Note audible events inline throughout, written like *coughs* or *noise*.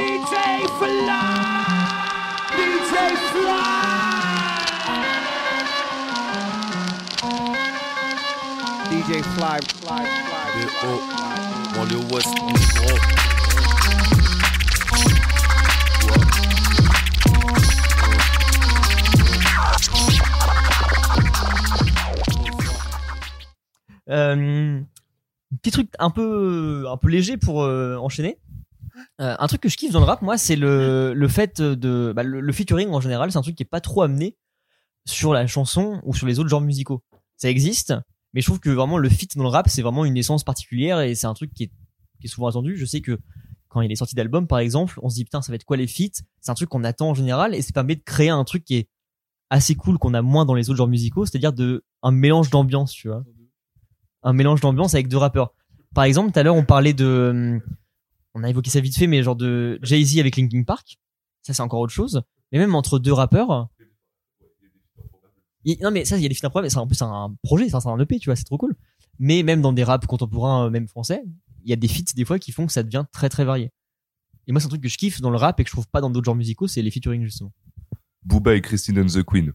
DJ Fly! DJ Fly! DJ Fly, Fly, Fly. BO, dans le West micro. Euh, petit truc un peu un peu léger pour euh, enchaîner. Euh, un truc que je kiffe dans le rap, moi, c'est le, le fait de bah, le, le featuring en général, c'est un truc qui est pas trop amené sur la chanson ou sur les autres genres musicaux. Ça existe, mais je trouve que vraiment le feat dans le rap, c'est vraiment une essence particulière et c'est un truc qui est, qui est souvent attendu. Je sais que quand il est sorti d'album, par exemple, on se dit putain, ça va être quoi les feats C'est un truc qu'on attend en général et ça permet de créer un truc qui est assez cool qu'on a moins dans les autres genres musicaux, c'est-à-dire de un mélange d'ambiance, tu vois un mélange d'ambiance avec deux rappeurs. Par exemple, tout à l'heure, on parlait de, hum, on a évoqué ça vite fait, mais genre de Jay-Z avec Linkin Park. Ça, c'est encore autre chose. Mais même entre deux rappeurs. il- non, mais ça, il y a des feats improbables. C'est en plus c'est un projet, c'est un- c'est un EP, tu vois, c'est trop cool. Mais même dans des raps contemporains, euh, même français, il y a des feats des fois qui font que ça devient très très varié. Et moi, c'est un truc que je kiffe dans le rap et que je trouve pas dans d'autres genres musicaux, c'est les featuring justement. Booba et Christine and the Queen.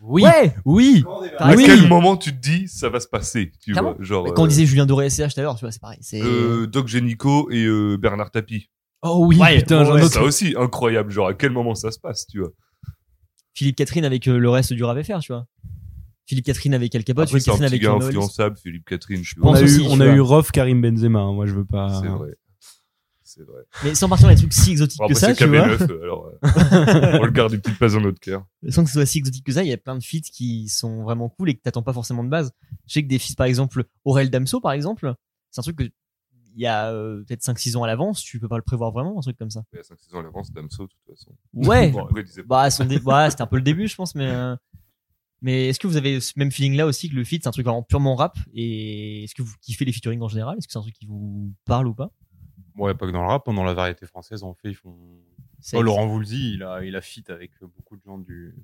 Oui. ouais, oui. à T'as raison. quel moment tu te dis ça va se passer tu Ah vois, genre, Mais Quand on euh, disait Julien Doré et SCH tout à l'heure, tu vois, c'est pareil. C'est euh, Doc Génico et euh, Bernard Tapie. Oh oui, Ouais, putain, j'en ouais, ai Ça aussi, incroyable. Genre, à quel moment ça se passe, tu vois. Philippe Catherine avec euh, le reste du rap FR, tu vois. Philippe Catherine avec El Capote, Après, Philippe c'est un Catherine petit avec gars Noël. influençable, Philippe Catherine, je On pense a aussi, eu, tu on vois. a eu Rof Karim Benzema. hein, Moi, je veux pas. C'est vrai. C'est vrai. Mais sans partir dans des trucs si exotiques Bon, que après, ça, c'est tu vois. KB9, euh, alors, euh, *laughs* on le garde une petite passe dans notre cœur. Sans que ce soit si exotique que ça, il y a plein de feats qui sont vraiment cool et que t'attends pas forcément de base. Je sais que des feats, par exemple, Aurel Damso, par exemple, c'est un truc que il y a euh, peut-être 5-6 ans à l'avance, tu peux pas le prévoir vraiment, un truc comme ça. Il y a 5-6 ans à l'avance, Damso, de toute façon. Ouais. Bon, après, il disait pas- bah, son *laughs* dé- bah, c'était un peu le début, je pense, mais. euh, Mais est-ce que vous avez ce même feeling là aussi que le feat c'est un truc vraiment purement rap et est-ce que vous kiffez les featuring en général Est-ce que c'est un truc qui vous parle ou pas Ouais, pas que dans le rap, pendant la variété française, en fait, ils font. C'est- Oh, Laurent Voulzy, il a, il a fit avec beaucoup de gens du,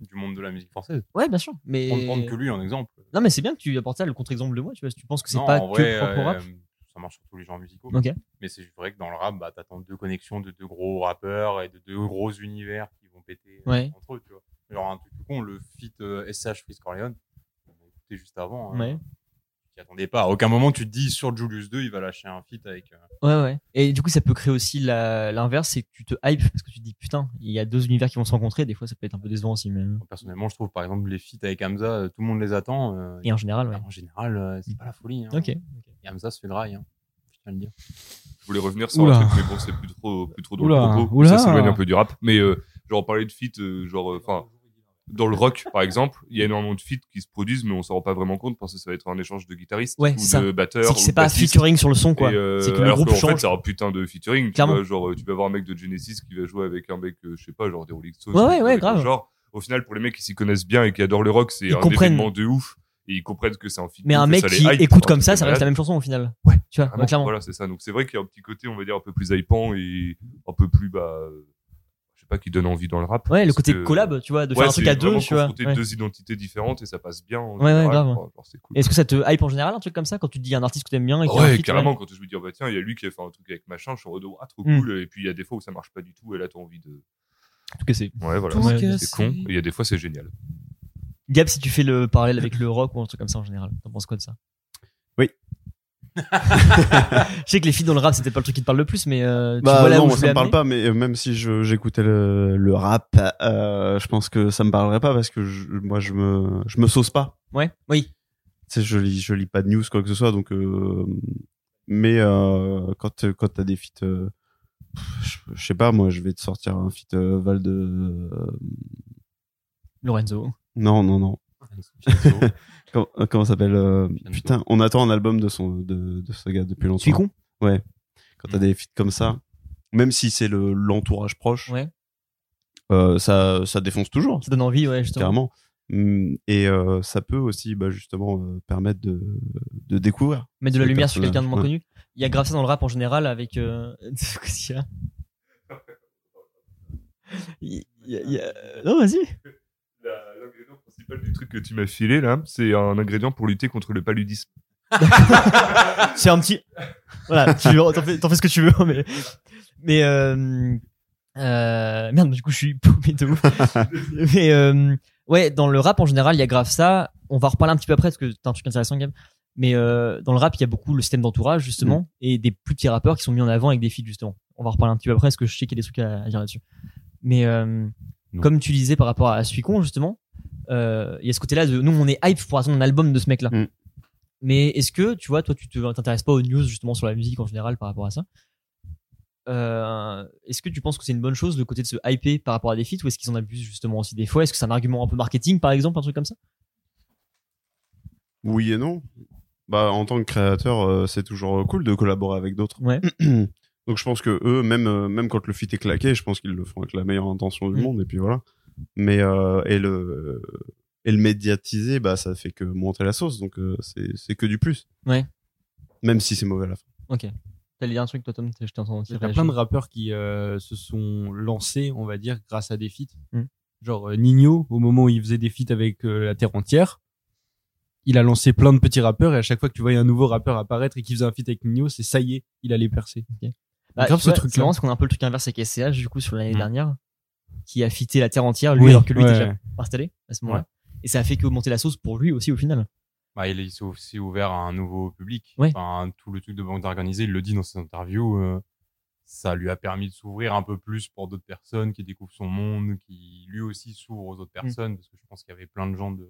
du monde de la musique française. Ouais, bien sûr. Mais On ne prend que lui en exemple. non, mais c'est bien que tu apportes ça le contre-exemple de moi. Tu vois, si tu penses que c'est Non, pas en que vrai, propre au rap. euh, ça marche sur tous les genres musicaux. Ok. Mais c'est vrai que dans le rap, bah, t'attends deux connexions de deux gros rappeurs et de deux gros univers qui vont péter euh, Ouais. entre eux, tu vois. Genre un truc tout con, le feat euh, SH Chris Corleone, on a écouté juste avant. hein. Ouais. Tu t'y attendais pas. À aucun moment tu te dis sur Julius 2, il va lâcher un feat avec. euh, Ouais, ouais. Et du coup, ça peut créer aussi la- l'inverse, c'est que tu te hype parce que tu te dis putain, il y a deux univers qui vont se rencontrer. Des fois, ça peut être un peu décevant aussi, mais. euh, Personnellement, je trouve par exemple les feats avec Hamza, euh, tout le monde les attend. euh, Et en général, ouais. Mm. en général, euh, c'est pas la folie. hein. Ok. Et Hamza se fait draille. Hein. Je tiens à le dire. Je voulais revenir sur Oula. un truc, mais bon, c'est plus trop, plus trop dans Oula. le propos. Oula. Ça s'éloigne un peu du rap. Mais, euh, genre, on parlait de feat, euh, genre, enfin, dans le rock, par exemple, il y a énormément de feats qui se produisent, mais on s'en rend pas vraiment compte parce que ça va être un échange de guitaristes Ouais, ou c'est ça. de C'est batteurs. que ou c'est de pas bassistes. featuring sur le son, quoi. Et, euh, c'est que le alors groupe qu'en fait, change. c'est un putain de featuring. Tu Clairement. vois, genre, euh, tu peux avoir un mec de Genesis qui va jouer avec un mec, euh, je sais pas, genre des Rolling Stones. Ouais, ou ouais, des ouais, mecs grave. dans le Genre, au final, pour les mecs qui s'y connaissent bien et qui adorent le rock, c'est Ils un comprennent. événement de ouf. Et ils comprennent que c'est un feat. mais de ouf un et mec ça les qui hype, écoute un comme truc ça, de ça reste malade. la même chanson au final. Ouais. Tu vois, Vraiment, ouais, clairement. Voilà, c'est ça. Donc c'est vrai qu'il y a un petit côté, on va dire, un peu plus hypant et un peu plus, bah, euh, je sais pas, qui donne envie dans le rap. Ouais, le Parce côté que- collab, tu vois, de ouais, faire un truc c'est à deux, vraiment tu vois. confronter Ouais. deux identités différentes et ça passe bien. en Ouais, ouais, général, grave. quoi. Genre, c'est cool. Est-ce que ça te hype en général, un truc comme ça, quand tu te dis un artiste que t'aimes bien et Ah qui a un ouais, feat, carrément, quand je me dis, oh, bah tiens, il y a lui qui a fait un truc avec machin, je suis en mode, ah, trop Mm. cool. Et puis il y a des fois où ça marche pas du tout et là, t'as envie de. En tout cas, c'est. Ouais, voilà, Pour c'est- que c'est con. Et il y a des fois, c'est génial. Gab, si tu fais le parallèle avec le rock ou un truc comme ça en général, t'en penses quoi de ça *laughs* Oui. Je sais que les filles dans le rap, c'était pas le truc qui te parle le plus, mais euh, tu Bah vois là non, où moi, je ça voulais me parle amener pas, mais euh, même si je- j'écoutais le, le rap, euh, je pense que ça me parlerait pas parce que je- moi je me je me sauce pas. Ouais, oui. Tu sais, je lis je lis pas de news quoi que ce soit, donc. euh, mais euh, quand euh, quand t'as des feats, euh, je, je sais pas, moi je vais te sortir un feat euh, Val de. euh, Lorenzo. non non non. *laughs* Comment, euh, comment ça s'appelle euh, Putain, on attend un album de son de, de ce gars depuis longtemps. Tu es con Quand t'as des feats comme ça, même si c'est le l'entourage proche, Ouais. euh, ça ça défonce toujours. Ça donne envie, ouais, justement. carrément. Mm, Et euh, ça peut aussi bah, justement euh, permettre de, de découvrir. Mettre de la Les lumière sur personnages, quelqu'un de moins ouais. connu. Il y a grave ça dans le rap en général avec. euh, *laughs* Qu'est-ce qu'il y a Il- il y a- il y a- Non, vas-y. La- L'ingrédient principal du truc que tu m'as filé là, c'est un ingrédient pour lutter contre le paludisme. C'est un petit. Voilà, tu t'en fais, t'en fais ce que tu veux, mais mais euh, Euh, merde, du coup, je suis paumé de ouf. Mais euh, ouais, dans le rap en général, il y a grave ça. On va en reparler un petit peu après parce que t'as un truc intéressant quand même. Mais euh, dans le rap, il y a beaucoup le système d'entourage justement et des plus petits rappeurs qui sont mis en avant avec des feats justement. On va en reparler un petit peu après parce que je sais qu'il y a des trucs à, à dire là-dessus. Mais euh, Non. comme tu disais par rapport à Suicon justement, euh, il y a ce côté-là de nous, on est hype pour attendre un album de ce mec-là. Mm. Mais est-ce que tu vois, toi, tu te- t'intéresses pas aux news justement sur la musique en général par rapport à ça Euh, Est-ce que tu penses que c'est une bonne chose le côté de se hyper par rapport à des feats ou est-ce qu'ils en abusent justement aussi des fois Est-ce que c'est un argument un peu marketing par exemple, un truc comme ça Oui et non. Bah, en tant que créateur, euh, c'est toujours cool de collaborer avec d'autres. Ouais. *clears throat* Donc je pense que eux, même, euh, même quand le fit est claqué, je pense qu'ils le font avec la meilleure intention du Mm. monde, et puis voilà. Mais euh, et le et le médiatiser, bah ça fait que monter la sauce, donc euh, c'est c'est que du plus. Ouais. Même si c'est mauvais à la fin. T'allais dire un truc toi Tom, je t'ai entendu. Il y a plein de rappeurs qui euh, se sont lancés, on va dire, grâce à des feats. Mm. Genre euh, Nino, au moment où il faisait des feats avec euh, la Terre entière, il a lancé plein de petits rappeurs et à chaque fois que tu voyais un nouveau rappeur apparaître et qu'il faisait un feat avec Nino, c'est ça y est, il allait percer. Bah, Grave tu ce vois, truc-là. C'est marrant parce qu'on a un peu le truc inverse avec SCH du coup sur l'année Mm. dernière qui a fité la terre entière lui alors que lui était déjà installé à ce moment-là. Et ça a fait qu'augmenter la sauce pour lui aussi au final. Bah, il s'est aussi ouvert à un nouveau public. Ouais. Enfin, tout le truc de bande organisée, il le dit dans ses interviews, euh, ça lui a permis de s'ouvrir un peu plus pour d'autres personnes qui découvrent son monde, qui lui aussi s'ouvre aux Mm. autres personnes, parce que je pense qu'il y avait plein de gens de,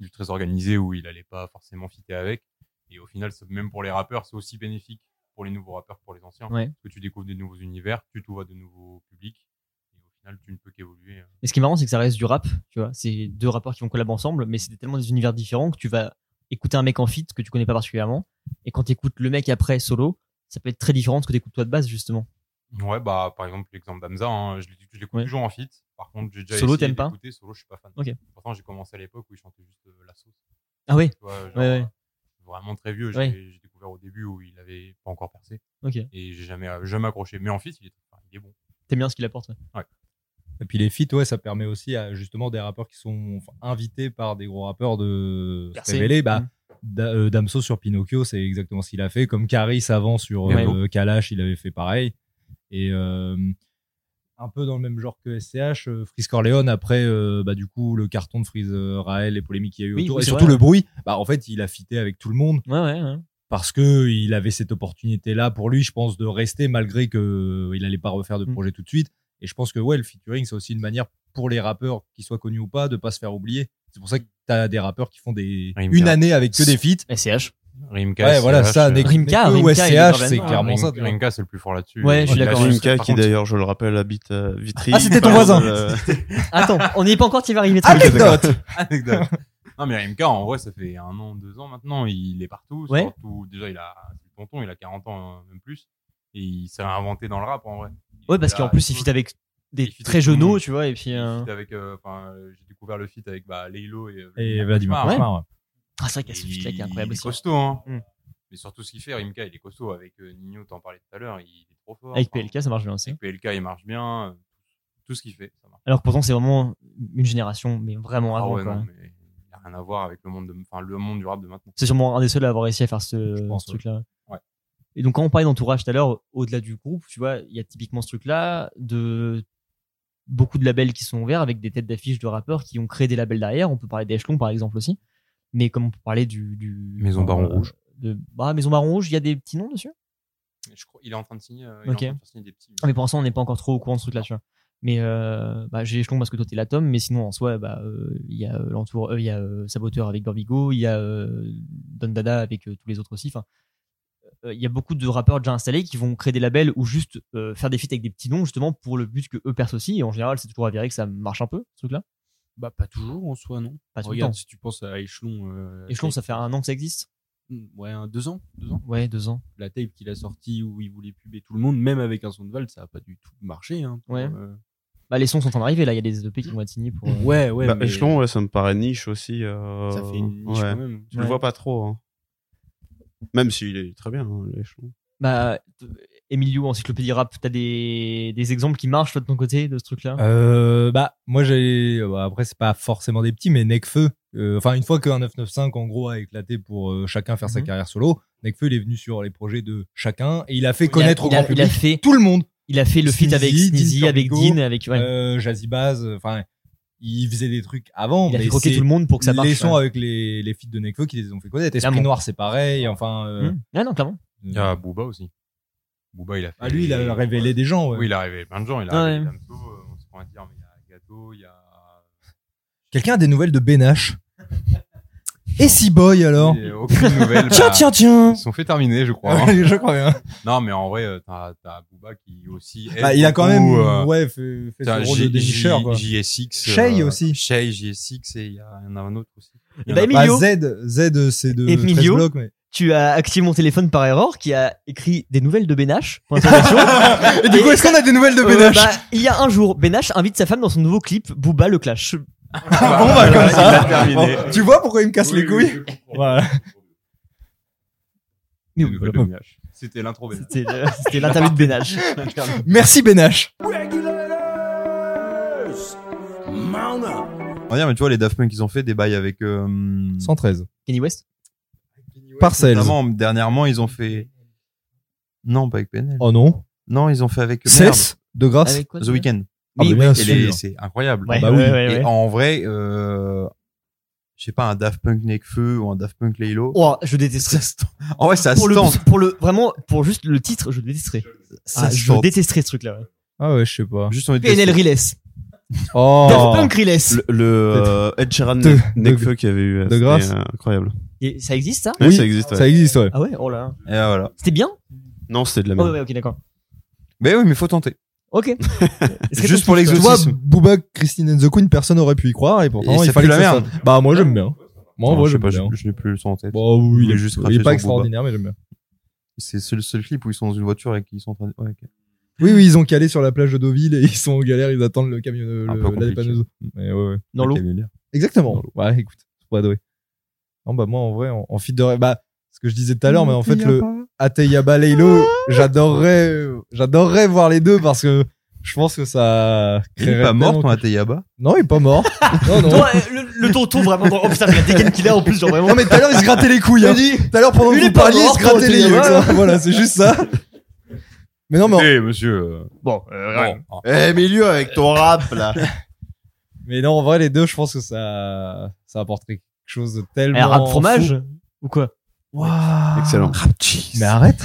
du très organisé où il allait pas forcément fitter avec. Et au final, c'est- même pour les rappeurs, c'est aussi bénéfique pour les nouveaux rappeurs, que pour les anciens, Ouais. parce que tu découvres des nouveaux univers, tu t'ouvres à de nouveaux publics, et au final, tu ne peux qu'évoluer. euh, Et ce qui est marrant, c'est que ça reste du rap, tu vois. C'est deux rappeurs qui vont collaborer ensemble, mais c'est tellement des univers différents que tu vas écouter un mec en feat que tu connais pas particulièrement. Et quand t'écoutes le mec après solo, ça peut être très différent de ce que t'écoutes toi de base, justement. Ouais, bah, par exemple, l'exemple d'Amza, hein, je l'ai- je l'écoute Ouais. toujours en fit. Par contre, j'ai déjà Solo, essayé t'aimes pas d'écouter, Solo, je suis pas fan. Ok. Pourtant, j'ai commencé à l'époque où il chantait juste euh, la sauce. Ah ouais? Tu vois, genre, ouais. euh, Vraiment très vieux. J'ai Ouais. j'ai découvert au début où il avait pas encore percé. Ok. Et j'ai jamais, euh, jamais accroché. Mais en fit, il est, enfin, il est bon. T'aimes bien ce qu'il apporte, ouais. Et puis les feats, ouais, ça permet aussi à justement des rappeurs qui sont enfin, invités par des gros rappeurs de se Percer. révéler. Bah, Mm. Da- euh, Damso sur Pinocchio, c'est exactement ce qu'il a fait. Comme Caris avant sur Ouais. euh, Kalash, il avait fait pareil. Et euh, un peu dans le même genre que SCH, euh, Freeze Corleone, après, euh, bah, du coup, le carton de Freeze euh, Raël, les polémiques qu'il y a eu Oui, autour, oui, et c'est surtout vrai. le bruit, bah, en fait, il a fité avec tout le monde Ouais, ouais, ouais. parce que il avait cette opportunité là pour lui je pense de rester malgré que euh, il allait pas refaire de Mm. projet tout de suite et je pense que ouais le featuring c'est aussi une manière pour les rappeurs qu'ils soient connus ou pas de pas se faire oublier c'est pour ça que t'as des rappeurs qui font des Ouais, il me une vient. année avec que des feats SCH. Rimka. euh, ouais voilà ça n'est Rimka, Eh, Rimka, ou Rimka, il est SCH grave c'est là-dedans. clairement ça tu vois. Rimka, Ah, c'est le plus fort là-dessus. Ouais, je suis Il a d'accord. juste- Jimka par qui contre, d'ailleurs, je le rappelle, habite à Vitry. euh, Ah, c'était ton Pas voisin. loin euh, de- *laughs* Attends, on n'y est pas encore, tu vas arriver très vite. *laughs* anecdote anecdote. non, mais Rimka, en vrai, ça fait un an, deux ans maintenant. Il est partout. Ouais. Surtout, déjà, il a du tonton, il a 40 ans, euh, même plus. Et il s'est réinventé dans le rap, en vrai. Il Ouais, est parce là, qu'en plus, il tout- fit avec des Ah, Il fit très avec tout le genoux, monde. tu vois, et puis. euh, Le feat avec, euh, enfin, euh, j'ai découvert le feat avec bah, Leilo et, euh, et Vladimir Cauchemar. Cauchemar, ouais. Ah, c'est vrai qu'il Il, y a ce feat-là qui est incroyable il est aussi. costaud, hein. Mm. Mais surtout ce qu'il fait, Rimka, il est costaud. Avec euh, Nino, t'en parlais tout à l'heure, il est trop fort. Avec Enfin, PLK, ça marche bien aussi. Avec PLK, il marche bien. euh, Tout ce qu'il fait, ça marche. Alors que pourtant, c'est vraiment une génération, mais vraiment Ah avant, ouais, quoi. non, mais il n'a rien à voir avec le monde, de- enfin, le monde du rap de maintenant. C'est sûrement un des seuls à avoir réussi à faire Je ce, pense, ce truc-là. Ouais. Et donc, quand on parlait d'entourage tout à l'heure, au-delà du groupe, tu vois, il y a typiquement ce truc-là de beaucoup de labels qui sont ouverts avec des têtes d'affiche de rappeurs qui ont créé des labels derrière. On peut parler d'Echelon, par exemple, aussi. Mais comme on peut parler du. du euh, Maison Baron Rouge. De, bah, Maison Baron Rouge, il y a des petits noms dessus. Je crois, il est en train de signer, euh, il est Ok. en train de faire signer des petits. Ah, Mais pour l'instant, on n'est pas encore trop au courant de ce truc-là, tu vois. Mais euh, bah, j'ai échelon parce que toi t'es l'atome, mais sinon en soi, bah, euh, il y a euh, l'entour, euh, il y a euh, Saboteur avec Gorbigo, il y a euh, Don Dada avec euh, tous les autres aussi. Enfin, euh, il y a beaucoup de rappeurs déjà installés qui vont créer des labels ou juste euh, faire des feats avec des petits noms justement pour le but que eux percent aussi. Et en général, c'est toujours avéré que ça marche un peu ce truc-là. Bah, pas toujours en soi, non. Pas tout Regarde, le temps. si tu penses à Échelon. euh, Échelon, ça fait un an que ça existe. Ouais, un- deux ans. Deux ans. Ouais, deux ans. La tape qu'il a sortie où il voulait puber tout le monde, même avec un son de Val, ça a pas du tout marché. Hein, pour, Ouais. euh, Bah, les sons sont en train d'arriver là. Il y a des EP qui vont être signés pour. euh, Ouais, ouais. Bah, mais Échelon, ouais, ça me paraît niche aussi. euh, Ça fait une niche ouais. quand même. Tu le vois pas trop. hein. Même s'il est très bien, hein, l'échelon. Bah, t- Emilio, encyclopédie rap, t'as des des exemples qui marchent toi de ton côté de ce truc-là. Euh, bah moi j'ai bah, après c'est pas forcément des petits mais Necfeu euh, enfin une fois qu'un 995 en gros a éclaté pour euh, chacun faire sa Mhm. carrière solo Necfeu il est venu sur les projets de chacun et il a fait Il a- connaître au il a- grand public Il a fait tout le monde Il a fait le feat Sneezy, avec Dean Sneezy, avec Torrico, Dean, avec. Ouais. euh, Jazzy Bass, enfin, il faisait des trucs avant. il a mais fait croquer c'est tout le monde pour que ça marche. Les sons ouais. avec les, les feats de Nekfeu qui les ont fait connaître. Esprit Clairement. Noir, c'est pareil. Enfin, euh, Hum. Ah non, clairement. Il y a Booba aussi. Booba, il a fait. ah, lui, il a révélé des gens. ouais. Oui, il a révélé plein de gens. Il a Ah Ouais. révélé Damso, euh, on se prend à dire, mais il y a Gato, il y a. Quelqu'un a des nouvelles de Benache Et si boy alors Et *laughs* Aucune nouvelle. Tiens, bah, tiens, tiens Ils se sont fait terminer, je crois. hein. Ah Je crois bien. *laughs* Non, mais en vrai, euh, t'as t'as Booba qui aussi. aide Bah, il a quand beaucoup, même euh, ouais, fait, fait t'as son rôle de J- J- dénicheur. quoi. JSX. euh, Shay aussi. Shay, JSX, et il y, en a un autre aussi. Il y Et en bah, a- Bah, Emilio, Z, Z c'est de Et 13 Emilio. blocs, mais... tu as activé mon téléphone par erreur qui a écrit des nouvelles de Benache. point d'interrogation. *laughs* Et du coup, est-ce qu'on a des nouvelles de Euh, Benache bah, Il y a un jour, Benache invite sa femme dans son nouveau clip Booba le Clash. Bon, bah, comme ça. il a terminé. Bon, tu vois pourquoi il me casse les couilles Voilà. Mais Une oui, nouvelle voilà. de Miach. C'était l'intro. Benoît. C'était le- c'était l'interview *laughs* de Benache. *laughs* Merci Benache. Regulators! Mount up! On va dire, mais tu vois, les Daft Punk, ils ont fait des bails avec. Euh, 113. Kenny West Parcels. notamment, dernièrement, ils ont fait. Non, pas avec PNL. Oh non. Non, ils ont fait avec. merde, Cesse de grâce. Avec quoi The Weeknd. Ah, Oui, bah, bien Et sûr. les- C'est incroyable. Ouais, bah oui. ouais, ouais, Et ouais. en vrai, euh, je sais pas, un Daft Punk Nekfeu ou un Daft Punk Laylo. Oh, je déteste Ça se tente. En vrai, ça pour se le, tente. pour le vraiment pour juste le titre je le détesterais Ça Ah, se je tente. détesterais ce truc là Ah ouais, je sais pas. Juste envie de PNL tester. Riles Daft *laughs* Oh. Punk Riles Le, le euh, Ed Sheeran De- Nekfeu qu'il y avait eu. euh, de c'était, grâce. euh, incroyable. Et ça existe ça Ouais, Oui, ça existe. ouais. Ça existe, ouais. ah ouais oh là Et voilà. c'était bien Non, c'était de la oh, merde. ouais ok d'accord Mais oui, mais faut tenter. *laughs* ok Est-ce que Juste ton pour kiff, Tu l'exotisme. vois, Exotisme. Booba, Christine and the Queen, personne n'aurait pu y croire et pourtant Et il ça fallait pue que la ça merde. soit- Bah moi j'aime bien. Moi, Enfin, moi je sais j'aime pas, je, bien. je n'ai plus le son en tête. Bon, oui, il Il est est juste il craché est pas sur extraordinaire, mais j'aime bien. C'est c'est le seul clip où ils sont dans une voiture et qu'ils sont en train de. ouais, ok. Oui, oui, ils ont calé sur la plage de Deauville et ils sont en galère, ils attendent le camion, Un peu le- la compliqué. dépanneuse. Mais ouais, ouais. dans l'eau Ok, mais bien. Exactement. Ouais, écoute, faut adorer. Non, bah moi en vrai, en, en feat de rêve, bah ce que je disais tout à l'heure, mais en fait le Ateyaba Leilo, j'adorerais, euh, j'adorerais voir les deux parce que je pense que ça Il créerait est pas mort, ton tellement- Ateyaba. Non, il est *laughs* pas mort. non, non. Toi, euh, le, le tonton vraiment dans- oh putain la dégaine qu'il a en plus genre vraiment Non mais tout à l'heure il se grattait les couilles. hein. Tout à l'heure pendant Il que est vous pas parliez, il mort, se grattait toi, les t'es- couilles. voilà. Voilà, c'est juste ça. Mais non mais, en- Eh, monsieur. bon Bon. Ah. Eh, milieu avec ton rap là. *laughs* mais non en vrai les deux, je pense que ça ça apporterait quelque chose de tellement. alors rap fou. fromage ou quoi Waouh. Excellent. Mais arrête.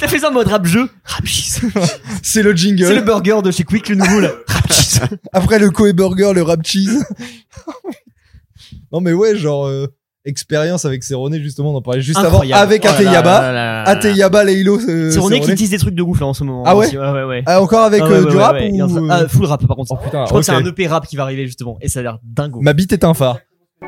t'as fait ça en mode rap jeu rap cheese *laughs* C'est le jingle. c'est le burger de chez Quick le nouveau *laughs* là rap cheese Après le Koei Burger, le rap cheese. non mais ouais, genre euh, expérience avec Cerrone justement, on en parlait juste avant Oh avec Ateyaba. Ateyaba, Leilo, euh, c'est René qui Cerrone. utilise des trucs de ouf là en ce moment Ah ouais aussi. ouais ouais, ouais. Ah, encore avec Ah ouais, euh, ouais, du ouais, rap ouais. Il est en train- ou euh, ah, full rap par contre. Oh putain, je crois que c'est ok. un EP rap qui va arriver justement et ça a l'air dingo. Ma bite est un phare.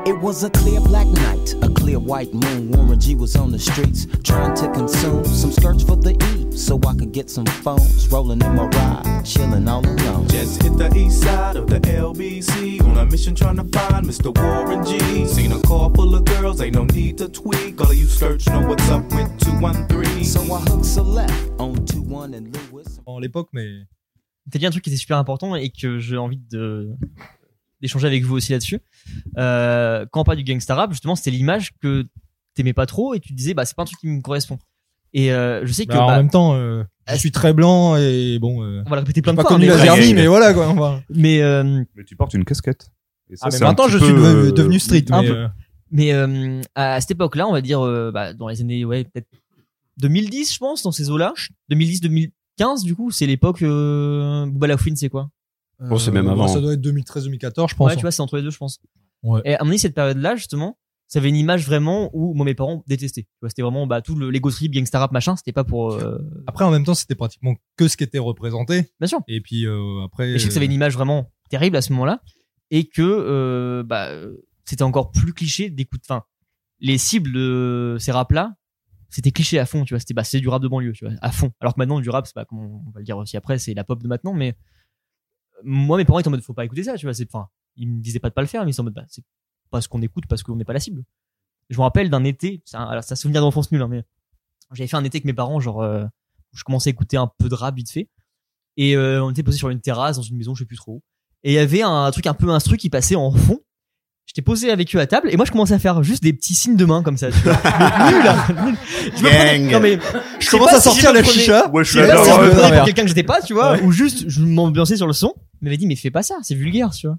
It was a clear black night, a clear white moon. Warren G was on the streets trying to consume some skirts for the E so I could get some phones. Rolling in my ride, chilling all alone. Just hit the east side of the LBC on a mission trying to find Mr. Warren G. Seen a car full of girls, ain't no need to tweak. All of you search know what's up with 213. So I hooks a left on 2 1 and Lewis. En l'époque, mais T'as dit un truc qui était super important et que j'ai envie de d'échanger avec vous aussi là-dessus. Euh, quand on parle du gangsta rap, justement, c'était l'image que t'aimais pas trop et tu te disais bah c'est pas un truc qui me correspond. Et euh, je sais que Bah, en bah, même temps, euh, je suis très blanc et bon. euh, on va le répéter j'ai plein de pas fois. hein, connu la mais Zermi, gang. mais voilà quoi. enfin. mais, euh, Mais tu portes une casquette. Et ça, Ah, mais c'est un maintenant, petit je peu, suis devenu, euh, devenu street. un mais, peu. euh, mais, euh, à cette époque-là, on va dire euh, bah, dans les années ouais peut-être 2010 je pense dans ces eaux-là, 2010-2015 du coup c'est l'époque euh, Booba La Fouine, c'est quoi Oh, Bon, c'est même euh, avant. Ça doit être 2013-2014, je pense. Ouais, tu vois, c'est entre les deux, je pense. Ouais. Et à mon avis, cette période-là, justement, ça avait une image vraiment où moi, mes parents détestaient. Tu vois, c'était vraiment bah, tout le Lego Trip, Gangsta Rap, machin, c'était pas pour. euh, Après, en même temps, c'était pratiquement que ce qui était représenté. Bien sûr. Et puis euh, après. Et je sais que ça avait une image vraiment terrible à ce moment-là et que euh, bah, euh, c'était encore plus cliché d'écoute. Enfin, les cibles de ces raps-là, c'était cliché à fond, tu vois. C'était bah, c'est du rap de banlieue, tu vois, à fond. Alors que maintenant, du rap, c'est pas comme on va le dire aussi après, c'est la pop de maintenant, mais moi, mes parents étaient en mode faut pas écouter ça, tu vois. C'est, enfin, ils me disaient pas de pas le faire, mais ils sont en mode bah, c'est pas ce qu'on écoute parce qu'on n'est pas la cible. Je me rappelle d'un été, c'est un, alors, c'est un souvenir d'enfance nul, hein, mais j'avais fait un été avec mes parents, genre, euh, où je commençais à écouter un peu de rap vite fait. Et euh, on était posé sur une terrasse dans une maison, je sais plus trop où. Et il y avait un truc un peu instru qui passait en fond. J'étais posé avec eux à table et moi je commençais à faire juste des petits signes de main comme ça. tu vois. Mais nul, hein, nul. Je me prenais- Gang. non, mais Je sais commence pas à si je sortir me la prenais- chicha. Ouais, je je sais suis pas d'accord. si je me ouais, prenais ouais. pour quelqu'un que j'étais pas, tu vois, ou juste je m'ambiançais sur le son, mais m'avait dit mais fais pas ça, c'est vulgaire, tu vois.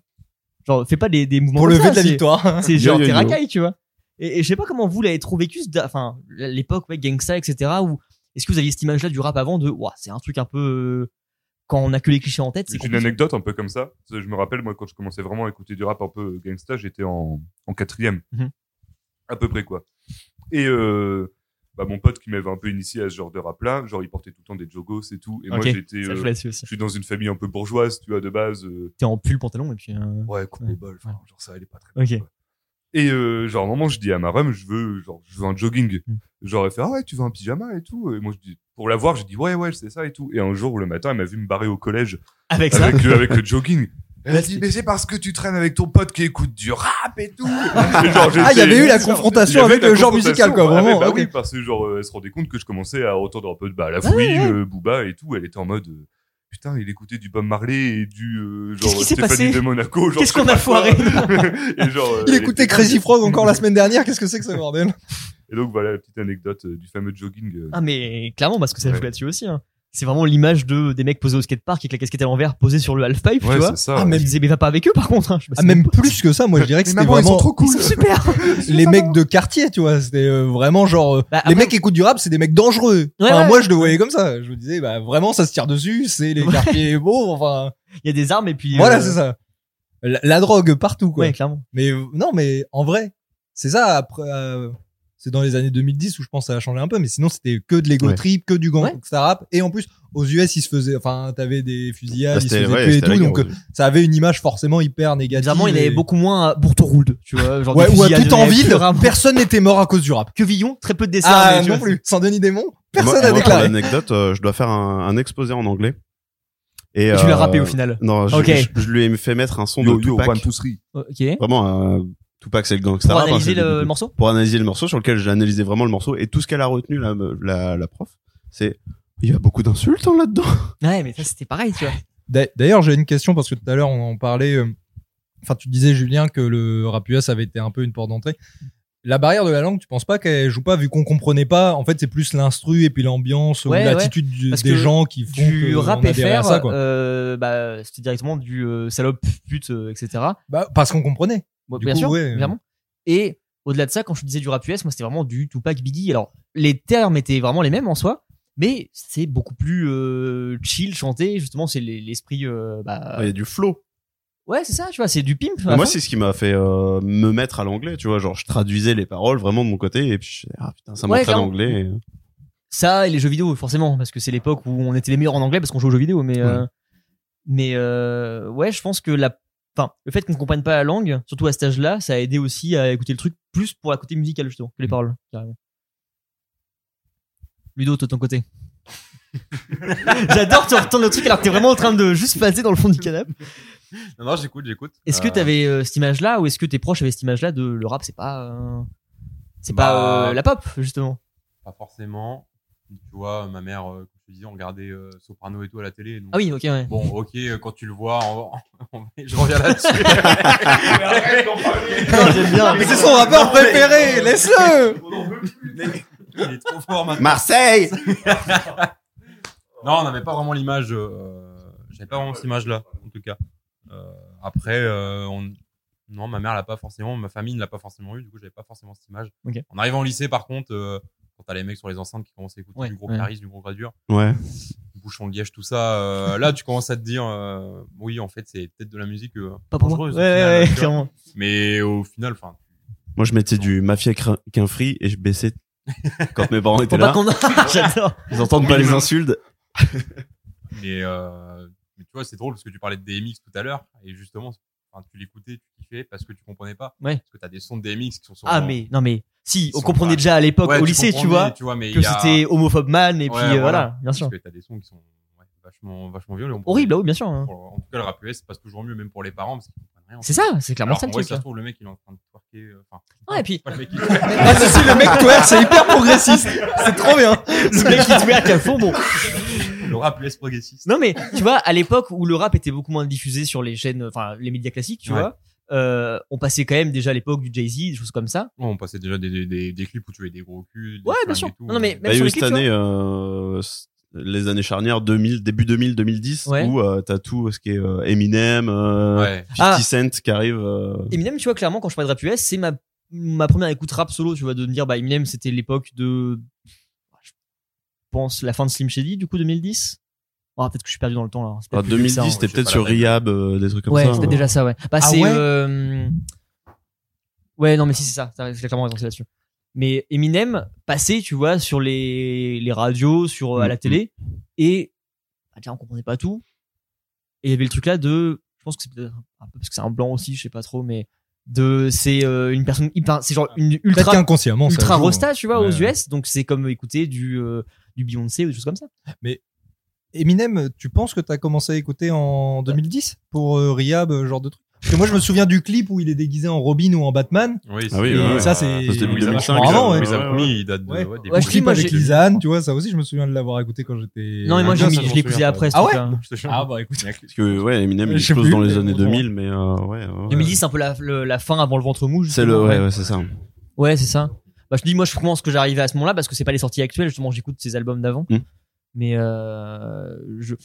Genre fais pas des, des mouvements pour comme lever ça, de la c'est- victoire. C'est genre yo, t'es yo. racaille, tu vois. Et, et je sais pas comment vous l'avez trop vécu, ce da- enfin l'époque ouais, gangsta, etc. Ou est-ce que vous aviez cette image-là du rap avant de, ouah, c'est un truc un peu euh, quand on a que les clichés en tête, c'est J'ai une compliqué. anecdote un peu comme ça. Parce que Je me rappelle, moi, quand je commençais vraiment à écouter du rap un peu gangsta, j'étais en, en quatrième. Mhm. À peu près, quoi. Et euh, bah, mon pote qui m'avait un peu initié à ce genre de rap-là, genre, il portait tout le temps des jogos et tout. Et moi, Ok, j'étais. Ça, euh, je l'ai su aussi. je suis dans une famille un peu bourgeoise, tu vois, de base. euh, T'es en pull pantalon et puis. euh, ouais, coupe Ouais, les balles. enfin, Genre, ça allait pas très Ok. bien, quoi. Et euh, genre, à un moment, je dis à ma rhum, je veux, genre, je veux un jogging. Mm. Genre, elle fait, ah ouais, tu veux un pyjama et tout. Et moi, je dis, pour la voir, je dis, ouais, ouais, c'est ça et tout. Et un jour, le matin, elle m'a vu me barrer au collège Avec ça. avec, le- avec le jogging. Elle a dit, mais c'est parce que tu traînes avec ton pote qui écoute du rap et *laughs* tout. Et genre, Ah, il y j'étais- avait eu la il y avait confrontation la avec le genre confrontation. musical, quoi, Ah, mais vraiment. Bah ok. oui, parce que genre, euh, elle se rendait compte que je commençais à entendre un peu de bah, la fouille, euh, Booba et tout. Elle était en mode, euh, putain, il écoutait du Bob Marley et du, euh, genre, Qu'est-ce qui s'est Stéphanie passé de Monaco. genre, Qu'est-ce je sais qu'on a pas quoi. foiré *laughs* et genre, euh, Il elle écoutait était- Crazy Frog encore *laughs* la semaine dernière. Qu'est-ce que c'est que ce bordel Et donc, voilà la petite anecdote euh, du fameux jogging. euh, Ah mais clairement parce que ça joue Ouais. là-dessus aussi. hein. C'est vraiment l'image de des mecs posés au skatepark avec la casquette à l'envers posée sur le half pipe, tu vois. ça. Ah, ouais. Je me disais mais va pas avec eux par contre. hein. Je sais pas Ah, si- même plus que ça, moi je dirais que c'était vraiment Ils sont super. *laughs* les mecs de quartier, tu vois. C'était euh, vraiment genre euh, Bah, après- les mecs qui écoutent du rap, c'est des mecs dangereux. Ouais, Enfin, ouais. Moi je le voyais comme ça. Je me disais bah vraiment ça se tire dessus, c'est les Ouais. quartiers beaux. Enfin Oh, Il y a des armes et puis. voilà euh, c'est ça. La, la drogue partout quoi. Ouais clairement. Mais euh, non mais en vrai c'est ça après. euh, c'est dans les années 2010 où je pense que ça a changé un peu, mais sinon c'était que de l'ego Ouais. trip, que du Ouais. gangsta rap, et en plus aux US ils se faisaient, enfin t'avais des Ah, fusillades, ils se c'était- faisaient ouais, tuer et c'était la tout, guerre donc euh, aux- ça avait une image forcément hyper négative. Bizarrement il et- avait beaucoup moins euh, à Bourtourulde, tu vois. Euh, Genre Ouais, des ou à fusillades, tout en des- ville, des rames. personne n'était mort à cause du rap. Que Villon, très peu de dessins. Ah mais tu non vois, plus, sans Denis Desmond, personne Moi- moi, n'a pour déclaré. l'anecdote, euh, je dois faire un, un exposé en anglais. Et, c'est- Tu l'as euh, rappé au final. Non, je, Ok. je- je lui ai fait mettre un son Yo, de yo, Tupac. one, two, three. Ok. Vraiment, euh, Tupac, c'est le gangster. Pour rap, hein, analyser c'est- le, le morceau. pour analyser le morceau, sur lequel j'ai analysé vraiment le morceau. Et tout ce qu'elle a retenu, la, la, la prof, c'est il y a beaucoup d'insultes hein, là-dedans. Ouais mais ça c'était pareil *laughs* tu vois. D'a- D'ailleurs, j'ai une question parce que tout à l'heure on en parlait. euh, Enfin, tu disais Julien que le rap US avait été un peu une porte d'entrée. La barrière de la langue, tu penses pas qu'elle joue pas vu qu'on comprenait pas En fait, c'est plus l'instru et puis l'ambiance Ouais, ou l'attitude du- Parce des que gens qui font Du que rap on adhérait à FR, ça, quoi. euh, bah c'était directement du euh, salope pute euh, etc. Bah, parce qu'on comprenait. Bon, Du bien coup, sûr, ouais. clairement. Et au-delà de ça, quand je disais du rap US, moi c'était vraiment du Tupac Biggie. Alors les termes étaient vraiment les mêmes en soi, mais c'est beaucoup plus euh, chill, chanté. Justement, c'est les- l'esprit. euh, bah, Il y a du flow. ouais, c'est ça, tu vois, c'est du pimp. à moi, fond. c'est ce qui m'a fait euh, me mettre à l'anglais, tu vois. Genre, je traduisais les paroles vraiment de mon côté et puis je disais, ah putain, ça Ouais, m'entraîne clairement. l'anglais. hein. Et- euh, ça et les jeux vidéo forcément, parce que c'est l'époque où on était les meilleurs en anglais parce qu'on jouait aux jeux vidéo. Mais euh, mais euh, ouais, je pense que la, enfin, le fait qu'on ne comprenne pas la langue, surtout à cet âge-là, ça a aidé aussi à écouter le truc plus pour la côté musical justement que les Mm. paroles. Carrément. Ludo, toi de ton côté. J'adore, tu retournes le truc alors que t'es vraiment en *laughs* train de juste passer dans le fond du canapé. Non, non, j'écoute, j'écoute. Est-ce que Ah. Euh, t'avais euh, cette image-là ou est-ce que tes proches avaient cette image-là de le rap, c'est pas, euh, c'est Bah, pas euh, la pop justement. Pas forcément. Tu vois, ma mère, euh, comme je te disais, on regardait euh, Soprano et tout à la télé. donc- Ah oui, ok, ouais. Bon, ok, euh, quand tu le vois, on- *laughs* on- je reviens *laughs* là-dessus. Non, j'aime bien. Mais c'est son rappeur préféré, laisse-le Il est trop fort maintenant. Marseille *laughs* Non, on n'avait pas vraiment l'image. euh, J'avais pas vraiment cette image-là, en tout cas. Euh, après, euh, on- non, ma mère l'a pas forcément, ma famille ne l'a pas forcément eu, du coup, j'avais pas forcément cette image. Ok. En arrivant au lycée, par contre, euh, quand t'as les mecs sur les enceintes qui commencent à écouter Ouais, du gros ouais. Clarisse, du gros Gradure, Ouais. du Bouchon de Liège, tout ça, euh, là, tu commences à te dire, euh, oui, en fait, c'est peut-être de la musique euh, Pas pour moi. Ouais, dangereuse. au final, ouais, ouais, tu vois. clairement. Mais au final, enfin, Moi, je mettais du mafia cra- qu'un free et je *laughs* baissais quand mes parents étaient Faut là. pas qu'on J'adore. *laughs* Ils entendent pas les insultes. Mais, euh, mais tu vois, c'est drôle parce que tu parlais de DMX tout à l'heure et justement, enfin, tu l'écoutais, tu kiffais parce que tu comprenais pas. Ouais. Parce que t'as des sons de DMX qui sont sur. Ah mais non mais si, Ils on sont comprenait pas- déjà à l'époque Ouais, au lyssée, tu comprenais, vois, tu vois mais que il y a- c'était homophobe man et Ouais, puis euh, voilà, bien Parce sûr. que t'as des sons qui sont ouais, vachement, vachement violents. On Horrible, pourrait- ah oui, bien sûr. hein. pour- En tout cas, le rap US, c'est passe toujours mieux, même pour les parents, parce qu'ils comprennent rien. C'est ça, c'est clairement Alors ça le qu'en vrai, truc. si ça là. se trouve, le mec, il est en train de twerker. euh, Enfin, Ah, et puis- pas *laughs* le mec qui- Ah si, si, le mec twerk, c'est hyper progressiste C'est trop bien Le mec qui te met à quel fond, bon. le rap US progressiste. Non mais tu vois, à l'époque où le rap était beaucoup moins diffusé sur les chaînes, enfin les médias classiques, tu Ouais. vois, euh, on passait quand même déjà à l'époque du Jay-Z, des choses comme ça. On passait déjà des, des, des, des clips où tu avais des gros culs. des Ouais, bien flingues sûr. et tout. Non, non, mais Bah, même il y a eu sur les cette clips, tu année, euh, c- les années charnières 2000, début 2000, 2010, Ouais. où euh, t'as tout ce qui est euh, Eminem, euh, Ouais. 50 Ah. Cent qui arrive. euh, Eminem, tu vois, clairement, quand je parlais de rap US, c'est ma, ma première écoute rap solo, tu vois, de me dire, bah, Eminem, c'était l'époque de, je pense, la fin de Slim Shady, du coup, 2010. Ah, peut-être que je suis perdu dans le temps, là. C'est peut-être en plus vieux que 2010, ça, hein. t'es j'ai peut-être pas sur la règle. Rehab, euh, des trucs comme Ouais, ça. c'était euh. déjà ça, ouais. Bah, Ah c'est, ouais euh, ouais, non, mais si, c'est ça. T'as t'as clairement raison, c'est là-dessus. Mais Eminem, passé, tu vois, sur les, les radios, sur, Mm, euh, à la télé, et, bah, déjà, on comprenait pas tout. Et il y avait le truc là de, je pense que c'est peut-être un peu parce que c'est un blanc aussi, je sais pas trop, mais de, c'est euh, une personne, hyper- c'est genre une Peut-être ultra, qu'inconsciemment, ça ultra joue, hein. rosta, tu vois, aux Ouais. US, donc c'est comme écouter du, euh, du Beyoncé ou des choses comme ça. Eminem, tu penses que t'as commencé à écouter en 2010 pour euh, Rehab, euh, genre de truc Parce que moi, je me souviens du clip où il est déguisé en Robin ou en Batman. Oui, Ah oui, c'est- ouais, ouais. Ça, c'est- Ça, c'était Louis 2005, Armstrong, avant, ouais. Louis Ouais, Armstrong, ouais. il date de, Ouais. ouais, des Ouais, bons je Le dis, clips. clip moi, avec j'ai- Lisanne, tu vois, ça aussi, je me souviens de l'avoir écouté quand j'étais. non, mais moi, ah, j'ai ça, mis- ça, je j'en l'ai écouté souviens après, Ah ce ouais truc-là. Je te jure. Ah bah écoute. Parce que, ouais, Eminem, Je il sais explose plus, dans les mais années bon, 2000, mais euh, ouais. ouais. 2010, c'est un peu la, le- la fin avant le ventre mou. C'est justement, le, ouais. ouais, ouais, c'est ça. Ouais, c'est ça. Bah, je te dis, moi, je commence que j'arrivais à ce moment-là parce que c'est pas les sorties actuelles. Justement, j'écoute ces albums d'avant. Mm. Mais euh, je,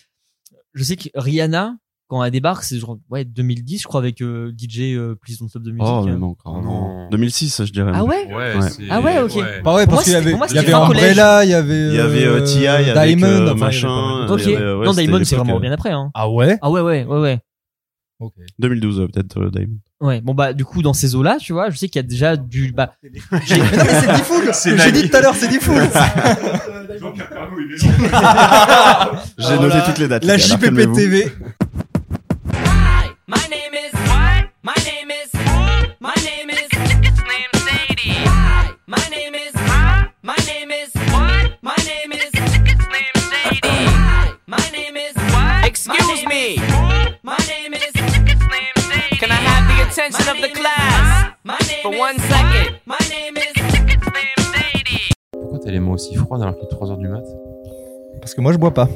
je sais que Rihanna, quand elle débarque, c'est genre ouais, 2010, je crois, avec euh, DJ euh, Please Don't Stop the Music. Oh, Euh, mais non, encore. Ah non. 2006, je dirais. ah ouais Ouais, Ouais. c'est- Ah ouais, ok. Bah ouais, Pour moi, parce qu'il c'était- y avait, pour moi, il y c'était avait fin collège. Umbrella, il y avait. euh, Il y avait euh, T.I. avec Diamond, enfin, il y euh, avait pas machin. mal. Ok. il y avait, ouais, non, c'était Diamond, c'est l'époque, vraiment euh, bien après. Hein. Ah ouais Ah ouais, ouais, ouais, ouais. 2012, euh, peut-être, euh, Diamond. Ouais, bon bah du coup dans ces eaux-là, tu vois, je sais qu'il y a déjà du bah *laughs* j'ai- Mais non, mais c'est Diffoul C'est Ce que j'ai Nani. dit tout à l'heure, *laughs* c'est *laughs* Diffoul J'ai noté toutes les dates. La les gars, alors, calmez-vous. JPPTV. My name is what? My name is my name is name Sadie. My name is my name is what? My name is name Sadie. My name is what? Excuse me. My name is name Sadie. Can I have the attention of the class? My name for one second. My name is name Sadie. Pourquoi t'as les mains aussi froides alors qu'il est 3h du mat Parce que moi, je bois pas.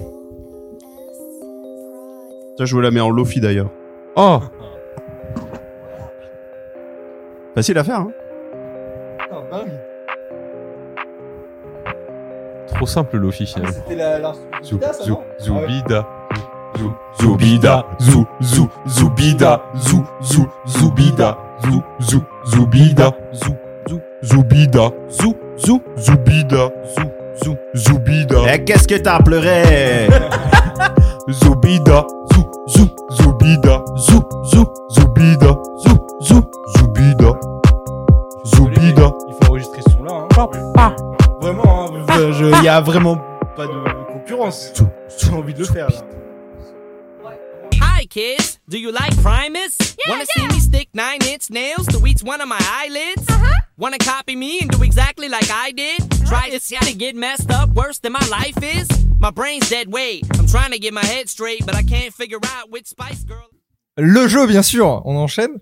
Ça, je vous la mets en Lofi d'ailleurs. Oh Facile à faire, hein. Trop simple Lofi finalement. C'était la. Zou, er zou, zoubida. Zou, zoubida. Zou, zou, zoubida. Zou, zou, zoubida. Zou, zou, zoubida. Zou, zou, zoubida. Zou, zou, zoubida. Zou, zou, zoubida. Eh, qu'est-ce que t'as pleuré Zoubida. Zou, zou, zoubida. Zou, zou, zoubida. Zou, zou, zoubida. Zoubida. Il faut enregistrer ce hein. son-là. hein, Vraiment, Euh, il y a vraiment pas de concurrence. J'ai envie de le faire. Hi, kids. Do you like Primus? Wanna see me stick nine inch nails to each one of my eyelids? Uh-huh. Wanna copy me and do exactly like I did? Try this shit to get messed up worse than my life is? My brain's dead weight. I'm trying to get my head straight, but I can't figure out which Spice Girl. Le jeu, bien sûr, on enchaîne.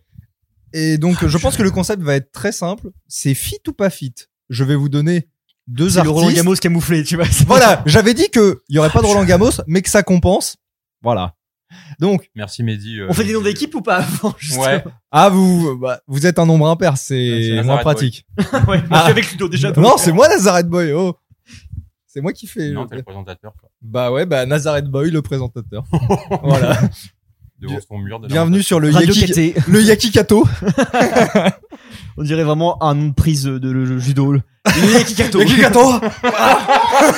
Et donc, je pense que le concept va être très simple. C'est fit ou pas fit. Je vais vous donner deux c'est le Roland artistes. Gamos camouflé, tu vois. *laughs* *laughs* Voilà, j'avais dit que il y aurait pas de Roland Gamos, mais que ça compense. Voilà. Donc, Merci Mehdi. euh, On fait des noms d'équipe ou pas avant justement Ouais. ah vous, bah, vous êtes un nombre impair, C'est c'est Lazarette moins Boy. pratique. *laughs* Ah. Ouais, moi, je suis avec Ludo déjà. donc. Non, c'est moi Nazareth Boy. Oh, c'est moi qui fais. Non, le- t'es le présentateur. quoi. Bah ouais, bah Nazareth Boy, le présentateur. *laughs* voilà. *laughs* Devant son mur de la Bienvenue sur le Radio Yaki, Katé. le Yaki Kato. On dirait vraiment un nom de prise de, de- de judo. Le le Yakikato. Yaki Kato. *laughs*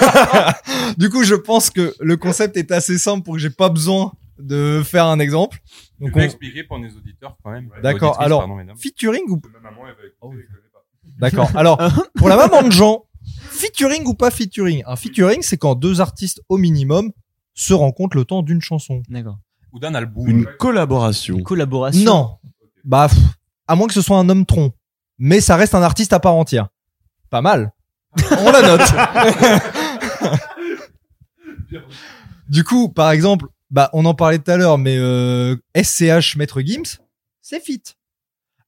Ah. du coup, je pense que le concept est assez simple pour que j'ai pas besoin de faire un exemple. Donc Donc on... expliquer pour nos auditeurs quand même. D'accord, Auditrices, alors, pardon, mesdames. Ah featuring ou Ma maman, elle va écouter, Oh, oui. elle connaît pas. *laughs* *laughs* D'accord. Alors, pour la maman de Jean, featuring ou pas featuring Un featuring, c'est quand deux artistes au minimum se rencontrent le temps d'une chanson. D'accord. ou d'un album. Une collaboration. Collaboration. Non. Bah, pff, à moins que ce soit un homme tronc. Mais ça reste un artiste à part entière. Pas mal. On la note. *laughs* du coup, par exemple, bah, on en parlait tout à l'heure, mais euh, SCH Maître Gims, c'est fit.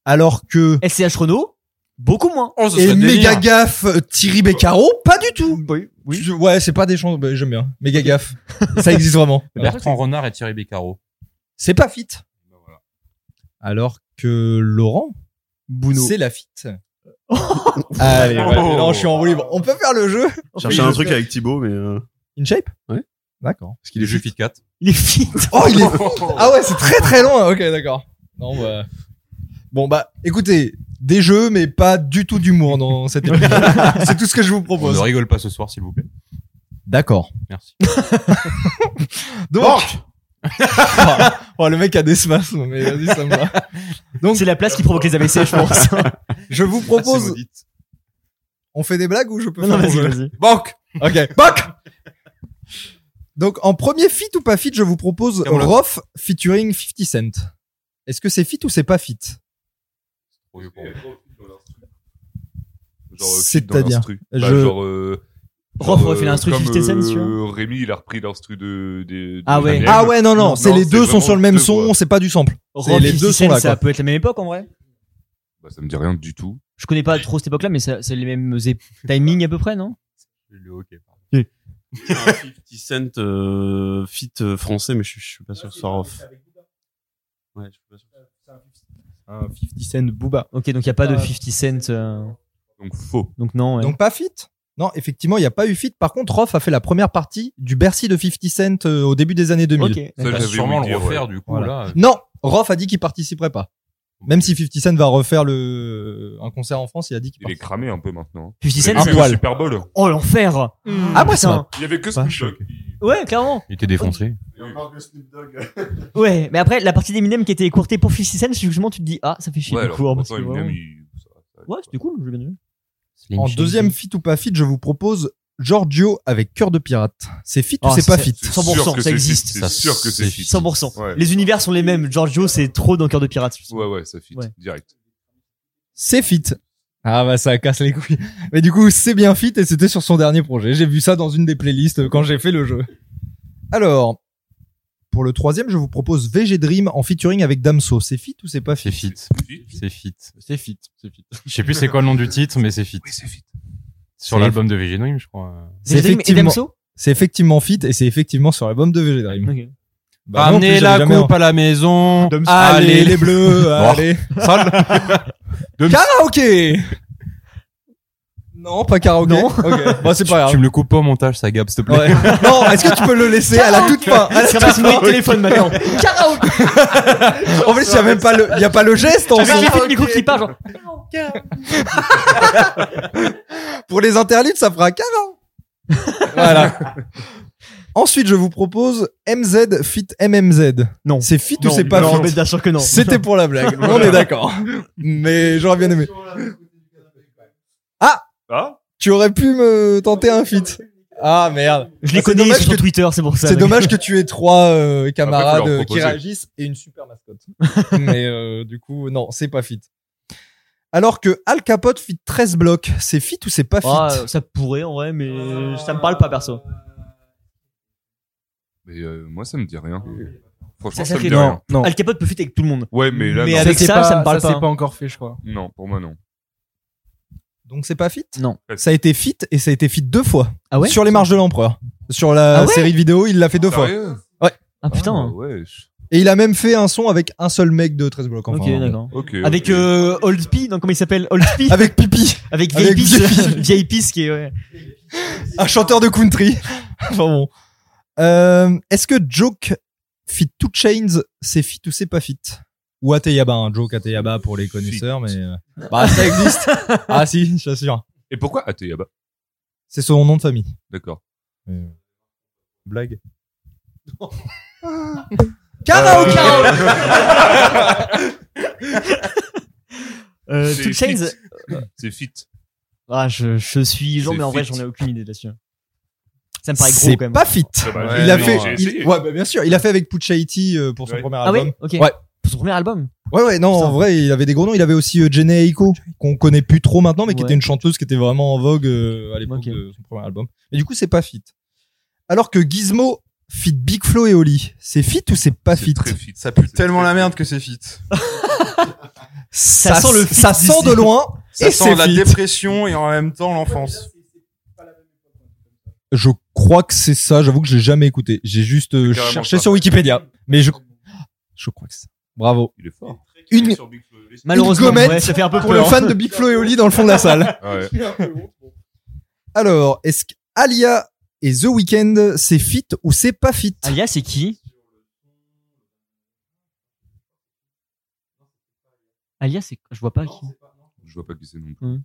Alors que SCH Renault, beaucoup moins. Oh, ce et serait méga délire. gaffe euh, Thierry Beccaro, pas du tout. Oui. Je- ouais, c'est pas des chansons. bah, J'aime bien. Méga gaffe. *laughs* *laughs* ça existe vraiment. Bertrand Renard et Thierry Beccaro. Bah, C'est pas fit. Ben voilà. Alors que Laurent, Bouno. c'est Lafitte. Oh. Allez, ouais, Oh. non, je suis en roue libre. On peut faire le jeu Chercher un truc avec Thibaut, mais euh, In shape Ouais. D'accord. parce qu'il est Je juste. fit 4. Il est fit. Oh, *laughs* il est Ah ouais, c'est très très loin. Ok, d'accord. Non, bah... Bon, bah, écoutez, des jeux, mais pas du tout d'humour dans *laughs* cette émission. *laughs* c'est tout ce que je vous On ne propose. rigole pas ce soir, s'il vous plaît. D'accord. Merci. Donc, *laughs* oh, le mec a des spasmes, mais vas-y, ça me va. Donc- C'est la place qui provoque les ABC, je pense. *laughs* Je vous propose. On fait des blagues ou je peux non, faire mon vas-y, jeu vas-y. Banque. Ok. Banque. Donc en premier fit ou pas fit, je vous propose Camelot. Rof featuring 50 Cent. Est-ce que c'est fit ou c'est pas fit euh, C'est-à-dire je... Je- genre, euh, Rof genre, aurait fait euh, l'instru de comme, 50 Cent, tu euh, Rémi, il a repris l'instru de, de, de Ah ouais. Eminem. Ah ouais non non, Non, c'est les c'est deux sont sur le vraiment même deux voix. son, c'est pas du sample. C'est- Rof, les deux 50 sont Cent, là, Ça quoi. peut être la même époque en vrai. Bah, ça me dit rien du tout. Je connais pas trop cette époque-là, mais ça- c'est les mêmes é- timings à peu près, non Le hockey, pardon. 50 Cent euh, fit euh, français, mais je, suis- je suis pas sûr que ce soit off. Ouais, je suis pas sûr. Un 50 Cent Booba. Ok, donc il y a pas de 50 Cent. euh, Donc faux. Donc non. ouais. Donc pas fit Non, effectivement, il y a pas eu fit. Par contre, Rof a fait la première partie du Bercy de 50 Cent euh, au début des années 2000. Ok. Ça, Bah, j'avais sûrement oublié le de dire, refaire, ouais. du coup, Voilà. là. Non, Rof a dit qu'il participerait pas. Même si 50 Cent va refaire le un concert en France, il a dit qu'il Il est participerait. cramé un peu maintenant. hein. 50 Vous avez Cent, vu c'est- le poil. Super Bowl. Oh l'enfer Ah moi ça Putain. m'a- Il y avait que Pas Snoop Dogg. Ouais, clairement. Il était défoncé. Ouais, mais après, la partie d'Eminem qui était écourtée pour 50 Cent, justement, tu te dis, ah, ça fait chier Ouais, du alors, coup, hein, pourtant, parce que Eminem, vraiment- il- ça- ça- Ouais, c'était cool, j'ai bien aimé. En deuxième fit ou pas fit, je vous propose Giorgio avec cœur de pirate. C'est fit ou Oh, Ah, c'est pas c'est- fit C'est 100%, sûr que ça c'est existe. fit, Ça, C'est sûr que c'est c'est fit. 100%. Ouais. Les univers sont les mêmes. Giorgio, c'est trop dans Cœur de Pirate. Ouais, ouais, ça fit. Ouais. Direct. C'est fit. Ah bah ça casse les *laughs* couilles. Mais du coup, c'est bien fit et c'était sur son dernier projet. J'ai vu ça dans une des playlists quand j'ai fait le jeu. Alors, pour le troisième, je vous propose VG Dream en featuring avec Damso. C'est fit ou c'est pas fit C'est fit. Fit. C'est fit. C'est fit. C'est fit. Je sais plus c'est quoi le nom du titre, mais c'est fit. Oui, c'est fit. Sur l'album de Vigénoïme, je crois. C'est Dream et effectivement- Damso C'est effectivement fit et c'est effectivement sur l'album de VG Dream. Ok. Bah non, en plus, j'avais jamais à la maison. un- Allez *laughs* les bleus, allez. *laughs* Dums- Karaoké. Non, pas karaoké. Non. Ok. *laughs* Bah c'est pas grave. Tu me le coupes pas au montage, ça gab, s'il te plaît. Ouais. *laughs* *laughs* non, est-ce que tu peux le laisser à la *laughs* toute *laughs* fin À la Ça toute passe fin. *laughs* mon téléphone maintenant. Karaoke En fait, il y a même pas le, il y a pas le geste en Avec soi. l'effet de micro qui part, genre. Pour les interludes, ça fera qu'un an. Voilà. Ensuite, je vous propose MZ fit MMZ. Non. C'est fit ou Non, c'est pas non, mais fit bien sûr que non. C'était pour *laughs* la blague. On est d'accord. Mais j'aurais bien aimé. Ah Tu aurais pu me tenter un fit. Ah merde. Je Ah, les c'est connais dommage sur que- Twitter, c'est pour ça. C'est mec. dommage que tu aies trois euh, camarades Après, faut leur euh, qui proposer. réagissent et une super mascotte. *laughs* Mais euh, du coup, non, c'est pas fit. Alors que Al Capote fit 13 blocs, c'est fit ou c'est pas fit Ah, ça pourrait en vrai, mais ça me parle pas perso. Mais euh, moi, ça me dit rien. Ça, Franchement, ça ça me fait dit non. rien. Non. Al Capote peut fuiter avec tout le monde. Ouais, mais là, Euh, Mais non. avec c'est ça, ça me parle pas. c'est pas encore fait, je crois. Non, pour moi, non. Donc c'est pas fit Non. Ça a été fit et ça a été fit deux fois. Ah ouais sur les marches de l'empereur. Sur la Ah ouais série vidéo, il l'a fait deux fois. Sérieux Ah Ah, putain. ouais. je- Et il a même fait un son avec un seul mec de 13 blocs. Enfin, Ok, d'accord. Ok. Avec ok. euh, Old P, non, comment il s'appelle Old P Avec Pipi, Avec Avec VIPs, *laughs* VIP. VIPs qui est, ouais. un chanteur *laughs* de country. enfin bon. Euh, Est-ce que Joke fit Two Chains, c'est fit ou c'est pas fit Ou Ateyaba, un Joke Ateyaba pour les connaisseurs, mais... euh, Bah ça *laughs* existe Ah si, je t'assure. Et pourquoi Ateyaba C'est son nom de famille. D'accord. Blague Karaoke Euh, C'est Two euh, fit. Chainz- C'est fit. Ah, je, je suis genre, C'est mais en vrai, fit. j'en ai aucune idée là-dessus. Ça me paraît gros C'est quand même. pas fit Dommage. il a mais fait, Ah j'ai il- essayé. ouais, bah, bien sûr, il a fait avec Pucciati euh, pour son Ouais. premier Ah album. oui Ok. Ouais. Pour son premier album Ouais, ouais, non, Putain. en vrai, il avait des gros noms. Il avait aussi euh, Jenna Aiko, qu'on connaît plus trop maintenant, mais qui Ouais. était une chanteuse qui était vraiment en vogue euh, à l'époque Ok. de son premier album. Et du coup, c'est pas fit. Alors que Gizmo fit Big Flo et Oli. C'est fit ou c'est pas C'est fit très fit. Ça pue C'est très fit. que c'est fit. *laughs* Ça sent le fit Ça d'ici. sent de loin. et c'est fit. dépression et en même temps l'enfance. Je crois que c'est ça. J'avoue que je l'ai jamais écouté. J'ai juste euh, carrément cherché ça. sur Wikipédia. Mais je, je crois que c'est ça. Bravo. Il est fort. une, Malheureusement, gommette ouais, ça fait un peu pour le peur. hein. fan de Big Flo et Oli dans le fond de la *laughs* salle. Alors, est-ce qu'Alia et The Weeknd, c'est fit ou c'est pas fit Alia, c'est qui Alia, c'est. Je vois pas qui. Je vois pas qui c'est non plus. Mmh.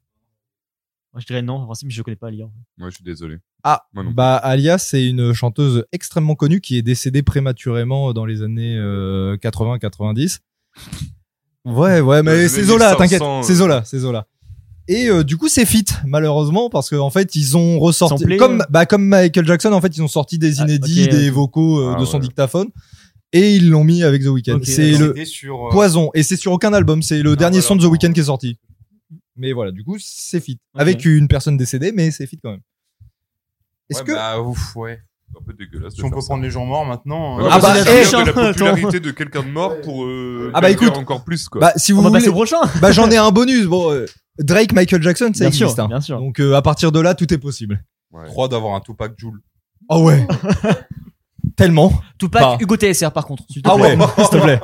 Moi, je dirais non, en principe, je connais pas Alia. en fait. Moi, je suis désolé. Ah, Moi non plus. bah Alia, c'est une chanteuse extrêmement connue qui est décédée prématurément euh, dans les années 80-90. Ouais, ouais, Ouais, mais je c'est l'ai Zola, dit, t'inquiète, 500, c'est euh. Zola, c'est Zola. Et euh, du coup, c'est fit malheureusement parce qu'en en fait, ils ont ressorti Samplé, comme euh. bah comme Michael Jackson, en fait, ils ont sorti des Ah, inédits, ok, des vocaux euh, Ah, de son ouais. dictaphone et ils l'ont mis avec The Weeknd. Ok, c'est d'accord. le C'était sur, euh, Poison et c'est sur aucun album, c'est le Ah, dernier voilà. son de The Weeknd qui est sorti. Mais voilà, du coup, c'est fit Ok. avec une personne décédée, mais c'est fit quand même. Est-ce ouais, que bah, ouf, ouais. C'est un peu dégueulasse. Si on peut prendre les gens morts maintenant. Ouais, euh, Ah bah, parce que eh, c'est-à-dire que attends. la popularité de quelqu'un de mort pour euh, Ah bah, devenir écoute. encore plus quoi. Bah, si vous On va voulez, passer au prochain *laughs* bah, j'en ai un bonus. Bon, euh, Drake, Michael Jackson, ça Bien existe. sûr, hein. bien sûr. Donc euh, à partir de là, tout est possible. Ouais. Trois d'avoir un Tupac Joule. *laughs* Oh ouais. Tellement. Tupac, Bah. Hugo TSR, par contre. s'il te Ah plaît. *laughs* ouais, s'il te plaît.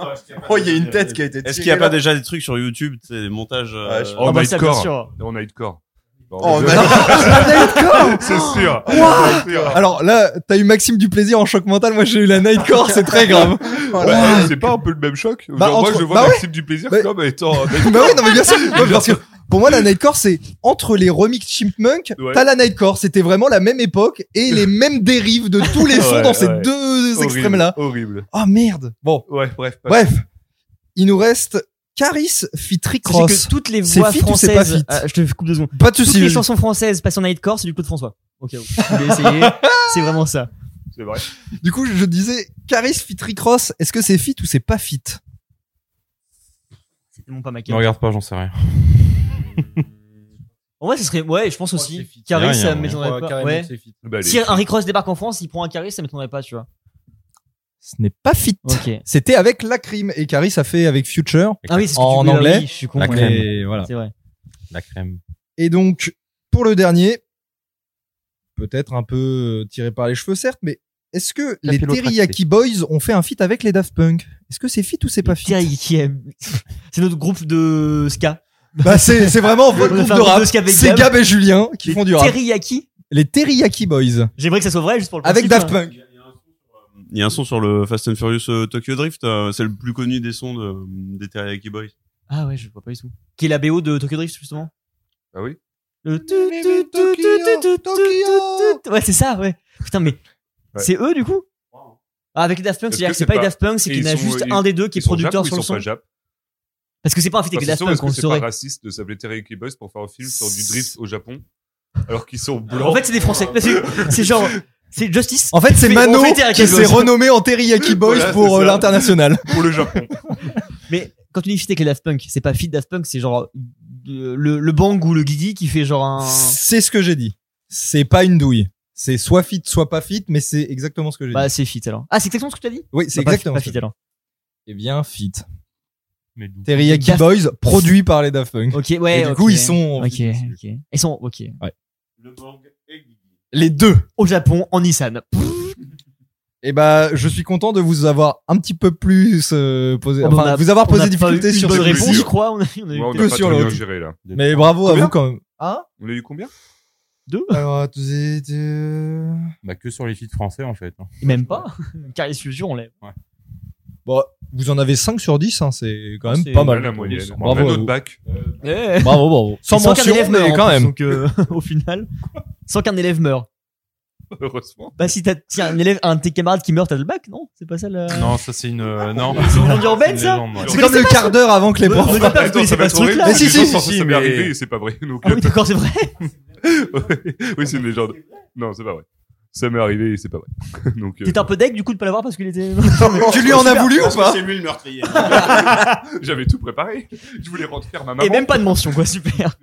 Oh, il y a une tête qui a été Est-ce qu'il n'y a pas déjà des trucs sur YouTube, tu sais, des montages euh, Ah, je- Oh, Ah bah, ça, bien Nightcore. sûr. On Nightcore. Oh, *laughs* Bah, *laughs* C'est sûr. C'est sûr. Alors là, t'as eu Maxime du plaisir en choc mental. Moi, j'ai eu la Nightcore. C'est *laughs* très grave. Oh Ouais, c'est pas un peu le même choc Bah, Genre, entre- Moi, je vois bah ouais. Maxime du plaisir Bah- comme étant. bah oui, non mais bien *laughs* sûr. Non, parce que pour moi, la Nightcore, c'est entre les remix Chipmunk, Ouais. t'as la Nightcore. C'était vraiment la même époque et *laughs* les mêmes dérives de tous les sons Ouais, dans ces ouais. deux Horrible, extrêmes là. Horrible. Ah merde. Bon, Ouais, bref. pas- bref. Il nous reste Caris Fitri Sachez Cross. que toutes les C'est voix fit ou c'est pas françaises. fit Ah, je te coupe deux secondes. Pas de Toutes soucis. les chansons françaises passent en Nightcore, c'est du Claude François. Ok, je *laughs* voulais essayer. c'est vraiment ça. C'est vrai. Du coup, je disais, Caris fit Cross, est-ce que c'est fit ou c'est pas fit C'était mon pas ma Ne carte. regarde pas, j'en sais rien. En vrai, ce serait. Ouais, je pense Je crois que aussi. c'est fit. Il y a Caris, rien, ça ouais. m'étonnerait pas. Ouais. Bah, allez. Si Henry Cross débarque en France, il prend un Caris, ça m'étonnerait pas, tu vois. Ce n'est pas fit. Ok. C'était avec la crime et Caris a fait avec Future. Ah oui, c'est ce que En tu dis, bah anglais, oui, je suis con. la ouais. crème. Et voilà. C'est vrai. La crème. Et donc, pour le dernier, peut-être un peu euh, tiré par les cheveux, certes, mais est-ce que les Capillotracté. Teriyaki Boys ont fait un fit avec les Daft Punk Est-ce que c'est fit ou c'est pas fit Pierre, il- qui aime- *laughs* C'est notre groupe de ska. Bah, c'est *laughs* c'est vraiment On a votre fait groupe un de groupe rap. de ska avec C'est Gab. Gab et Julien qui font du rap. Teriyaki. Les Teriyaki Boys J'aimerais que ça soit vrai juste pour le avec principe, Daft hein. Punk. Il y a un son sur le Fast and Furious euh, Tokyo Drift, euh, c'est le plus connu des sons de, des Teriyaki Boys. Ah ouais, je vois pas du tout. Qui est la BO de Tokyo Drift justement Ah oui. Le tu- tu- tu- tu- tu- tu- tu- tu- tu- Ouais, c'est ça, ouais. Putain, mais Ouais. c'est eux du coup ah, avec les Daft Punk, Parce c'est-à-dire que que c'est c'est pas les pas- Daft Punk, c'est et qu'il y en a ils sont- juste ils- un des deux qui est Ils sont jap producteur ou sur le ils sont son. pas jap Parce que c'est pas un feat avec les Enfin, Daft c'est sûr, Punk, on est-ce que le c'est pas saurait. raciste de s'appeler Teriyaki Boys pour faire un film sur du drift au Japon alors qu'ils sont blancs En fait, c'est des *laughs* Français. C'est- C'est genre, c'est Justice. En fait, c'est Mais Mano on fait Teriyaki qui s'est Boys. renommé en Teriyaki Boys Voilà, pour c'est euh, ça. l'international. *laughs* pour le Japon. Mais quand tu dis feat avec les Daft Punk, c'est pas feat Daft Punk, c'est genre euh, le, le Bang ou le Guigui qui fait genre un. C'est ce que j'ai dit. C'est pas une douille. C'est soit fit, soit pas fit, mais c'est exactement ce que j'ai Bah, dit. c'est feat alors. Ah, c'est exactement ce que tu as dit Oui, c'est Bah, pas- exactement Pas ce que feat alors. Eh bien, fit. Mais Teriyaki Daft- Boys, produit par les Daft Punk. Ok, ouais. Et du ok. coup, ils sont Ok, ok. Ils sont, ok. les deux. Au Japon, en Nissan. Et bah, je suis content de vous avoir un petit peu plus euh, posé, Oh, bah, enfin, on a- vous avoir on posé a difficulté pas eu sur une bonne cette réponse. réponse, je question. crois. On a, on a eu Ouais, on que n'a que pas sur très bien l'autre. géré là. Mais bravo à Combien vous quand même. Hein On a *laughs* eu combien deux. Alors, attendez, deux. Bah, que sur les filles de français, en fait. hein. Et Même pas. Car les fusions, on lève. Bon, bah, vous en avez 5 sur 10, hein, c'est quand même C'est pas Pas mal. la moyenne. Bravo On a à notre vous. bac. Bravo, bravo. Sans mention, mais quand même. Donc, euh, *laughs* au final, sans qu'un élève meure. Heureusement. Bah, si t'as, si un élève, un de tes camarades qui meurt, t'as le bac, non? C'est pas ça la... Non, ça, c'est une. euh, non. C'est Ah, une légende urbaine, C'est ça légende, ouais. C'est comme le quart d'heure avant que les Ouais, profs. on dit pas que vous connaissez ça va pas être ce truc horrible. là. Mais parce que si, les si, gens pensent que si, ça mais- m'est arrivé et c'est pas vrai. *laughs* Donc, euh, Ah oui, d'accord, c'est vrai. oui, c'est une légende. Non, c'est pas vrai. Ça m'est arrivé et c'est pas vrai. *laughs* Donc, euh, T'étais un peu deck, du coup, de pas l'avoir parce qu'il *laughs* était... Tu lui en as voulu ou pas C'est lui le *laughs* meurtrier. j'avais tout préparé. Je voulais rentrer faire ma maman. Et même pas de mention, quoi, super.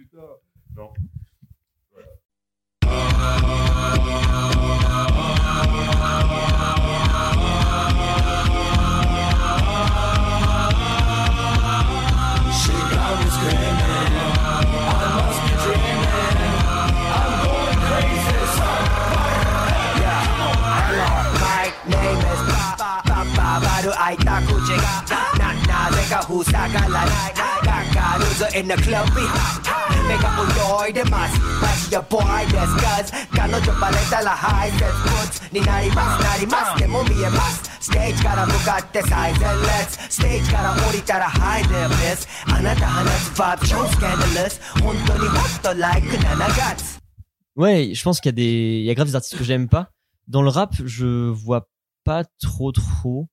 My name is Papa, Papa, Maru Aitaku 도제가 나나 내가 후사가 라이 가가 루저 in the club we hot hot. 내가 올려이 내 맛 맛이 야 boy that's guts 가노저 발레다 라 high set foot 니 나이 맛 나이 Ah. 맛내 몸이 맛 스테이지 가라 무가때 사이즈 let's 스테이지 가라 우리 따라 high the best 하나다 하나 vibe so scandalous 혼돈이 왔더 like 나나 guts Ouais, je pense qu'il y a des, il y a grave des artistes que j'aime pas. Dans le rap, je vois pas trop trop.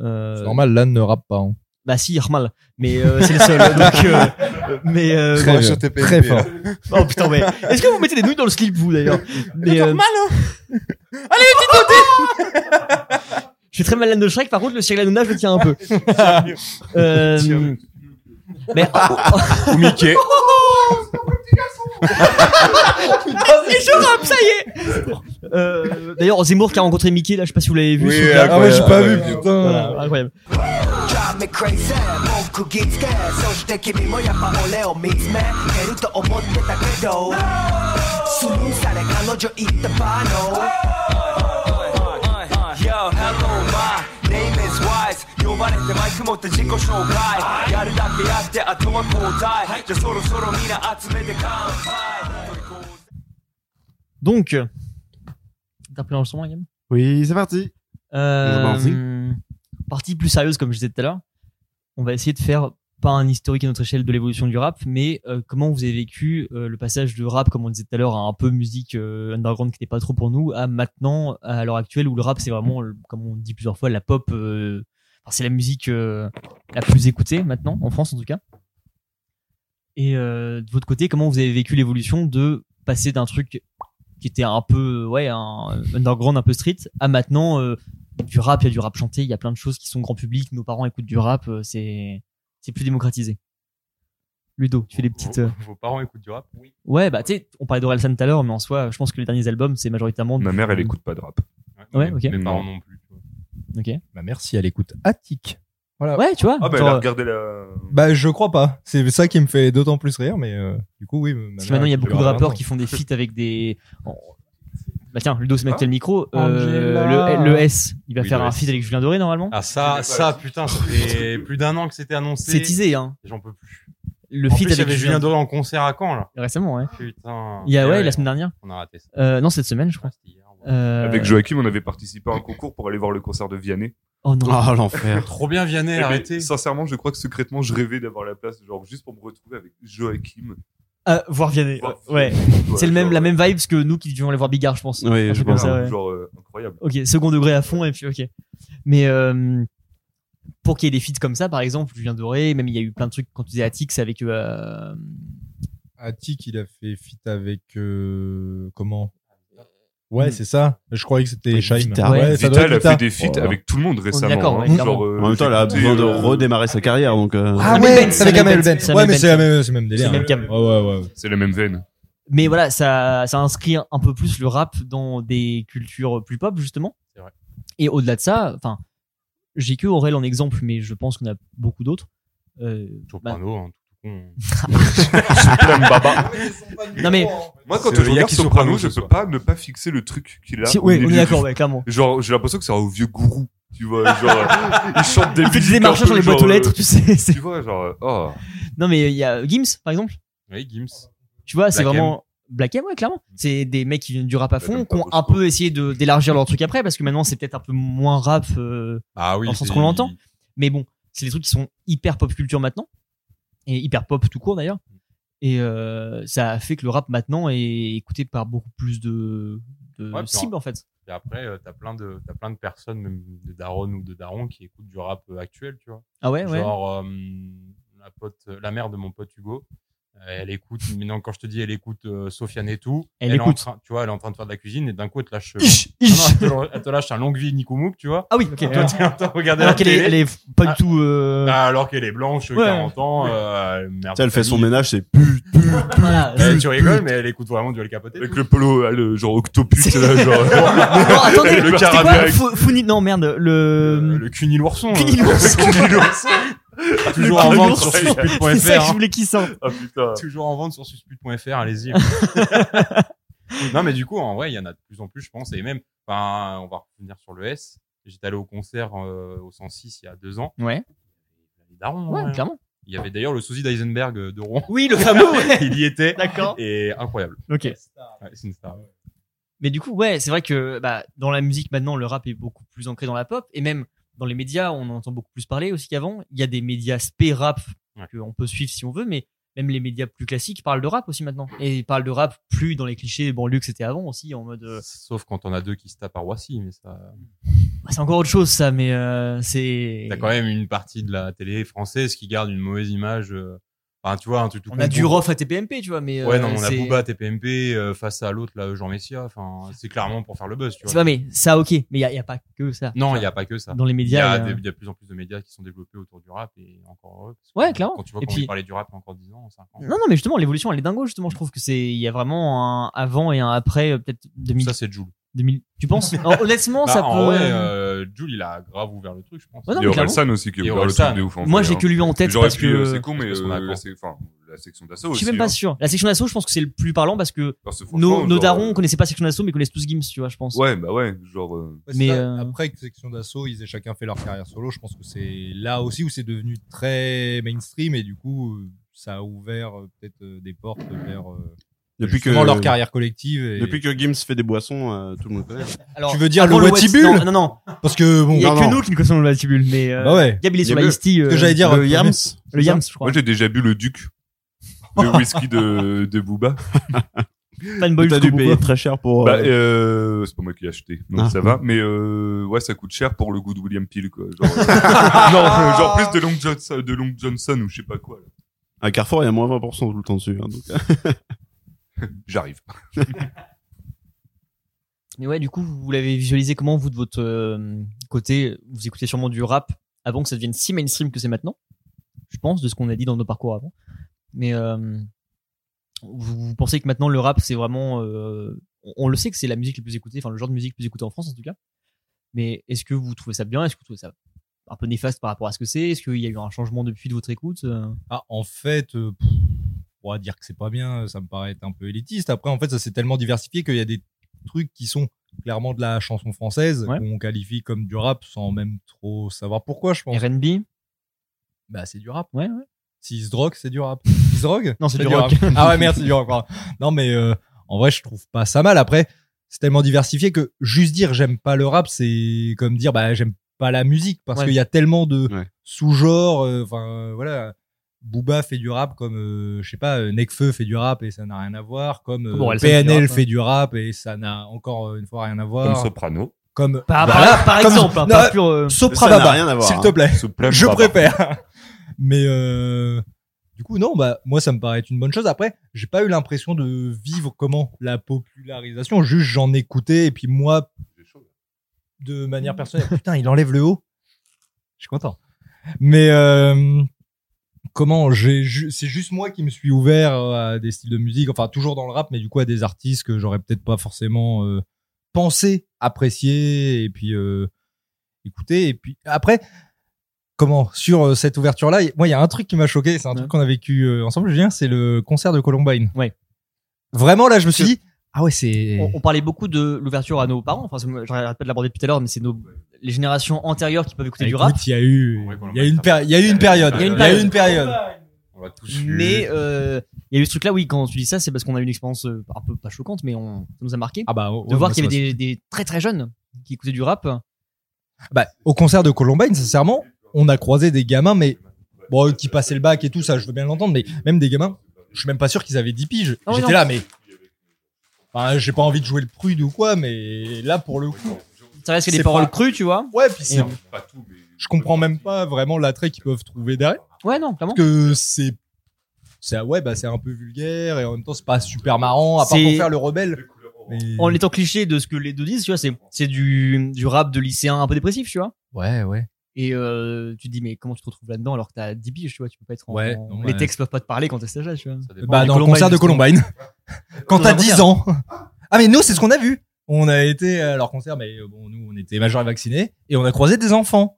Euh, C'est normal, Lan ne rappe pas. hein. Bah si, Hermal, mais euh, c'est le seul. donc, *laughs* euh, mais euh, Très, bon, bien, très fort. hein. oh putain, mais est-ce que vous mettez des nouilles dans le slip vous *laughs* d'ailleurs Mais euh, *laughs* je suis très malade de Shrek. Par contre, le Cyril Hanouna, je le tiens un *laughs* peu. euh, mais Ou *laughs* Mickey. Ah, Et je rappe, ça y est Euh, *laughs* D'ailleurs, Zemmour qui a rencontré Mickey, là, je sais pas si vous l'avez vu. Oui, sur le- incroyable. Ah ouais, j'ai pas vu, Incroyable. putain. Voilà, incroyable. Drive me crazy, 못 구기게 솔직히君もやっぱ俺を見つめてると思ってたけどスルーされ彼女言ったバーの Yo, hello, my name is Wise 呼ばれてマイク持って自己紹介やるだけやってあとは交代じゃあそろそろみんな集めて乾杯 Donc, euh, t'as pris l'enregistrement, Yann Oui, c'est parti. euh, Partie plus sérieuse, comme je disais tout à l'heure. On va essayer de faire pas un historique à notre échelle de l'évolution du rap, mais euh, comment vous avez vécu euh, le passage de rap, comme on disait tout à l'heure, à un peu musique euh, underground qui n'était pas trop pour nous, à maintenant, à l'heure actuelle, où le rap, c'est vraiment, le- comme on dit plusieurs fois, la pop. euh, enfin, c'est la musique euh, la plus écoutée maintenant, en France en tout cas. Et euh, de votre côté, comment vous avez vécu l'évolution de passer d'un truc qui était un peu euh, ouais un underground un peu street à maintenant euh, du rap il y a du rap chanté il y a plein de choses qui sont grand public nos parents écoutent du rap euh, c'est c'est plus démocratisé Ludo tu fais des petites euh, Vos, vos parents écoutent du rap Oui. ouais bah tu sais on parlait d'Orelsan tout à l'heure mais en soi je pense que les derniers albums c'est majoritairement Ma mère, elle écoute pas de rap. Ouais, mes, ok. Mes parents non plus. tu vois. ok Ma mère, si elle écoute Attic. Voilà. ouais tu vois Ah, bah, elle genre, euh, a regardé la. Bah, je crois pas. C'est ça qui me fait d'autant plus rire, mais euh, du coup, oui. ma Parce que mère, maintenant, il y a elle beaucoup de pleure rappeurs maintenant. qui font des feats avec des. en- Bah tiens, Ludo se met Ah. à le micro. Euh, Angela. le, le S, il va Oui, faire le un S. feat avec Julien Doré normalement. Ah, ça, ça, putain, *laughs* ça fait plus d'un an que c'était annoncé. C'est teasé, hein. J'en peux plus. Le en feat plus, il y avec avait Julien Doré en concert à Caen, là. Récemment, ouais. Putain. Il y a, Eh ouais, la semaine dernière. On a raté ça. Euh, non, cette semaine, je crois. C'était hier, ouais. Euh, Avec Joachim, on avait participé à un concours pour aller voir le concert de Vianney. Oh non. Ah, *laughs* l'enfer. Trop bien, Vianney, Eh, mais arrêtez. sincèrement, je crois que secrètement, je rêvais d'avoir la place, genre juste pour me retrouver avec Joachim. Euh, voir Vianney. Voir- Ouais. *laughs* C'est le même, genre, la même vibe que nous qui devions aller voir Bigard, je pense. Oui, Un je truc pense. comme ça, ouais. Genre euh, incroyable. Ok, second degré à fond et puis ok. Mais euh, pour qu'il y ait des feats comme ça, par exemple, Julien Doré, même il y a eu plein de trucs quand tu disais Atix avec euh, Attic, il a fait fit avec euh, comment Mm. Ouais, c'est ça. Je croyais que c'était Shaim. Vital. Ouais, Ouais, ça doit Ah Vital être a fait Vital. des feats Oh Voilà. avec tout le monde récemment. d'accord, ouais, hein. clairement. Genre, euh, En même temps, elle a j'écoutais, besoin de euh, redémarrer sa carrière, donc. euh, Ah Samuel ouais, Benz, avec Samuel Amel Benz, Ben. Samuel Ouais, mais Benz. c'est la même, c'est le même délire. hein. C'est le même cam. Ouais, ouais, ouais. C'est la même veine. Mm. Mais voilà, ça, ça inscrit un peu plus le rap dans des cultures plus pop, justement. C'est vrai. Et au-delà de ça, enfin, j'ai que Aurel en exemple, mais je pense qu'on a beaucoup d'autres. Euh, bah, Soprano, hein, tout con. *laughs* *laughs* non mais, Moi, quand C'est je le regarde Yaki Soprano, Soprano, je ce peux soir. pas ne pas fixer le truc qu'il a. si, au ouais, milieu on est du d'accord, feat. ouais, clairement. Genre, j'ai l'impression que c'est un vieux gourou. Tu vois, *laughs* genre, euh, il chante des Il fait des musiques un démarchages peu dans les boîtes aux genre, euh, lettres, tu sais. c'est- Tu vois, genre, euh, oh. Non mais il y a Gims, par exemple. Oui, Gims. Tu vois, c'est Black M. Mm. vraiment Black M, ouais, clairement. C'est des mecs qui viennent du rap à Black fond, M, qui ont pas un Bosco. peu essayé de d'élargir leur truc après, parce que maintenant c'est peut-être un peu moins rap. euh, Ah oui. Dans le sens c'est- qu'on l'entend. Mais bon, c'est des trucs qui sont hyper pop culture maintenant et hyper pop tout court d'ailleurs. Mm. Et euh, ça a fait que le rap maintenant est écouté par beaucoup plus de, de Ouais, puis cibles Euh, en fait. Et après, euh, t'as plein de, t'as plein de personnes, même de daronnes ou de darons, qui écoutent du rap euh, actuel, tu vois. Ah ouais, ouais. Genre, euh, la pote, la mère de mon pote Hugo, euh, elle écoute, mais non, quand je te dis, elle écoute euh, Sofiane et tout. Elle est en écoute. train- tu vois, elle est en train de faire de la cuisine et d'un coup, elle te lâche. euh, Ich, non, ich. non, elle, te, elle te lâche un longue vie Nikoumouk, tu vois. Ah oui, ok. Et toi, t'es en train de regarder Alors la qu'elle est, télé. elle est pas Ah. du tout. euh, Ah, alors qu'elle est blanche, Ouais. 40 ans, euh, Tu merde. sais, elle fait son famille. ménage, c'est pute, pute. voilà. Eh, *laughs* tu rigoles, mais elle écoute vraiment du El Capote. Avec le polo, euh, le genre octopus, là, genre. euh, non, *laughs* *laughs* attendez, Le c'était quoi Carabin. Fou- Founi- Non, merde, Euh, le. le Cunil ourson. Cunil euh, ourson. *laughs* Cunil ourson. Toujours en Cunil vente ourson. sur suspute.fr. *laughs* C'est ça que je hein. voulais qu'il sorte. Ah putain. Toujours en vente sur *laughs* suspute.fr, *laughs* allez-y. *laughs* non, mais du coup, en vrai, il y en a de plus en plus, je pense. Et même, enfin, on va revenir sur le S. J'étais allé au concert euh, au 106 il y a deux ans. Ouais. Les darons, hein. Ouais, clairement. Il y avait d'ailleurs le sosie d'Eisenberg euh, de Rouen. Oui, le *laughs* fameux, ouais. Il y était. D'accord. Et incroyable. Ok. Ouais, c'est une star. ouais. Mais du coup, ouais, c'est vrai que bah, dans la musique maintenant, le rap est beaucoup plus ancré dans la pop et même dans les médias, on en entend beaucoup plus parler aussi qu'avant. Il y a des médias spé rap qu'on peut suivre si on veut, mais même les médias plus classiques parlent de rap aussi maintenant. Et ils parlent de rap plus dans les clichés banlieue que c'était avant aussi, en mode. euh, Sauf quand on a deux qui se tapent à Roissy, mais ça. bah, c'est encore autre chose ça, mais euh, c'est. T'as quand même une partie de la télé française qui garde une mauvaise image. euh, Enfin, tu vois, un truc tout On a con. du rof à TPMP, tu vois, mais. euh, Ouais, non, mais on a c'est- Booba, TPMP, euh, face à l'autre, là, Jean Messia. Enfin, c'est clairement pour faire le buzz, tu vois. C'est pas, mais ça, ok, mais il n'y a, y a pas que ça. Non, il n'y a pas que ça. Dans les médias. Il y, euh, a des- il y a de plus en plus de médias qui sont développés autour du rap et encore heureux. parce que Ouais, clairement. Quand tu vois Et qu'on puis- parlait du rap il y a encore 10 ans, 5 ans. Non, non, mais justement, l'évolution, elle est dingo, justement. Je trouve que c'est, il y a vraiment un avant et un après, euh, peut-être 2000. Ça, c'est Joule. 2000. Tu *laughs* penses? Alors, honnêtement, Bah, ça peut. en vrai, euh, Jules, il a grave ouvert le truc, je pense. Ouais, non, Il y a Orelsan aussi qui a Et ouvert le Orelsan. truc de ouf. en Moi, fait, j'ai hein. que lui en tête J'aurais parce pu, que- euh, C'est con, mais Parce qu'on a euh, quoi. la, sé- enfin, la section d'assaut Je aussi. suis même pas hein. sûr. La section d'assaut, je pense que c'est le plus parlant parce que Parce que franchement, nos, nos genre, darons euh, connaissaient pas section d'assaut, mais connaissent tous Gims, tu vois, je pense. Ouais, bah ouais, genre. euh, Ouais, Mais, Mais euh, après que section d'assaut, ils aient chacun fait leur carrière solo, je pense que c'est là aussi où c'est devenu très mainstream et du coup euh, ça a ouvert euh, peut-être euh, des portes vers euh, Depuis que justement leur carrière collective. Et... Depuis que Gims fait des boissons, euh, tout le monde connaît. Alors, tu veux dire le avant Wet- Watibul Non, non, non. Parce que bon, Il y a non, que non. nous qui ne connaissons le Watibul, mais, euh, Bah ouais. Gab, il est Il y sur a la mieux. Ice-T, Ce que euh, j'allais dire, le euh, Yams. Le Yams, je crois. Moi, j'ai déjà bu le Duc, *laughs* le whisky de, de Booba. Fanboy T'as jusqu'au dû bout, payer quoi. très cher pour. Bah, euh, euh, c'est pas moi qui ai acheté, donc Ah. ça va. Mais euh, ouais, ça coûte cher pour le goût de William Peel, quoi. Genre, *laughs* euh, genre, euh, genre plus de Long, Johnson, de Long Johnson ou je sais pas quoi. là. À Carrefour, il y a moins 20% tout le temps dessus. hein, donc. *laughs* *laughs* J'arrive. Mais ouais, du coup, vous l'avez visualisé comment, vous, de votre euh, côté Vous écoutez sûrement du rap avant que ça devienne si mainstream que c'est maintenant, je pense, de ce qu'on a dit dans nos parcours avant. Mais euh, vous, vous pensez que maintenant, le rap, c'est vraiment... euh, on, on le sait que c'est la musique la plus écoutée, enfin, le genre de musique le plus écoutée en France, en tout cas. Mais est-ce que vous trouvez ça bien Est-ce que vous trouvez ça un peu néfaste par rapport à ce que c'est Est-ce qu'il y a eu un changement depuis de votre écoute Euh, Ah, en fait, euh, pff, on va dire que c'est pas bien, ça me paraît être un peu élitiste. Après, en fait, ça s'est tellement diversifié qu'il y a des trucs qui sont clairement de la chanson française, Ouais. qu'on qualifie comme du rap sans même trop savoir pourquoi, je pense. R&B Bah, c'est du rap. Ouais, ouais. S'ils se droguent, c'est du rap. *laughs* S'ils se droguent Non, c'est du rock. rap. Ah ouais, merde, c'est du rock. pardon. Non, mais euh, en vrai, je trouve pas ça mal. Après, c'est tellement diversifié que juste dire j'aime pas le rap, c'est comme dire bah j'aime pas la musique parce Ouais. qu'il y a tellement de Ouais. sous-genres. euh, Enfin, euh, voilà. Booba fait du rap comme, euh, je sais pas, euh, Nekfeu fait du rap et ça n'a rien à voir. Comme euh, Comme Orelsan fait du PNL rap, fait du rap et ça n'a encore euh, une fois rien à Comme voir. Soprano. Comme Par, Voilà. par- par Comme- exemple, hein, Non, pas pur... euh, Sopra Ça n'a Baba, rien à voir, s'il hein. te plaît. Se plaint Je pas. préfère. Mais euh, du coup, non, bah, moi, ça me paraît être une bonne chose. Après, j'ai pas eu l'impression de vivre comment la popularisation. Juste, j'en écoutais et puis moi, de manière personnelle, putain, il enlève le haut. Je suis content. Mais euh, comment j'ai ju- c'est juste moi qui me suis ouvert euh, à des styles de musique, enfin toujours dans le rap, mais du coup à des artistes que j'aurais peut-être pas forcément euh, pensé, apprécié et puis euh, écouté. Et puis après, comment sur euh, cette ouverture là, moi il y a un truc qui m'a choqué, c'est un Ouais. truc qu'on a vécu euh, ensemble, Julien, c'est le concert de Columbine. Ouais. Vraiment là, je me suis dit ah ouais c'est on, on parlait beaucoup de l'ouverture à nos parents. Enfin, j'arrête pas de l'aborder depuis tout à l'heure, mais c'est nos les générations antérieures qui peuvent écouter Ah, du écoute, rap. Il y a eu, Ouais, il y a eu une péri- il y a eu une période, Il y il a y une a eu période. une période. On l'a tous eu. Mais euh, il y a eu ce truc-là, oui, quand tu dis ça, c'est parce qu'on a eu une expérience euh, un peu pas choquante, mais on, ça nous a marqué Ah bah, de voir qu'il y avait des, des très très jeunes qui écoutaient du rap. Bah, au concert de Columbine, sincèrement, on a croisé des gamins, mais bon, eux qui passaient le bac et tout, ça, je veux bien l'entendre, mais même des gamins, je suis même pas sûr qu'ils avaient 10 piges. Ah ouais, J'étais non. là, mais. Enfin, j'ai pas envie de jouer le prude ou quoi, mais là, pour le coup. Ça reste que des C'est paroles pas- crues, tu vois. Ouais, puis c'est- Et- Je comprends même pas vraiment l'attrait qu'ils peuvent trouver derrière. Ouais, non, clairement. Parce que c'est. C'est, ouais, bah, c'est un peu vulgaire, et en même temps, c'est pas super marrant, à part C'est- pour faire le rebelle. Mais- En étant cliché de ce que les deux disent, tu vois, c'est c'est du du rap de lycéen un peu dépressif, tu vois. Ouais, ouais. Et euh, tu te dis mais comment tu te retrouves là-dedans alors que t'as 10 piges, tu vois, tu peux pas être en... Ouais, non, les ouais. textes peuvent pas te parler quand t'es stage là, tu vois. Ça dépend. Bah, les dans le Columbine, concert de justement. *laughs* Columbine. Quand Dans un t'as 10 concert. ans. Ah, mais nous, c'est ce qu'on a vu. On a été à leur concert, mais euh, bon, nous, on était majeurs et vaccinés, et on a croisé des enfants.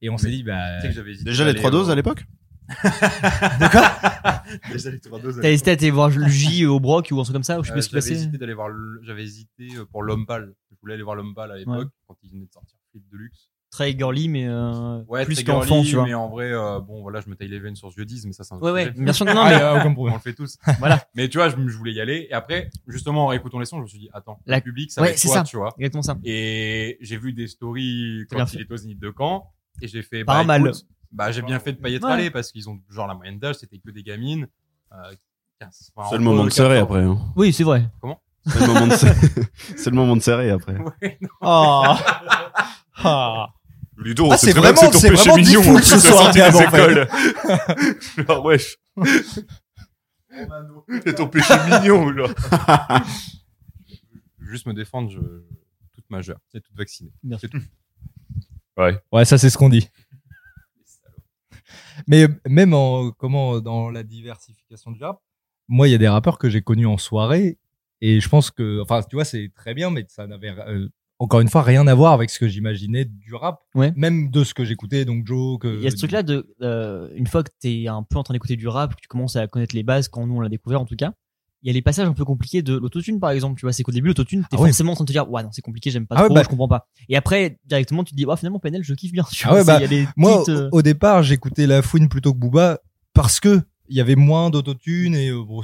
Et on s'est dit, euh, bah. Tu sais que j'avais hésité Déjà à les aller euh, trois doses au- à l'époque *laughs* *laughs* Déjà les trois doses. à T'as hésité à aller voir le J euh, au Broc ou un truc comme ça, ou je sais Euh, pas ce qui j'avais passait. hésité d'aller voir le- j'avais hésité euh, pour l'homme pâle je voulais aller voir l'homme pâle à l'époque quand il venait de sortir flip de luxe. Très girly, mais euh, Ouais, plus très qu'enfant, girly, tu vois. Mais en vrai, euh, bon, voilà, je me taille les veines sur Dieu 10, mais ça, c'est un autre Ouais, ouais, sujet. bien *laughs* sûr, non, non, mais- Ah, aucun on problème. le fait tous. *laughs* Voilà. Mais tu vois, je, je voulais y aller. Et après, justement, en réécoutant les sons, je me suis dit, attends, La- le public, ça Ouais, va être c'est toi, ça. tu vois. Exactement ça. Et j'ai vu des stories bien quand il fait. était aux Zénith de Caen. Et j'ai fait, Pas bah, mal. écoute, bah, j'ai bien fait de pas y être Ouais. allé parce qu'ils ont, genre, la moyenne d'âge, c'était que des gamines. Euh, 15, enfin, C'est entre le moment de serrer 14. après. hein. Oui, c'est vrai. Comment C'est le moment de serrer- *laughs* c'est le moment de serrer après. Ouais, non. Oh. *laughs* Ah. Je lui dis, oh, Ah, c'est c'est vraiment, vraiment- c'est ton c'est péché vraiment mignon, diffus en plus, ce de soir, sortir des Gab, en écoles. fait. *laughs* genre, wesh. C'est ton péché mignon, genre. hein. *laughs* Ah, Juste me défendre, je, toute majeure. C'est toute vaccinée. C'est tout. Ouais. Ouais, ça c'est ce *laughs* qu'on dit. Mais euh, même en comment euh, dans la diversification du rap, moi il y a des rappeurs que j'ai connus en soirée et je pense que enfin tu vois c'est très bien mais ça n'avait euh, encore une fois rien à voir avec ce que j'imaginais du rap, même de ce que j'écoutais donc Joe que Il y a ce truc-là de, euh, une fois que t'es un peu en train d'écouter du rap, que tu commences à connaître les bases, quand nous on l'a découvert en tout cas, il y a les passages un peu compliqués de l'autotune par exemple, tu vois, c'est qu'au début l'autotune, t'es Ah ouais. forcément en train de te dire, ouais non, c'est compliqué, j'aime pas Ah ouais, trop, bah- je comprends pas. Et après, directement, tu te dis, ouais finalement, Penel, je kiffe bien. *laughs* Tu Ah vois, ouais, c'est- bah, il y a des moi, petites, euh, au, au départ, j'écoutais La Fouine plutôt que Booba parce que il y avait moins d'autotune et euh, bon,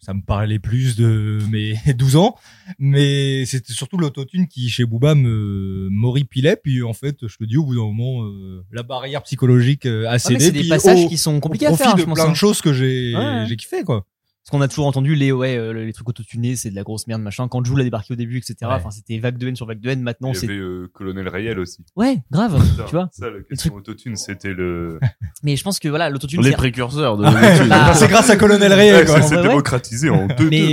ça me parlait plus de mes *laughs* 12 ans. Mais c'était surtout l'autotune qui, chez Booba, me m'horripilait. Puis en fait, je te dis, au bout d'un moment, euh, la barrière psychologique euh, Ouais, Ah, a mais cédé. c'est des puis passages au- qui sont au compliqués à profit faire. hein, de je pense, plein hein. de choses que j'ai Ouais. j'ai kiffé, quoi. Parce qu'on a toujours entendu les ouais euh, les trucs autotunés, c'est de la grosse merde machin. Quand Joule a débarqué au début, etc. Ouais. Enfin, c'était vague de haine sur vague de haine. Maintenant, Il y c'est avait euh, Colonel Rayel aussi. Ouais, grave, Putain, tu vois. Ça, la question autotune, c'était le. *laughs* Mais je pense que voilà, l'autotune. Les c'est- Bah, *laughs* précurseurs *laughs* de l'autotune. Bah, C'est grâce à Colonel Rayet, Rayet Ouais, quoi. ça s'est démocratisé en deux-deux. Mais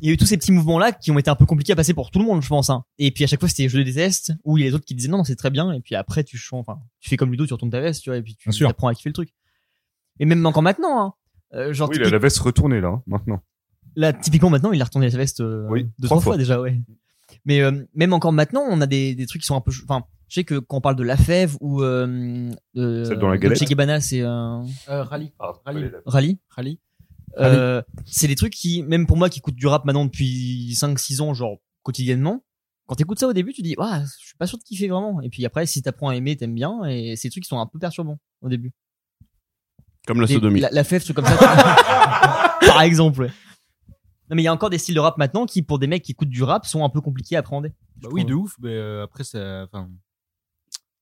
il y a eu tous ces petits mouvements-là qui ont été un peu compliqués à passer pour tout le monde, je pense. hein. Et puis à chaque fois, c'était je le déteste, ou il y a les autres qui disaient non, non, c'est très bien. Et puis après, tu chantes, enfin, tu fais comme Ludo, tu retournes ta veste, tu vois, et puis tu Bien sûr. apprends à kiffer le truc. Et même encore maintenant, hein. Euh, genre, Oui, il a la veste retournée, là, hein, maintenant. Là, typiquement, maintenant, il a retourné sa veste euh, Oui, deux, trois trois fois. fois. déjà, ouais. Mais euh, même encore maintenant, on a des, des trucs qui sont un peu. ch- Enfin, je sais que quand on parle de la fève ou. Euh, de, Celle dans la galette. de Che Guevara, c'est. Euh, Euh, Rally. Rally. Rally. Rally. Euh, c'est des trucs qui, même pour moi qui écoute du rap maintenant depuis 5-6 ans, genre quotidiennement, quand t'écoutes ça au début, tu dis, ah, je suis pas sûr de kiffer vraiment. Et puis après, si t'apprends à aimer, t'aimes bien. Et c'est des trucs qui sont un peu perturbants au début. Comme la Des- sodomie. La, la fève, trucs comme ça. tu- *laughs* Par exemple, ouais. Non, mais il y a encore des styles de rap maintenant qui, pour des mecs qui écoutent du rap, sont un peu compliqués à appréhender. Bah oui, de hein. ouf, mais euh, après, ça, enfin,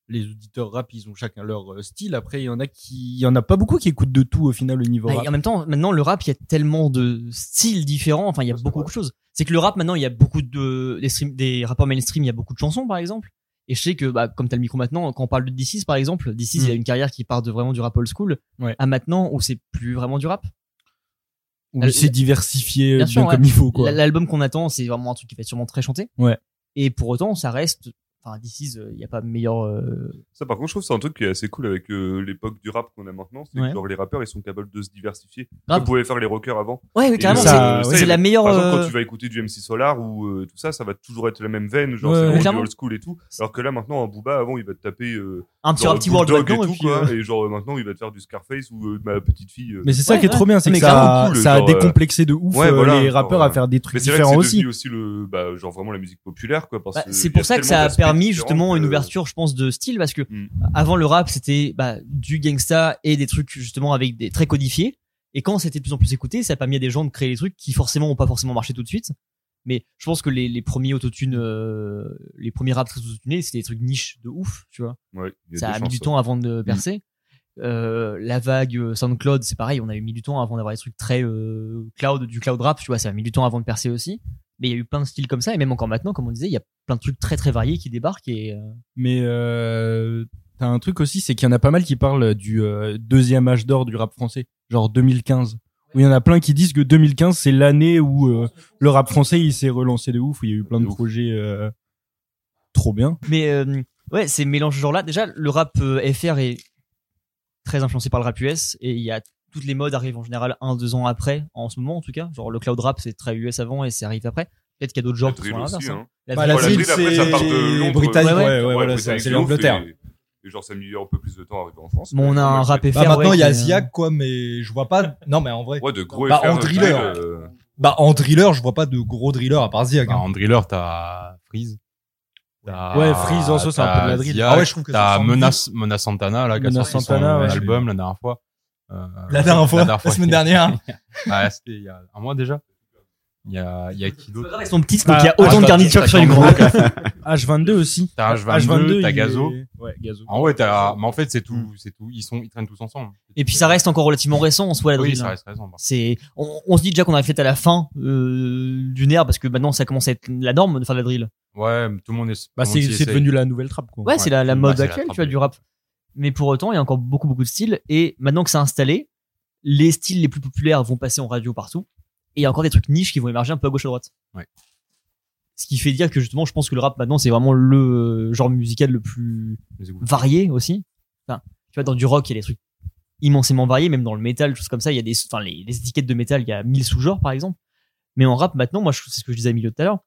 les auditeurs rap, ils ont chacun leur euh, style. Après, il y en a qui, il y en a pas beaucoup qui écoutent de tout au final au niveau Ouais, rap. Bah, Et en même temps, maintenant, le rap, il y a tellement de styles différents. Enfin, il y a beaucoup, de choses. C'est que le rap, maintenant, il y a beaucoup de, des, stream- des rappeurs mainstream, il y a beaucoup de chansons, par exemple. Et je sais que, bah, comme t'as le micro maintenant, quand on parle de D6, par exemple, D6, Mm. il a une carrière qui part de vraiment du rap old school Ouais. à maintenant où c'est plus vraiment du rap. Où Elle- c'est diversifié euh, bien, sûr, ouais. comme il faut, quoi. L- L'album qu'on attend, c'est vraiment un truc qui va être sûrement très chanté. Ouais. Et pour autant, ça reste, enfin, D6, euh, il n'y a pas meilleur, euh, Ça, par contre, je trouve que c'est un truc qui est assez cool avec euh, l'époque du rap qu'on a maintenant. C'est Ouais. que genre, les rappeurs, ils sont capables de se diversifier. Grave. Vous pouvez faire les rockers avant. Ouais, ouais, Et carrément, le- c'est- ça, c'est ça, il- la meilleure, Par exemple, quand euh, tu vas écouter du MC Solar ou euh, tout ça, ça va toujours être la même veine. Genre, Ouais, c'est ouais, vraiment du clairement. old school et tout. Alors que là, maintenant, un Booba, avant, il va te taper. euh, Un petit genre, rap petit world Bulldog là-dedans, et et tout, puis, quoi. euh, Et genre, maintenant, il va te faire du Scarface ou euh, ma petite fille. euh. Mais c'est ça qui est trop bien, c'est que ça, ça a décomplexé de ouf Ouais, euh, voilà, les genre, rappeurs euh, à faire des trucs mais c'est vrai que différents c'est devenu aussi. aussi le, bah, genre vraiment la musique populaire, quoi. parce Bah, que c'est il y pour a ça que tellement ça a d'aspects permis différents justement une que- ouverture, je pense, de style, parce que Mm. avant le rap, c'était bah, du gangsta et des trucs justement avec des très codifiés. Et quand c'était de plus en plus écouté, ça a permis à des gens de créer des trucs qui forcément ont pas forcément marché tout de suite. Mais je pense que les, les premiers autotunes, euh, les premiers raps très autotunés, c'était des trucs niches de ouf, tu vois. Ouais, il y a ça des a mis chances, du ouais. Mm. temps avant de percer. Euh, la vague euh, SoundCloud, c'est pareil, on a eu mis du temps avant d'avoir des trucs très euh, cloud, du cloud rap, tu vois, ça a mis du temps avant de percer aussi. Mais il y a eu plein de styles comme ça, et même encore maintenant, comme on disait, il y a plein de trucs très très variés qui débarquent et. euh, Mais euh, t'as un truc aussi, c'est qu'il y en a pas mal qui parlent du euh, deuxième âge d'or du rap français, genre 2015. Où il y en a plein qui disent que 2015 c'est l'année où Ah, euh, le rap français il s'est relancé de ouf, où il y a eu plein de projets euh, trop bien. Mais euh, ouais, ces mélanges genre là, déjà le rap euh, FR est très influencé par le rap US et il y a toutes les modes arrivent en général un deux ans après en ce moment en tout cas genre le cloud rap c'est très US avant et c'est arrive après peut-être qu'il y a d'autres genres qui drill sont à l'inverse aussi, hein. hein. Bah, la drill, après, ça part de Londres, britannique, euh, ouais, ouais, ouais, voilà, Britannique c'est- c'est de ouf, l'Angleterre. Et, et genre, ça a mis un peu plus de temps à arriver en France. Bon, on a un rap Bah, FR, maintenant, ouais, il y qui a euh, est- Ziak, quoi, mais je *laughs* vois pas. Non, mais en vrai. Ouais, de gros bah, FR, en euh, driller. drill, euh. Bah, en driller, je vois pas de gros driller à part Ziak. Bah, en driller, t'as Freeze. T'as- Ouais, Freeze en soi, c'est un peu de la t'as drill. Zia, Ah ouais, je trouve que ça T'as ressemble Menace, Menace Santana, là, qui a Menace sorti Santana, son ouais. album la dernière fois. Euh, La dernière fois, la semaine dernière. ouais, c'était *laughs* il y a un mois déjà. Il y a, il y a qui d'autre Bah, Ils sont petites, donc il y a autant de garniture que sur une grande. H22 aussi. T'as H22, H22, t'as il Gazo. est- ouais, Gazo. Ah ouais, t'as, mais en fait, c'est tout, c'est tout. Ils sont, ils traînent tous ensemble. Et puis ça reste encore relativement récent en soi la Oui, drill, ça hein. reste récent, bah. par C'est on, on se dit déjà qu'on arrive peut-être à la fin euh, d'une ère parce que maintenant ça commence à être la norme de faire de la drill. Ouais, mais tout le monde est. Bah, tout le monde c'est- s'y c'est essaye. devenu la nouvelle trappe, quoi. Ouais, c'est la, la bah, mode c'est la actuelle trappe, tu vois du rap. Mais pour autant, il y a encore beaucoup beaucoup de styles et maintenant que c'est installé, les styles les plus populaires vont passer en radio partout et il y a encore des trucs niches qui vont émerger un peu à gauche à droite. Ouais. Ce qui fait dire que justement, je pense que le rap maintenant c'est vraiment le euh, genre musical le plus Les écoutes. varié aussi. Enfin, tu vois, dans du rock, il y a des trucs immensément variés, même dans le métal, choses comme ça. Il y a des, enfin, les, les étiquettes de métal, il y a 1000 sous-genres, par exemple. Mais en rap, maintenant, moi, je- c'est ce que je disais à milieu tout à l'heure.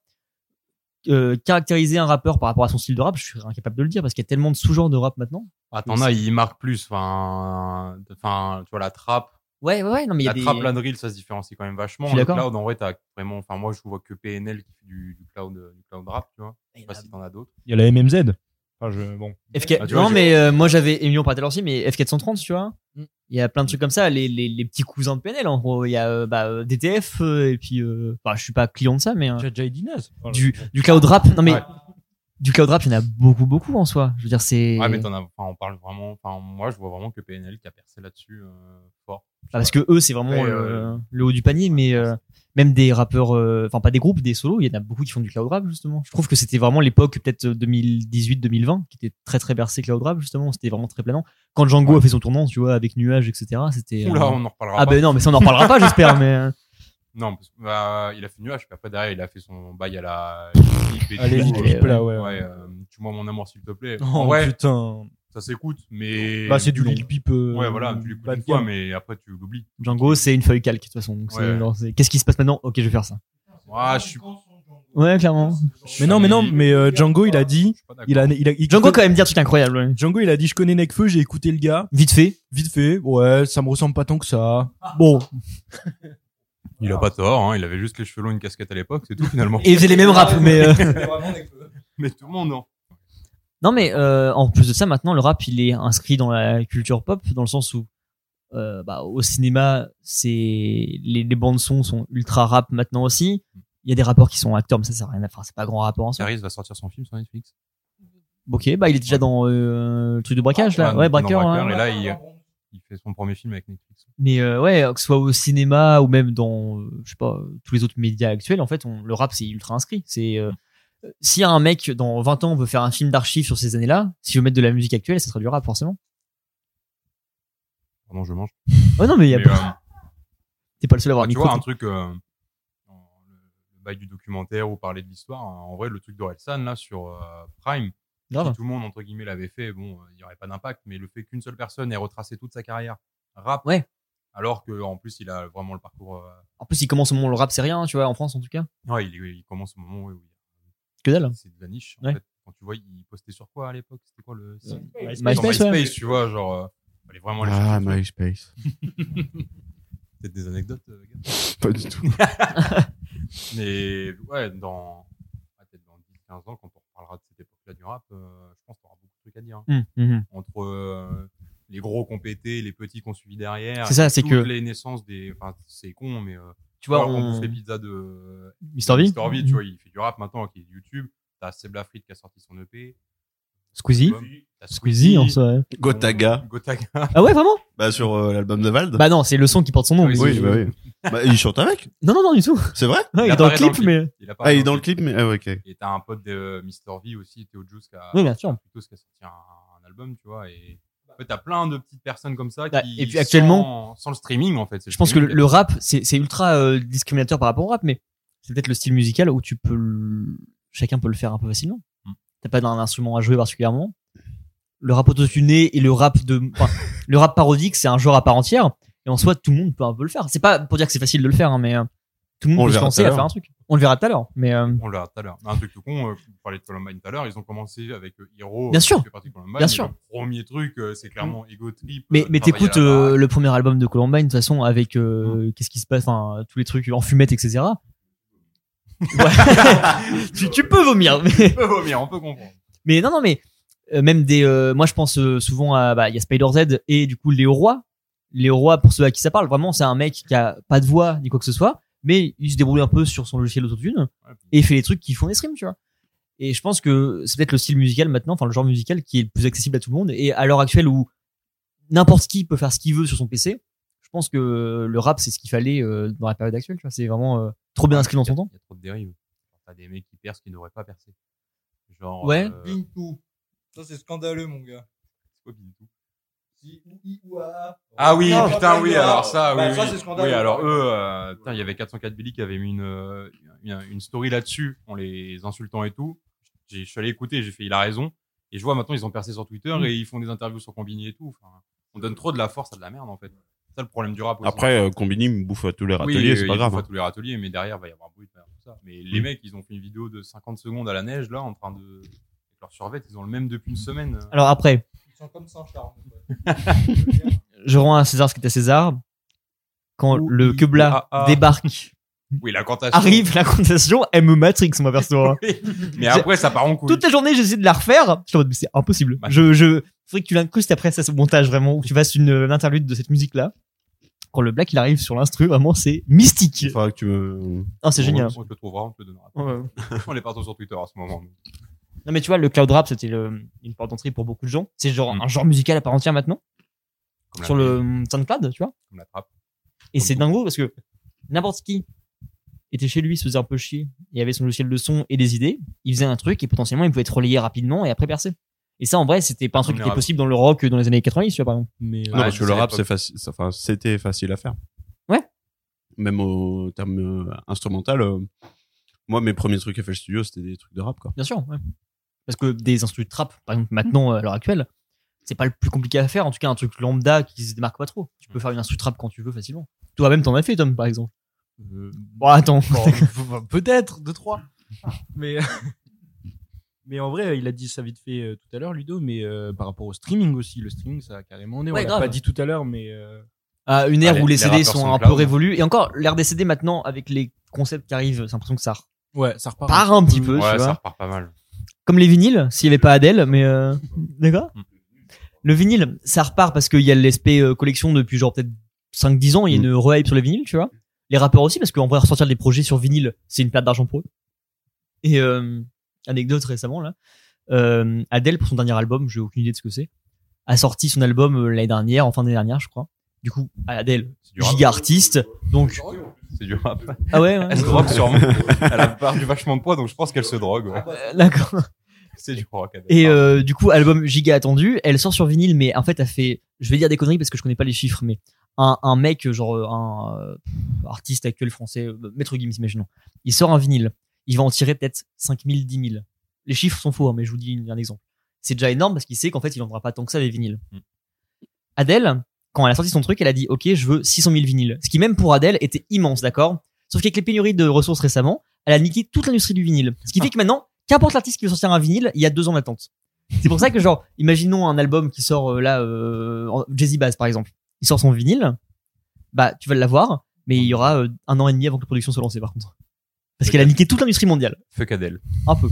Euh, caractériser un rappeur par rapport à son style de rap, je suis incapable de le dire parce qu'il y a tellement de sous-genres de rap maintenant. Ah, t'en as, ils marquent plus. Enfin, enfin, tu vois, la trappe. Ouais, ouais, ouais, non, mais il y a la des- trappe, la drill, ça se différencie quand même vachement. Je suis Le d'accord. cloud, en vrai, t'as vraiment, enfin, moi, je vois que PNL qui fait du, du cloud, euh, du cloud rap, tu vois. Je sais pas si t'en as d'autres. *laughs* Il y a la MMZ. Enfin, je, bon. FK... Ah, tu vois, Mm. non, j'ai- mais euh, moi, j'avais Emilio Patelorsi, mais F430, tu vois. Il y a plein de trucs comme ça, les, les, les petits cousins de PNL, en gros. Il y a euh, bah, euh, DTF, euh, et puis, euh, enfin, je suis pas client de ça, mais. euh, Jay Dinaz. Enfin, du, je- du cloud rap. Non mais Ouais. du cloud rap, il y en a beaucoup beaucoup en soi. Je veux dire c'est Ouais, mais t'en as, enfin, on parle vraiment, enfin, moi, je vois vraiment que PNL qui a percé là-dessus, euh, fort. Ah, parce que eux c'est vraiment Après, le, euh, le haut du panier, mais euh, même des rappeurs, euh, enfin pas des groupes, des solos, il y en a beaucoup qui font du cloud rap justement. Je trouve que c'était vraiment l'époque peut-être euh, 2018-2020 qui était très très bercée cloud rap justement. C'était vraiment très planant. Quand Django a fait son tournant, tu vois, avec nuages, etc. C'était. Oula, euh, on en reparlera Ah pas. ben non, mais ça on en reparlera pas, j'espère. Mais euh, Non, parce que, bah, il a fait nuage, puis après, derrière, il a fait son bail à la *laughs* clip et Ah, les tout, clips, euh, là, ouais. Ouais, euh, tue-moi mon amour, s'il te plaît. *laughs* Oh, ouais, putain. ça s'écoute, mais. Bah, c'est du long. Lil Peep. euh, Ouais, voilà, tu l'écoutes bas de une fois, gamme. mais après, tu l'oublies. Django c'est une feuille calque de toute façon. Donc, c'est Ouais. genre, c'est- Qu'est-ce qui se passe maintenant Ok, je vais faire ça. Ah, je suis. Ouais, clairement. Mais non, mais non, mais euh, Django, il a dit. Il a, il a, il- Django quand même dit un truc incroyable. ouais. Django, il a dit Je connais Nekfeu, j'ai écouté le gars. Vite fait. Vite fait, ouais, ça me ressemble pas tant que ça. Bon, Il a pas tort, hein, il avait juste les cheveux longs, une casquette à l'époque, c'est tout finalement. et il faisait les mêmes raps, mais. euh, *laughs* mais tout le monde, non. Non, mais euh, en plus de ça, maintenant, le rap, il est inscrit dans la culture pop, dans le sens où euh, bah, au cinéma, c'est les, les bandes son sont ultra rap maintenant aussi. Il y a des rappeurs qui sont acteurs, mais ça, ça n'a rien à faire. C'est pas grand rapport en soi. Cyrus va sortir son film sur Netflix. Ok, bah il est déjà dans euh, le truc de braquage là, dans- ouais, Ah, dans braqueur. Braqueur, hein. Et là, il, il fait son premier film avec Netflix. Mais euh, ouais, que ce soit au cinéma ou même dans, euh, je sais pas, euh, tous les autres médias actuels, en fait, on, le rap c'est ultra inscrit. C'est euh, euh, si un mec dans 20 ans veut faire un film d'archives sur ces années-là, si veut mettre de la musique actuelle, ça sera du rap forcément. Pardon, je mange. *laughs* Oh non, mais, il y a Mais, pas- euh, *laughs* t'es pas le seul à avoir tu micro. vois, un truc, euh, dans le bail du documentaire ou parler de l'histoire, hein, en vrai, le truc d'Orelsan, là, sur euh, Prime, Grave. si tout le monde, entre guillemets, l'avait fait, bon, euh, il n'y aurait pas d'impact, mais le fait qu'une seule personne ait retracé toute sa carrière rap, Ouais. alors que en plus, il a vraiment le parcours. euh, En plus, il commence au moment où le rap c'est rien, tu vois, en France en tout cas. ouais, il, il commence au moment où il Que dalle. hein. C'est de la niche. En Ouais. fait. Quand tu vois, il postait sur quoi à l'époque C'était quoi le site MySpace. Sur MySpace, ouais. tu vois, genre. euh, fallait vraiment aller Ah, chercher le truc. MySpace. Peut-être des anecdotes, euh, gars. Pas du *laughs* tout. Mais ouais, dans. ouais, Peut-être dans 10-15 ans, quand on reparlera de cette époque-là du rap, euh, je pense qu'on aura beaucoup de trucs à dire. hein. Hum, hum, hum. Entre euh, les gros compétés, les petits qu'on suivi derrière. C'est ça, et c'est toutes que- les naissances des. Enfin, c'est con, mais. euh, Tu vois, alors qu'on on... bouffe les pizzas de. Mister V, Hum. Mr. V, tu vois, il fait du rap maintenant, qui est de YouTube. T'as Seb Lafrite qui a sorti son E EP. Squeezie. T'as Squeezie en soi. ouais. Gotaga. Gotaga. Ah ouais, vraiment Bah, sur euh, l'album de Vald. Bah non, c'est le son qui porte son nom. Ah oui, mais- oui, bah oui. Bah, il chante avec. Non, non, non, du tout. Ah C'est vrai? Ouais, il est dans le apparaît clip, mais. Il Ah, apparaît il est dans le clip, mais, ah, ouais, ok. Et t'as un pote de euh, Mr. V aussi, Théo Juice, qui a, Oui, bien sûr. plutôt, qui a sorti un, un album, tu vois. Et en fait, t'as plein de petites personnes comme ça Bah, qui. et puis actuellement- Sans, sans le streaming, en fait. c'est Je pense que streaming le, qui a- le rap, c'est c'est ultra euh, discriminateur par rapport au rap, mais c'est peut-être le style musical où tu peux le- chacun peut le faire un peu facilement. Hmm. T'as pas d'un instrument à jouer particulièrement. Le rap autotuné et le rap de, enfin, le rap parodique, c'est un genre à part entière. Et en soi, tout le monde peut un peu le faire. C'est pas pour dire que c'est facile de le faire, hein, mais euh, tout le On monde le peut se verra lancer tout à à l'heure. faire un truc. On le verra tout à l'heure, mais euh, On l'a tout à l'heure. Un truc tout con, euh, vous parlez de Columbine tout à l'heure, ils ont commencé avec euh, Hero. Bien euh, sûr. qui fait partie de Columbine, Bien et sûr. Mm. Le premier truc, euh, c'est clairement Ego Trip. mais, euh, mais travailler t'écoutes à la euh, baraque. le premier album de Mm. Columbine de toute façon avec euh, qu'est-ce qui se passe, enfin tous les trucs en fumette, etc. tu, tu peux *laughs* vomir. mais- On peut euh, vomir, on *laughs* peut comprendre. Mais non, non, mais euh, même des. euh, moi, je pense euh, souvent à. bah, Il y a Spider Z et du coup Léo Roy. Léo Roy, pour ceux à qui ça parle, vraiment, c'est un mec qui a pas de voix ni quoi que ce soit, mais il se débrouille un peu sur son logiciel autotune et il fait les trucs qui font des streams, tu vois. Et je pense que c'est peut-être le style musical maintenant, enfin le genre musical qui est le plus accessible à tout le monde. Et à l'heure actuelle où n'importe qui peut faire ce qu'il veut sur son PC, je pense que le rap c'est ce qu'il fallait euh, dans la période actuelle. Tu vois, c'est vraiment euh, trop bien inscrit dans son temps. Il y a trop de dérives. T'as des mecs qui percent qui n'auraient pas percé. Genre. Ouais. euh, Bintou. Ça, c'est scandaleux, mon gars. c'est quoi, Bintou Si, ou, i, ou, a, a. Ah oui, Non, putain, oui, Bintou, alors ça, bah, oui. ça, oui. c'est scandaleux. Oui, alors eux, euh, putain, il y avait 404 Billy qui avait mis une, euh, une, une story là-dessus en les insultant et tout. J'ai- Je suis allé écouter, j'ai fait, il a raison. Et je vois maintenant, ils ont percé sur Twitter Mm. et ils font des interviews sur Combini et tout. Enfin, on donne trop de la force à de la merde, en fait. C'est ça le problème du rap aussi. Après, euh, Combini me bouffe à tous les Oui, râteliers, c'est euh, pas ils grave. font à hein. tous les râteliers, mais derrière, va y avoir un bruit de merde, tout ça. Mais Mm. les mecs, ils ont fait une vidéo de 50 secondes à la neige, là, en train de. Avec leur survêt, ils ont le même depuis une semaine. euh. Alors après, Ils sont comme ça, *laughs* Charles. *laughs* je rends à César ce qui est à César. Quand le quebla ah, ah. débarque, *laughs* Oui, la cantation. arrive la contation, elle me matrix, moi perso. hein. Mais après, ça part en couille. Toute la journée, j'essaie de la refaire. Je suis en mode, mais c'est impossible. Bah, Je, je, faudrait que tu l'incrustes après ça, ce montage vraiment, où tu fasses une, euh, l'interlude de cette musique-là. Quand le black, il arrive sur l'instru, vraiment, c'est mystique. Faudra que tu me. Ah, c'est génial. On te le trouvera, on te le donnera. Ouais. on est partout sur Twitter à ce moment. Non, mais tu vois, le cloud rap, c'était le- une porte d'entrée pour beaucoup de gens. C'est genre un genre musical à part entière maintenant. Mm. Comme la E. sur le euh, SoundCloud, tu vois. Comme la trappe. Et c'est dingo parce que n'importe qui était chez lui, se faisait un peu chier, il avait son logiciel de son et des idées, il faisait un truc et potentiellement il pouvait être relayé rapidement et après percer. Et ça, en vrai, c'était pas un truc qui le était rap. possible dans le rock dans les années 90, tu vois, par exemple. euh, Mais, Non, parce que le rap, c'est facile. Enfin, c'était facile à faire. Ouais. Même au terme euh, instrumental, euh, moi, mes premiers trucs FL Studio, c'était des trucs de rap, quoi. Bien sûr, ouais. Parce que des instruments de trap, par exemple, maintenant, à l'heure actuelle, c'est pas le plus compliqué à faire. En tout cas, un truc lambda qui se démarque pas trop. Tu peux faire une instru trap quand tu veux facilement. Toi-même, t'en as fait, Tom, par exemple. Euh, Euh, Bon, attends. *laughs* Peut-être, deux, trois. Mais, *laughs* mais en vrai, il a dit ça vite fait euh, tout à l'heure, Ludo, mais euh, par rapport au streaming aussi, le streaming, ça a carrément né. Ouais, on l'a grave. pas dit tout à l'heure, mais. euh, *laughs* à une ère Ah, où les, les CD rappeurs sont, sont un clown. peu révolus. Et encore, l'ère des CD maintenant, avec les concepts qui arrivent, j'ai l'impression que ça Ouais, ça repart. part un petit peu. Ouais, tu ça vois. repart Ah, pas mal. Comme les vinyles, s'il n'y avait pas Adèle, mais euh, d'accord. Le vinyle, ça repart parce qu'il y a l'aspect euh, collection depuis genre peut-être 5-10 ans, il y Mm. a une re-hype sur les vinyles, tu vois. Les rappeurs aussi, parce qu'en vrai, ressortir des projets sur vinyle, c'est une perte d'argent pour eux. Et euh, anecdote récemment, là, euh, Adèle, pour son dernier album, j'ai aucune idée de ce que c'est, a sorti son album euh, l'année dernière, en fin d'année dernière, je crois. Du coup, Adèle, du rap. giga artiste, donc... C'est du rap. Ah ouais, ouais. Elle se *laughs* drogue sûrement. Elle a part du vachement de poids, donc je pense qu'elle se drogue. ouais. Euh, D'accord. C'est du rock. elle. Et euh, du coup, album giga attendu. Elle sort sur vinyle, mais en fait, elle fait. Je vais dire des conneries parce que je connais pas les chiffres, mais un, un mec, euh, genre euh, un euh, artiste actuel français, euh, Maître Gims, imaginons. Il sort un vinyle. Il va en tirer peut-être 5000, 10 000. Les chiffres sont faux, hein, mais je vous dis un exemple. C'est déjà énorme parce qu'il sait qu'en fait, il en vendra pas tant que ça des vinyles. Mm. Adèle, quand elle a sorti son truc, elle a dit Ok, je veux 600 000 vinyles. Ce qui, même pour Adèle, était immense, d'accord Sauf qu'avec les pénuries de ressources récemment, elle a niqué toute l'industrie du vinyle. Ce qui fait que maintenant, qu'importe l'artiste qui veut sortir un vinyle, il y a deux ans d'attente. C'est pour ça que, genre, imaginons un album qui sort euh, là, euh, en- Jay-Z Bass par exemple. Il sort son vinyle, bah, tu vas l'avoir, mais il y aura euh, un an et demi avant que la production soit lancée, par contre. Parce qu'elle a niqué toute l'industrie mondiale. Fuck Adèle. Un *laughs* peu.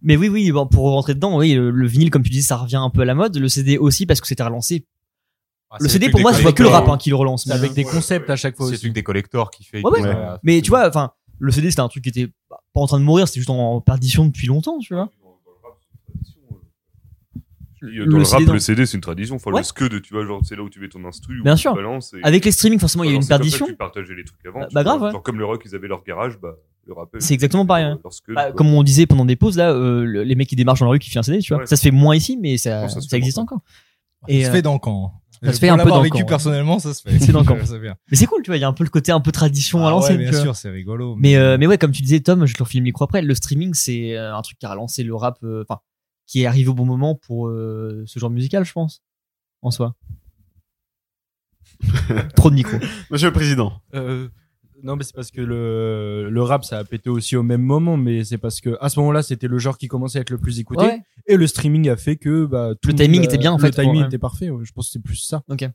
Mais oui, oui, bon, pour rentrer dedans, oui, le, le vinyle, comme tu dis, ça revient un peu à la mode. Le CD aussi, parce que c'était relancé. Ah, c'est le CD, truc pour des moi, je vois que le collectors. rap hein, qui le relance. mais- concepts à chaque fois. C'est le truc des collectors qui fait. Ouais, que- euh, ouais. Mais tu vois, enfin, le CD, c'était un truc qui était bah, pas en train de mourir, c'était juste en perdition depuis longtemps, tu vois. Dans Le le, CD rap, dans- le CD, c'est une tradition. Enfin, Ouais. le scud, tu vois, genre, c'est là où tu mets ton instru. où Bien tu sûr. balances et- Avec les streamings, forcément, il y a une Voilà, c'est comme ça que perdition. Tu partageais les trucs avant. Bah- tu bah vois. grave, ouais. Genre, comme le rock, ils avaient leur garage, bah, le rap. C'est exactement pareil. hein. Leur scud, Bah, quoi. comme on disait pendant des pauses, là, euh, le- les mecs qui démarchent dans la rue qui font un CD, tu vois. Ouais. Ça se fait moins ici, mais ça, Non, ça, ça se fait existe dans encore. euh, Ça se fait dans le camp. hein. Euh, Ça se Pour fait un peu l'avoir dans le vécu camp, ouais. personnellement, ça se fait. *laughs* C'est dans *laughs* le camp. Je sais bien. Mais c'est cool, tu vois. Il y a un peu le côté un peu tradition à Ah ouais, l'ancienne. bien tu vois. sûr, c'est rigolo, Mais, mais- euh, mais ouais, comme tu disais, Tom, je te refile le micro après. Le streaming, c'est euh, un truc qui a relancé le rap, euh, enfin, qui est arrivé au bon moment pour euh, ce genre musical, je pense, en soi. Trop de micro. Monsieur le Président. Euh, non, mais c'est parce que le, le rap, ça a pété aussi au même moment, mais c'est parce que à ce moment-là, c'était le genre qui commençait à être le plus écouté. Ouais. Et le streaming a fait que bah, tout Le monde, timing euh, était bien, en le fait, timing pour- ouais. était parfait. ouais, Je pense que c'est plus ça. Ok.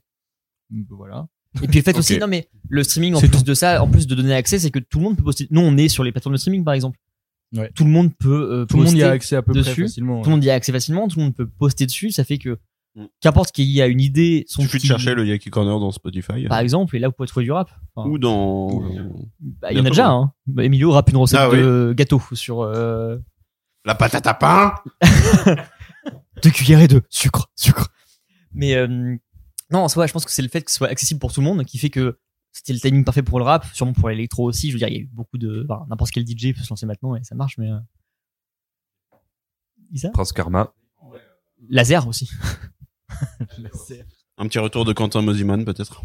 Voilà. Et puis le fait aussi, Ok. non mais le streaming en plus de ça, en plus de donner accès, c'est que tout le monde peut poster. Nous, on est sur les plateformes de streaming par exemple. Ouais. Tout le monde peut. euh, Tout le monde y a poster accès à peu près dessus. facilement, ouais. Tout le monde y a accès facilement. Tout le monde peut poster dessus. Ça fait que qu'importe qu'il y a une idée, son Il Mm. suffit de petit- chercher le Yaki Corner dans Spotify. par exemple, et là vous pouvez trouver du rap. Enfin, Ou dans. Ah. bah, il y en a déjà. Hein. Bah, Emilio rappe une recette Ah oui. de gâteau sur euh, La patate à pain deux cuillerées de sucre, sucre. Mais euh, non, en soi, je pense que c'est le fait que ce soit accessible pour tout le monde qui fait que c'était le timing parfait pour le rap, sûrement pour l'électro aussi. Je veux dire, il y a eu beaucoup de. enfin, N'importe quel DJ peut se lancer maintenant et ça marche, mais. euh, Isa Prince Karma. Laser aussi. *laughs* Un petit retour de Quentin Mosiman, peut-être.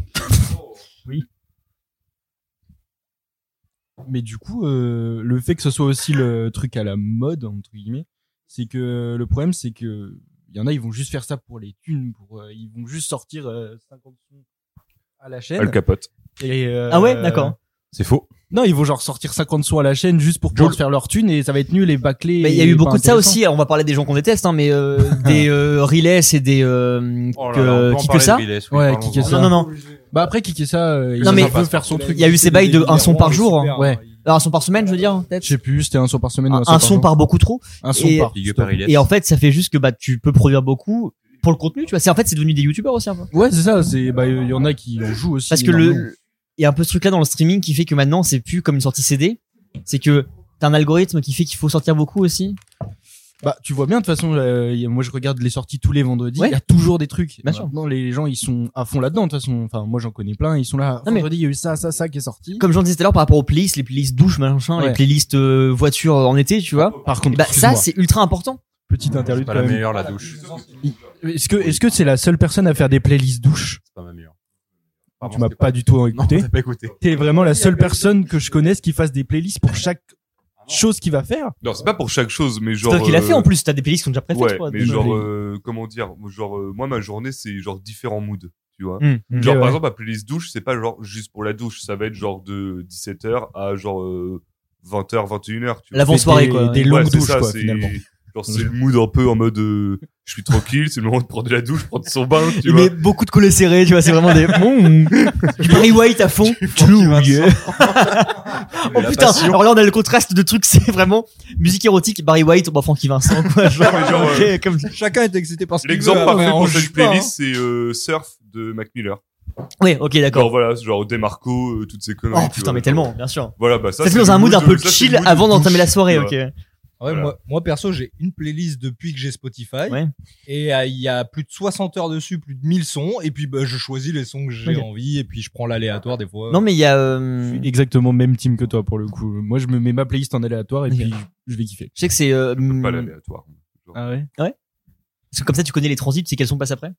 Mais du coup, euh, le fait que ce soit aussi le truc à la mode, entre guillemets, c'est que le problème, c'est que il y en a, ils vont juste faire ça pour les thunes, pour, euh, ils vont juste sortir euh, 50 sons à la chaîne. Al Capote. Et, euh, Ah ouais, d'accord. C'est faux. Non, ils vont genre sortir 50 sons à la chaîne juste pour pouvoir se faire leur thune et ça va être nul et bâclé. Mais il y a et eu pas beaucoup de ça intéressant. aussi. Alors, on va parler des gens qu'on déteste, hein, mais euh, Ah. des euh, Riles et des *laughs* euh, Oh là que- là, on peut en qui que parler de ça. Riles, oui, Ouais, parlons-en. qui ça. Non, non, non. Bah après, qui ça, euh, il Non, mais- veut faire son truc. Il y a eu ces bails de un son par jour. hein. Ouais. Alors, un son par semaine, je veux dire. Je sais plus, c'était un son par semaine. ou un, un son jour. par beaucoup trop. Un son Et- par. Big up à Riles. Et en fait, ça fait juste que bah tu peux produire beaucoup pour le contenu, tu vois. C'est en fait c'est devenu des youtubeurs aussi un peu. Ouais, c'est ça. C'est bah il y en a qui en jouent aussi. Parce que énormément. le il y a un peu ce truc là dans le streaming qui fait que maintenant c'est plus comme une sortie CD, c'est que t'as un algorithme qui fait qu'il faut sortir beaucoup aussi. Bah, tu vois bien, de toute façon, euh, y a- moi je regarde les sorties tous les vendredis. Il Ouais. y a toujours des trucs. Bien sûr. Maintenant, les gens ils sont à fond là-dedans. De toute façon, enfin, moi j'en connais plein. Ils sont là. Non, mais- vendredi, il y a eu ça, ça, ça qui est sorti. Comme j'en disais tout à l'heure par rapport aux playlists, les playlists douche machin, Ouais. les playlists euh, voiture en été, tu vois. Par contre, Bah ça excuse-moi, c'est ultra important. petite C'est interlude. pas Quand la même. meilleure, la douche. Est-ce que est-ce que c'est la seule personne à faire des playlists douche C'est pas ma meilleure. Tu m'as pas du tout Non, écouté. t'as pas écouté. Ah, T'es vraiment la seule personne que je connaisse qui fasse des playlists pour chaque chose qu'il va faire. Non, c'est pas pour chaque chose, mais genre. C'est qu'il a fait euh, en plus, t'as des playlists qui sont déjà préfaites, Ouais, toi. mais déjà. genre, euh, comment dire Genre, euh, moi, ma journée, c'est genre différents moods, tu vois. Hum, hum. Ouais, Genre, par ouais. exemple, ma playlist douche, c'est pas genre juste pour la douche, ça va être genre de 17h à genre euh, 20h, 21h, tu vois. L'avant-soirée Des- quoi. des ouais. longues Ouais, c'est douches, ça, quoi, c'est- finalement. Genre, c'est le mood un peu en mode euh, je suis tranquille, c'est le moment de prendre de la douche, prendre son bain, tu Il vois. met beaucoup de collets serrés, tu vois, c'est vraiment *laughs* des. Bon. du Barry White à fond. Oh putain, alors là on a le contraste de trucs, c'est vraiment musique érotique, Barry White, bah Frankie Vincent, quoi. *laughs* Genre, mais genre, ok, euh, comme... Chacun est excité par ce qu'il L'exemple veut, parfait après, on pour juge cette pas, hein. playlist, c'est euh, Surf de Mac Miller. Ouais, ok, Genre, d'accord. voilà, c'est genre Demarco, euh, toutes ces Oh conneries. tu putain, vois, mais genre. tellement, bien sûr. Voilà, bah ça. Ça, te c'est met dans le un mood un peu de- ça, c'est chill le mood avant de d'entamer la douche, soirée, tu ok. vois. Ouais, Voilà. moi, moi, perso, j'ai une playlist depuis que j'ai Spotify. Ouais. Et euh, il y a plus de 60 heures dessus, plus de 1000 sons. Et puis, bah, je choisis les sons que j'ai Ok. envie. Et puis, je prends l'aléatoire des fois. Non, mais il y a. Je euh, suis exactement même team que toi pour le coup. Moi, je me mets ma playlist en aléatoire et Ok. puis je vais kiffer. Je sais que c'est. euh, Pas Parce l'aléatoire. Ah ouais. que comme ça, tu connais les transits, c'est quelles sont passées après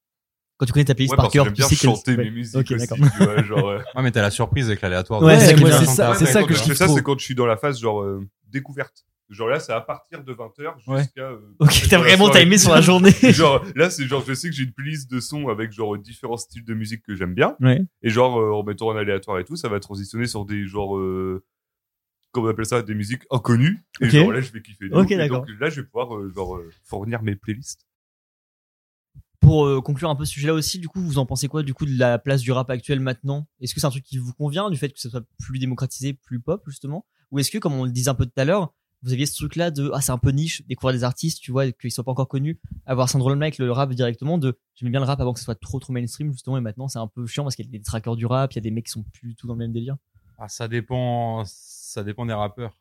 Quand tu connais ta playlist Ouais, par parce que cœur, j'aime tu bien sais quelles. chanter mes Ouais. musiques Ok, aussi, d'accord. tu vois, genre. euh, Ouais, mais t'as la surprise avec l'aléatoire. Ouais, Donc, c'est tu moi, vas c'est chanter ça- après. c'est ça Quand que je je fais ça, trouve. c'est quand je suis dans la phase genre euh, découverte. Genre là, c'est à partir de 20h jusqu'à. Ouais. euh, *laughs* Ok, t'as la vraiment soirée. timé sur la journée. *laughs* genre là, c'est genre je sais que j'ai une playlist de sons avec genre différents styles de musique que j'aime bien. Ouais. Et genre euh, en mettant en aléatoire et tout, ça va transitionner sur des genre euh, comment on appelle ça, des musiques inconnues. Et Ok. genre là, je vais kiffer. Ok, Et d'accord. Donc là, je vais pouvoir euh, genre euh, fournir mes playlists. Pour euh, conclure un peu ce sujet-là aussi, du coup, vous en pensez quoi du coup de la place du rap actuel maintenant Est-ce que c'est un truc qui vous convient du fait que ça soit plus démocratisé, plus pop justement Ou est-ce que, comme on le disait un peu tout à l'heure, vous aviez ce truc-là de ah c'est un peu niche, découvrir des artistes, tu vois, qu'ils soient pas encore connus, avoir syndrome là avec le rap directement de j'aimais bien le rap avant que ce soit trop trop mainstream justement et maintenant c'est un peu chiant parce qu'il y a des trackers du rap, il y a des mecs qui sont plus du tout dans le même délire. Ah, ça dépend, ça dépend des rappeurs.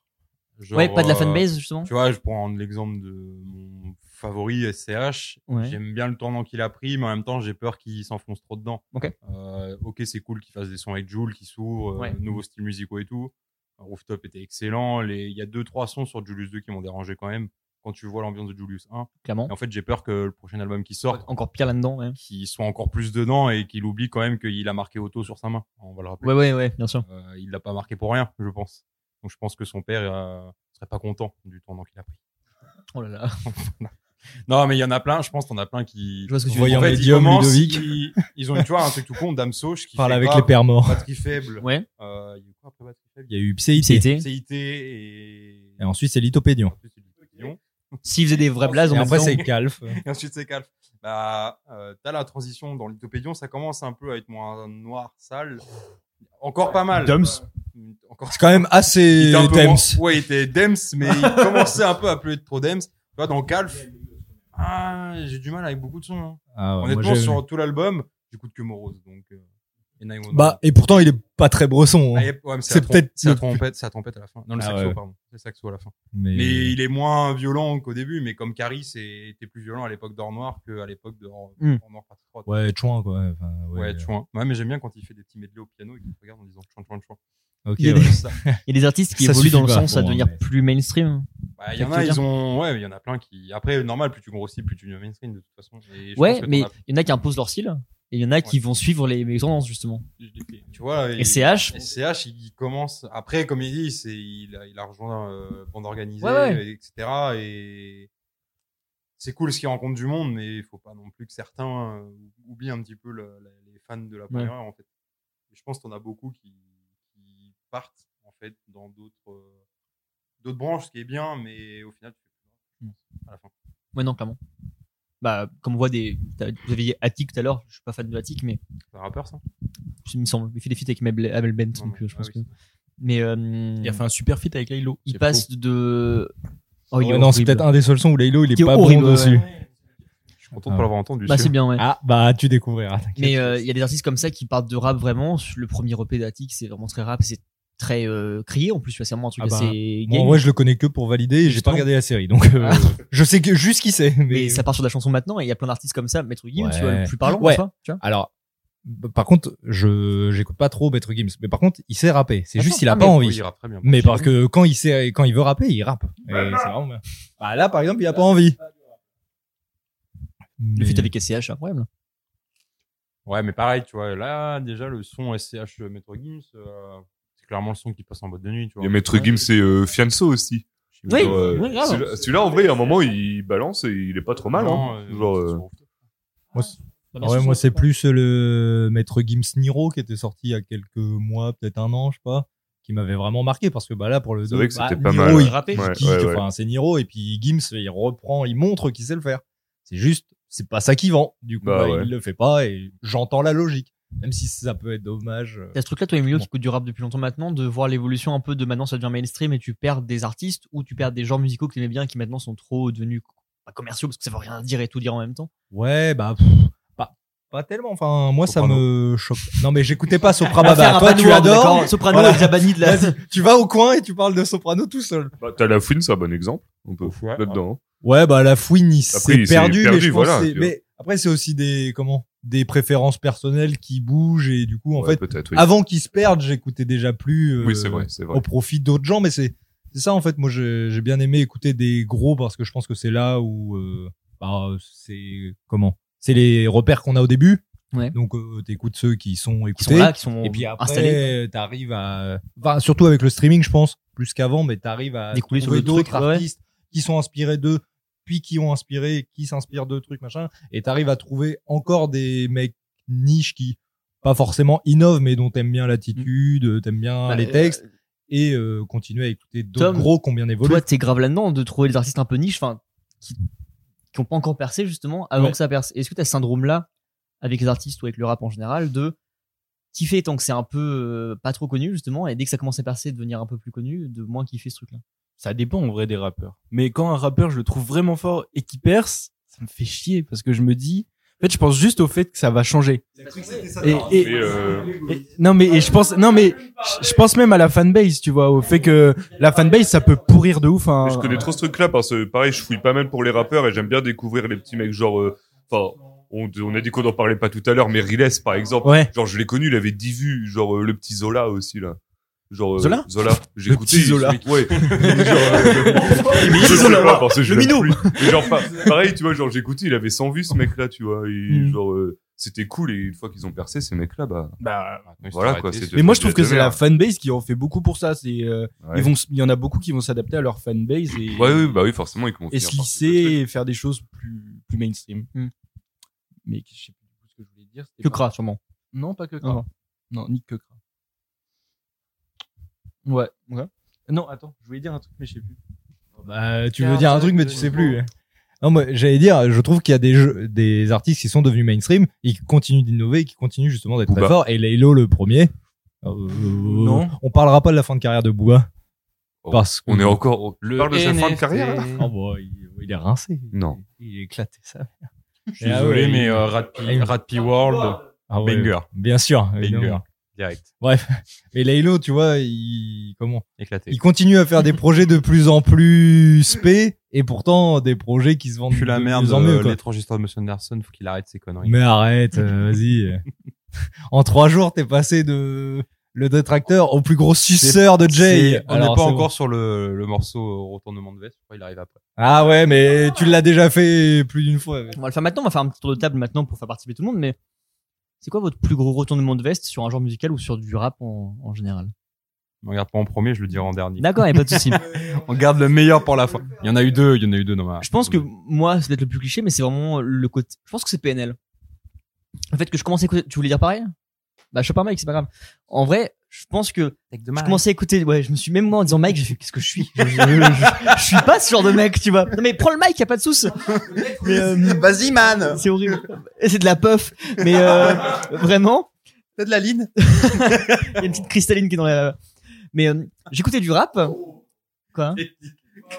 Genre, ouais, pas de la euh, fanbase justement. Tu vois, je prends l'exemple de mon favori SCH. Ouais. J'aime bien le tournant qu'il a pris, mais en même temps, j'ai peur qu'il s'enfonce trop dedans. Ok. Euh, ok, c'est cool qu'il fasse des sons avec Jules, qui s'ouvre, euh, Ouais. nouveaux styles musicaux et tout. Rooftop était excellent. Les- Il y a deux, trois sons sur Julius 2 qui m'ont dérangé quand même. Quand tu vois l'ambiance de Julius 1, Clairement. Et en fait, j'ai peur que le prochain album qui sort, Encore pire là-dedans. Ouais. qu'il soit encore plus dedans et qu'il oublie quand même qu'il a marqué Auto sur sa main. On va le rappeler. ouais, ouais, ouais, bien sûr. Euh, il l'a pas marqué pour rien, je pense. Donc je pense que son père euh, serait pas content du tournant qu'il a pris. *laughs* Oh là là. Non, mais il y en a plein. Je pense qu'on a plein qui. Je vois ce que tu veux Voyant en fait, ils médium, commencent, Ludovic. ils, ils ont une, tu vois, un truc tout con, Damsoche qui Parle fait avec grave les pères morts. Batterie faible. Ouais. Euh, il y a eu quoi après batterie faible Il y a eu Pseïté. Ça a été. CIT et. Et ensuite, c'est Lithopédion. Ensuite, c'est Lithopédion. S'ils faisaient des vrais blazes, Et on après, mettrait- c'est Calf. *laughs* Et ensuite, c'est Calf. bah, euh, t'as la transition dans Lithopédion, ça commence un peu à être moins noir, sale. Encore pas mal. Dumps. euh, Encore- C'est quand même assez Il était un peu Dems. moins- Ouais, il était Dems, mais il *laughs* commençait un peu à plus être trop Dems. Tu vois, dans Calf, ah, j'ai du mal avec beaucoup de sons. hein. Ah ouais, moi, Honnêtement, j'ai- sur tout l'album, j'écoute que Morose. Donc, euh, et Nine Wonder. Bah, et pourtant, il est pas très bresson. hein. Ah, il y a- ouais, mais c'est la trom- peut-être c'est la le- trompette, c'est la trompette à la fin. Non, le Ah saxo, ouais. pardon. Le saxo à la fin. Mais- Mais, il est moins violent qu'au début, mais comme Carrie, c'était plus violent à l'époque d'Or Noir qu'à l'époque de Or Hmm. Or Noir partie 3. Ouais, Chouin, quoi, ouais, enfin, ouais, ouais, euh. Chouin. Ouais, mais j'aime bien quand il fait des petits medley au piano et qu'il te regarde en disant chouin, chouin, chouin. Ok, il, y a ouais. des, Ça. *laughs* il y a des artistes qui Ça évoluent dans le suffit pas sens à pour moi, devenir plus mainstream. Bah, C'est Il y en ce que a, je veux ils dire. ont, ouais, il y en a plein qui, après, normal, plus tu grossis, plus tu deviens mainstream, de toute façon. Et je Ouais, pense que t'en mais as- il y en a qui imposent leur style et il y en a qui vont suivre les, les tendances justement. tu vois. Et il- CH et CH, il commence. Après, comme il dit, c'est, il, a, il a rejoint euh, Bande Organisée, Ouais, ouais. etc. Et c'est cool ce qu'il rencontre du monde, mais il faut pas non plus que certains euh, oublient un petit peu le- la- les fans de la première heure, en fait. Et je pense qu'on a beaucoup qui, qui partent, en fait, dans d'autres, euh, d'autres branches, ce qui est bien, mais au final, tu fais plus grand, je pense, à la fin. Ouais, non, clairement. Bah, comme on voit des. t'as- Vous avez dit Attic tout à l'heure, je suis pas fan de Attic, mais. C'est un rappeur, ça Il me semble. Il fait des feats avec Mabel- Abel Bent, donc euh, je Ah pense que. Mais. euh, Il a fait un super feat avec Lilo. Il passe de. Oh, il est Ouais, non, c'est horrible. peut-être un des seuls sons où Laylo, il est Qui est pas horrible, bon dessus. ouais. Je suis content de pas l'avoir entendu. Bah, c'est bien, ouais. Ah, bah, tu découvriras. t'inquiète. Mais euh, il y a des artistes comme ça qui partent de rap vraiment. Le premier EP d'Attic, c'est vraiment très rap, c'est très euh, crié en plus, tu vois, c'est vraiment un truc Ah bah, assez gay. moi, en vrai, je le connais que pour valider et j'ai pas Justement. regardé la série. Donc, euh, *laughs* je sais que juste qui c'est. Mais... Et ça part sur de la chanson maintenant, et il y a plein d'artistes comme ça, Maître Gims, tu vois, Ouais. le plus parlant, Ouais. enfin, tu vois. Alors, b- par contre, je j'écoute pas trop Maître Gims, mais par contre, il sait rapper. C'est Attends, juste il a ah, pas mais- envie. oui, il rappe très bien. mais parce que quand il sait quand il veut rapper, il rappe. Et c'est vraiment bien. Bah, là, par exemple, il a pas envie. Le Mais- feat avec SCH, incroyable. Ouais, mais pareil, tu vois, là, déjà, le son SCH Metro Gims, euh, c'est clairement le son qui passe en boîte de nuit, tu vois. Il y a Maître Gims et euh, Fianso aussi. Oui, Genre, euh, oui, grave. celui-là- Celui-là, en vrai, à un moment, il balance et il est pas trop mal. Non, hein. euh, Genre, euh, Moi, Bah, Ah bien ouais, sûr, moi ça, c'est plus le maître Gims Niro qui était sorti il y a quelques mois, peut-être un an, je sais pas, qui m'avait vraiment marqué parce que bah là pour le C'est deux, vrai que bah, c'était pas Niro, mal. il Ouais, rappelle, ouais, il kick, ouais. enfin, c'est Niro et puis Gims il reprend, il montre qu'il sait le faire. C'est juste c'est pas ça qui vend. Du coup Bah bah, ouais. il le fait pas et j'entends la logique, même si ça peut être dommage. euh, T'as ce truc-là, toi, Emilio, Bon. qui écoute du rap depuis longtemps maintenant, de voir l'évolution un peu de maintenant ça devient mainstream et tu perds des artistes ou tu perds des genres musicaux que t'aimais bien qui maintenant sont trop devenus pas commerciaux parce que ça veut rien dire et tout dire en même temps. Ouais bah pff, pas, pas tellement. Enfin moi ça Soprano. me choque. Non mais j'écoutais pas Soprano. On va faire bah, un toi panneau, tu hein, adores. d'accord Soprano Voilà. est déjà banni de la. Vas-y, tu vas au coin et tu parles de Soprano tout seul. bah, t'as la fouine, c'est un bon exemple. On peut Ouais, là-dedans. hein. Ouais, bah la fouine, il s'est Après, il perdu, s'est mais perdu, je pense voilà, que c'est- tu vois. mais après c'est aussi des comment des préférences personnelles qui bougent et du coup en Ouais, fait peut-être. Oui, avant qu'ils se perdent, j'écoutais déjà plus euh, Oui, c'est vrai, c'est vrai. au profit d'autres gens, mais c'est c'est ça en fait. Moi, j'ai j'ai bien aimé écouter des gros parce que je pense que c'est là où euh, bah, c'est comment c'est les repères qu'on a au début. Ouais. Donc euh, t'écoutes ceux qui sont Qui écoutés. sont là, qui sont Et puis installés. après, t'arrives à, enfin, surtout avec le streaming, je pense, plus qu'avant, mais t'arrives à Découler sur trouver d'autres d'autres trucs, ouais. artistes qui sont inspirés d'eux, puis qui ont inspiré, qui s'inspirent de trucs, machin, et t'arrives à trouver encore des mecs niches qui, pas forcément innovent, mais dont t'aimes bien l'attitude, t'aimes bien Bah, les euh, textes, et euh, continuer à écouter d'autres Tom, gros qui ont bien évolué. Toi, t'es grave là-dedans de trouver des artistes un peu niche, enfin, qui, qui ont pas encore percé justement avant Ouais. que ça perce. Est-ce que t'as ce syndrome-là avec les artistes ou avec le rap en général de kiffer tant que c'est un peu euh, pas trop connu justement et dès que ça commence à percer devenir un peu plus connu de moins kiffer ce truc-là Ça dépend en vrai des rappeurs. Mais quand un rappeur, je le trouve vraiment fort et qui perce, ça me fait chier parce que je me dis. En fait, je pense juste au fait que ça va changer. Et, et- Mais, euh, et- non mais et je pense non mais je pense même à la fanbase tu vois au fait que la fanbase ça peut pourrir de ouf hein. Mais je connais trop ce truc-là parce que, pareil, je fouille pas mal pour les rappeurs et j'aime bien découvrir les petits mecs, genre, euh, enfin, on, on a dit qu'on n'en parlait pas tout à l'heure, mais Riles, par exemple. Ouais. Genre, je l'ai connu, il avait 10 vues, genre, euh, le petit Zola aussi, là. Genre, euh, Zola Zola. J'ai Le écouté. petit Zola. *laughs* Ouais. genre, euh, je sais Zola, pas, parce que je le l'aime minot. plus. Mais genre, pa- pareil, tu vois, genre, j'ai écouté, il avait 100 vues, ce mec-là, tu vois. Et Mm. genre, euh, c'était cool et une fois qu'ils ont percé, ces mecs-là, bah, Bah, Maintenant, il s'est voilà, arrêté, quoi. c'est- mais moi je trouve que de c'est la merde. fanbase qui en fait beaucoup pour ça c'est euh, Ouais. ils vont s- il y en a beaucoup qui vont s'adapter à leur fanbase et Ouais, oui, bah oui, forcément, ils et confirment. se lisser et faire des choses plus plus mainstream Hmm. mais je sais plus du tout ce que je voulais dire c'était que pas- cra sûrement non pas que Ah non. cra non ni que cra ouais ouais non attends je voulais dire un truc mais je sais plus Bah, tu veux dire un truc, mais tu sais plus. Non, moi, j'allais dire, je trouve qu'il y a des jeux, des artistes qui sont devenus mainstream et qui continuent d'innover et qui continuent justement d'être très Booba. forts. Et Laylo, le premier. euh, Non. On parlera pas de la fin de carrière de Booba. Oh, Parce que- on Mhm. est encore- on Le parle de sa fin de hein. carrière, hein. là Oh, bah, il, il est rincé. Non. Il est éclaté, ça. Je suis désolé, mais euh, Rat Ah, P- il- Rat P World, Ah ouais, banger. Bien sûr. Banger. évidemment. Direct. Bref. Mais Laylo, tu vois, il, comment? Éclaté. Il continue à faire des projets de plus en plus spé et pourtant des projets qui se vendent Plus la de merde, plus en mieux, euh, quoi. l'étrange histoire de Monsieur Anderson, faut qu'il arrête ses conneries. Mais arrête, euh, vas-y. *laughs* en trois jours, t'es passé de le détracteur au plus gros suceur de Jay. C'est- On n'est pas Alors, c'est bon. encore sur le, le morceau euh, retournement de veste, je crois il arrive après. Ah ouais, mais tu l'as déjà fait plus d'une fois. On va le faire maintenant, on va faire un petit tour de table maintenant pour faire participer tout le monde, mais c'est quoi votre plus gros retournement de veste sur un genre musical ou sur du rap en, en général On regarde pas en premier, je le dirai en dernier. D'accord, y a pas de souci. on garde le meilleur pour la fin. Il y en a eu deux, il y en a eu deux dans ma. Je pense que moi, c'est peut-être le plus cliché, mais c'est vraiment le côté. Je pense que c'est PNL. Le fait que je commençais à écouter. Tu voulais dire pareil Bah, je suis pas Mike, c'est pas grave. En vrai, je pense que je commençais à écouter. Ouais, je me suis même moi en disant Mike, j'ai fait qu'est-ce que je suis je, je- je- je suis pas ce genre de mec, tu vois. Non, mais prends le mic, y a pas de souce. Vas-y, man. C'est horrible. Et c'est de la puff, mais euh, vraiment. T'as de la *laughs* line Il y a une petite cristalline qui est dans la. Mais euh, j'écoutais du rap. Quoi Ah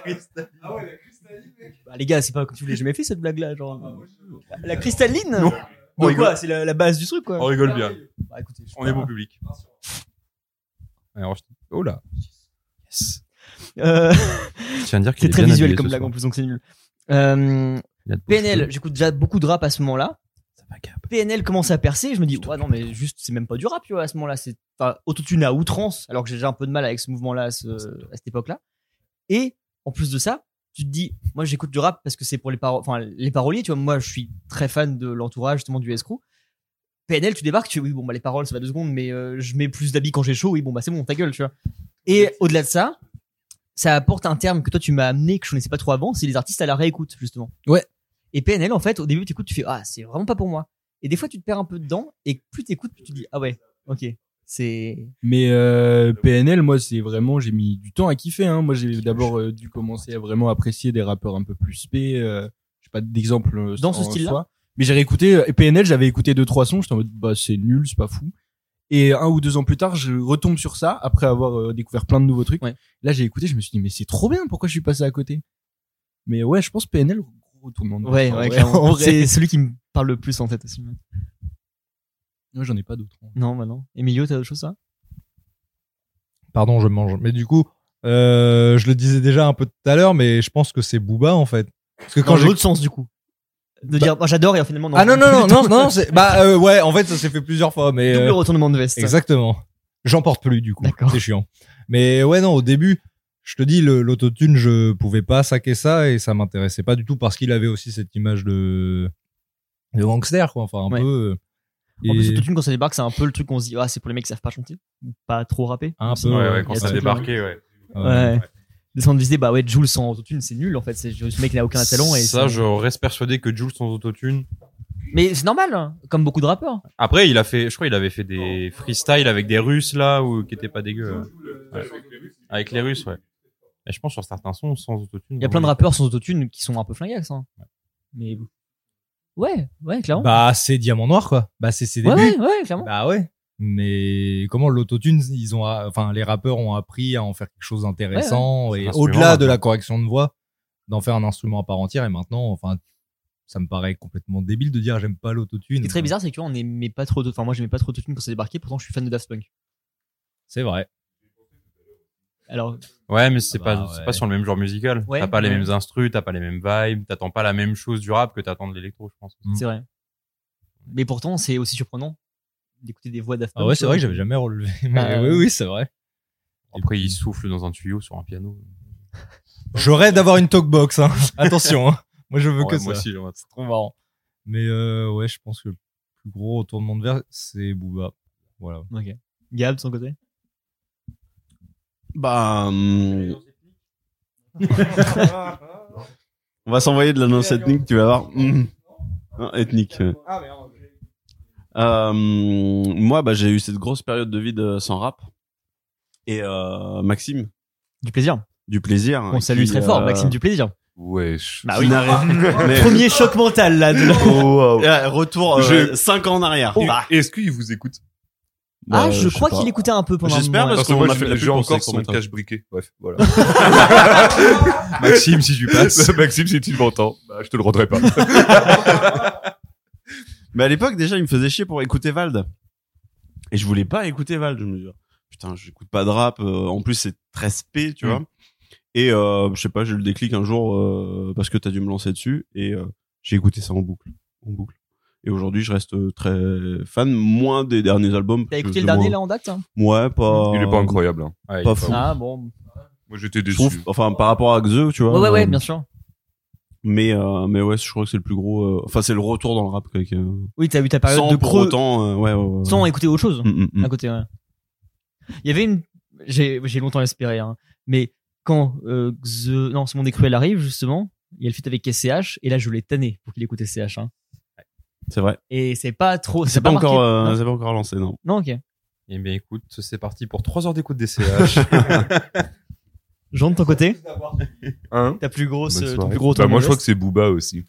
ouais, Bah, les gars, c'est pas comme tu voulais jamais fait cette blague là, genre. La cristalline Non. On De rigole. quoi C'est la, la base du truc quoi. On rigole bien. Bah, écoutez, je- On est bon public. Alors, je- Oh là. Euh, Je tiens à dire qu'il C'est est très bien visuel habillé comme ce blague en soir. plus, donc c'est nul. Euh, Il a de beaux PNL, cheveux. j'écoute déjà beaucoup de rap à ce moment-là. PNL commence à percer, je me dis, ouais, non, mais juste, c'est même pas du rap, tu vois, à ce moment-là. C'est enfin, autotune à outrance, alors que j'ai déjà un peu de mal avec ce mouvement-là à, ce- à cette époque-là. Et, en plus de ça, tu te dis, moi, j'écoute du rap parce que c'est pour les, paro enfin, les paroliers, tu vois. Moi, je suis très fan de l'entourage, justement, du escroc. PNL, tu débarques, tu dis, oui, bon, bah, les paroles, ça va deux secondes, mais euh, je mets plus d'habits quand j'ai chaud, oui, bon, bah, c'est bon, ta gueule, tu vois. Et au-delà de ça, ça apporte un terme que toi, tu m'as amené, que je connaissais pas trop avant, c'est les artistes à la réécoute, justement. Ouais. Et PNL, en fait, au début, tu écoutes, tu fais, ah, c'est vraiment pas pour moi. Et des fois, tu te perds un peu dedans, et plus t'écoutes, plus tu dis, ah ouais, ok, c'est. Mais euh, PNL, moi, c'est vraiment, j'ai mis du temps à kiffer. Hein. Moi, j'ai d'abord euh, dû commencer à vraiment apprécier des rappeurs un peu plus spé. Euh, j'ai pas d'exemple euh, Dans ce en style-là soi. Mais j'ai réécouté euh, PNL, j'avais écouté deux trois sons, j'étais en mode bah c'est nul, c'est pas fou. Et un ou deux ans plus tard, je retombe sur ça après avoir euh, découvert plein de nouveaux trucs. Là, j'ai écouté, je me suis dit mais c'est trop bien, pourquoi je suis passé à côté Mais ouais, je pense PNL retournement. de Ouais, veste, Ah en ouais, vrai. clairement. En *laughs* vrai. C'est celui qui me parle le plus, en fait, aussi. Moi, j'en ai pas d'autres. Non, bah non. Emilio, t'as autre chose, ça Pardon, je mange. Mais du coup, euh, je le disais déjà un peu tout à l'heure, mais je pense que c'est Booba en fait. Parce que Dans j'ai- l'autre sens, du coup. De dire, bah, j'adore, et finalement, non. ah non non non du non *laughs* tout. non, c'est bah euh, ouais en fait ça s'est fait plusieurs fois mais Double euh, retournement de veste. exactement j'en porte plus du coup c'est chiant mais ouais non au début je te dis le- l'autotune je pouvais pas saquer ça et ça m'intéressait pas du tout parce qu'il avait aussi cette image de de gangster quoi enfin un Ouais. peu euh, En plus, et- l'autotune, quand ça débarque, c'est un peu le truc qu'on se dit, ah, c'est pour les mecs qui savent pas chanter, ou pas trop rapper. Un Même si- peu, ouais, ouais, quand Il y a ça ce truc-là. débarquait, ouais. Ouais. Ouais. Descendre visée, bah ouais, Jules sans autotune, c'est nul en fait. C'est le mec qui n'a aucun talent. Et ça, c'est- je reste persuadé que Jules sans autotune. Mais c'est normal, hein, comme beaucoup de rappeurs. Après, il a fait, je crois, il avait fait des freestyles avec des Russes là, ou qui étaient pas dégueux. Ouais. Avec les Russes, ouais. Et je pense sur certains sons sans autotune. Il y a plein de rappeurs sans autotune qui sont un peu flingasses. Hein. Mais ouais, ouais, clairement. bah c'est diamant noir quoi bah c'est ses ouais, débuts ouais, ouais, clairement. Bah ouais. Mais comment l'autotune, ils ont, a- enfin, les rappeurs ont appris à en faire quelque chose d'intéressant Ouais, ouais. et C'est un au-delà instrument, de la maintenant. correction de voix, d'en faire un instrument à part entière. Et maintenant, enfin, ça me paraît complètement débile de dire j'aime pas Ce l'autotune. qui est très bizarre, c'est qu'on n'aimait pas trop de. Enfin, moi, j'aimais pas trop d'autotune quand c'est débarqué, pourtant, je suis fan de Daft Punk. C'est vrai. Alors, Ouais, mais c'est Ah pas, bah c'est ouais. pas sur le même genre musical. Ouais, t'as pas les ouais. mêmes instrus, t'as pas les mêmes vibes, t'attends pas la même chose du rap que t'attends de l'électro, je pense. c'est vrai. Mais pourtant, c'est aussi surprenant d'écouter des voix Daft Punk. euh, Ah ouais, c'est vrai que j'avais jamais relevé. *laughs* *laughs* Mais Ah, oui, oui, c'est vrai. Après, il souffle dans un tuyau sur un *laughs* piano. Je rêve d'avoir une talkbox. Hein. Attention, hein. moi je veux Ouais, que moi ça. aussi, j'aimerais. c'est trop marrant. Mais euh, ouais, je pense que le plus gros retournement de verre, c'est Booba. Voilà. Ok. Gab, de son côté Bah. hum. *laughs* On va s'envoyer de l'annonce ethnique, tu vas voir. Hum. Hein, ethnique. ouais. Euh, moi, bah, j'ai eu cette grosse période de vide euh, sans rap. Et euh, Maxime. Du plaisir. Du hein, plaisir. euh, On salue très fort, Maxime du plaisir. Wesh. Bah oui. *laughs* Mais- *laughs* Premier choc mental *laughs* là. de- Euh, Retour Je- 5 ans en arrière. Et- Bah. Oh, Est-ce qu'il vous écoute Ah, je crois qu'il écoutait un peu pendant. un J'espère, moment, parce ouais. qu'on moi, a je fait de la fais- pub j'ai pour encore ça, son pour cache mettre un- briquet. Bref, voilà. Maxime, si tu passes. *laughs* Maxime, si tu hein. m'entends, bah, je te le rendrai pas. *laughs* Mais à l'époque, déjà, il me faisait chier pour écouter Vald. Et je voulais pas écouter Vald. Je me disais, putain, j'écoute pas de rap. euh, en plus, c'est très spé, tu Mm. vois. Et euh, je sais pas, j'ai eu le déclic un jour euh, parce que t'as dû me lancer dessus. Et euh, j'ai écouté ça en boucle. En boucle. Et aujourd'hui, je reste euh, très fan, moins des derniers albums. T'as parce que écouté je le dernier moins- là en date hein Ouais, pas. Il est pas incroyable, hein. Pas Ouais, il est fou. Ah bon. Moi, j'étais Je déçu. trouve, enfin, par rapport à Xe, tu vois. Ouais, ouais, ouais, euh, bien sûr. Mais, euh, mais ouais, je crois que c'est le plus gros. euh, Enfin, c'est le retour dans le rap. Avec, euh, Oui, t'as eu ta période sans de pour creux. autant, euh, ouais, ouais, ouais, ouais. sans écouter autre chose hein, Mm, mm, mm. à côté. ouais. Il y avait une, j'ai j'ai longtemps espéré, hein, mais quand euh, The, non, ce monde est cruel arrive justement, il y a le feat avec SCH et là je l'ai tanné pour qu'il écoute SCH. hein. C'est vrai. Et c'est pas trop, C'est c'est pas, pas, encore, marqué, euh, hein. c'est pas encore lancé, non. Non, ok. Eh bien, écoute, c'est parti pour 3 heures d'écoute des *laughs* CH. Jean de *laughs* ton côté, Hein ta plus grosse, euh, Bonne ton soirée. plus gros. Bah, temps moi, modeste. je crois que c'est Booba aussi.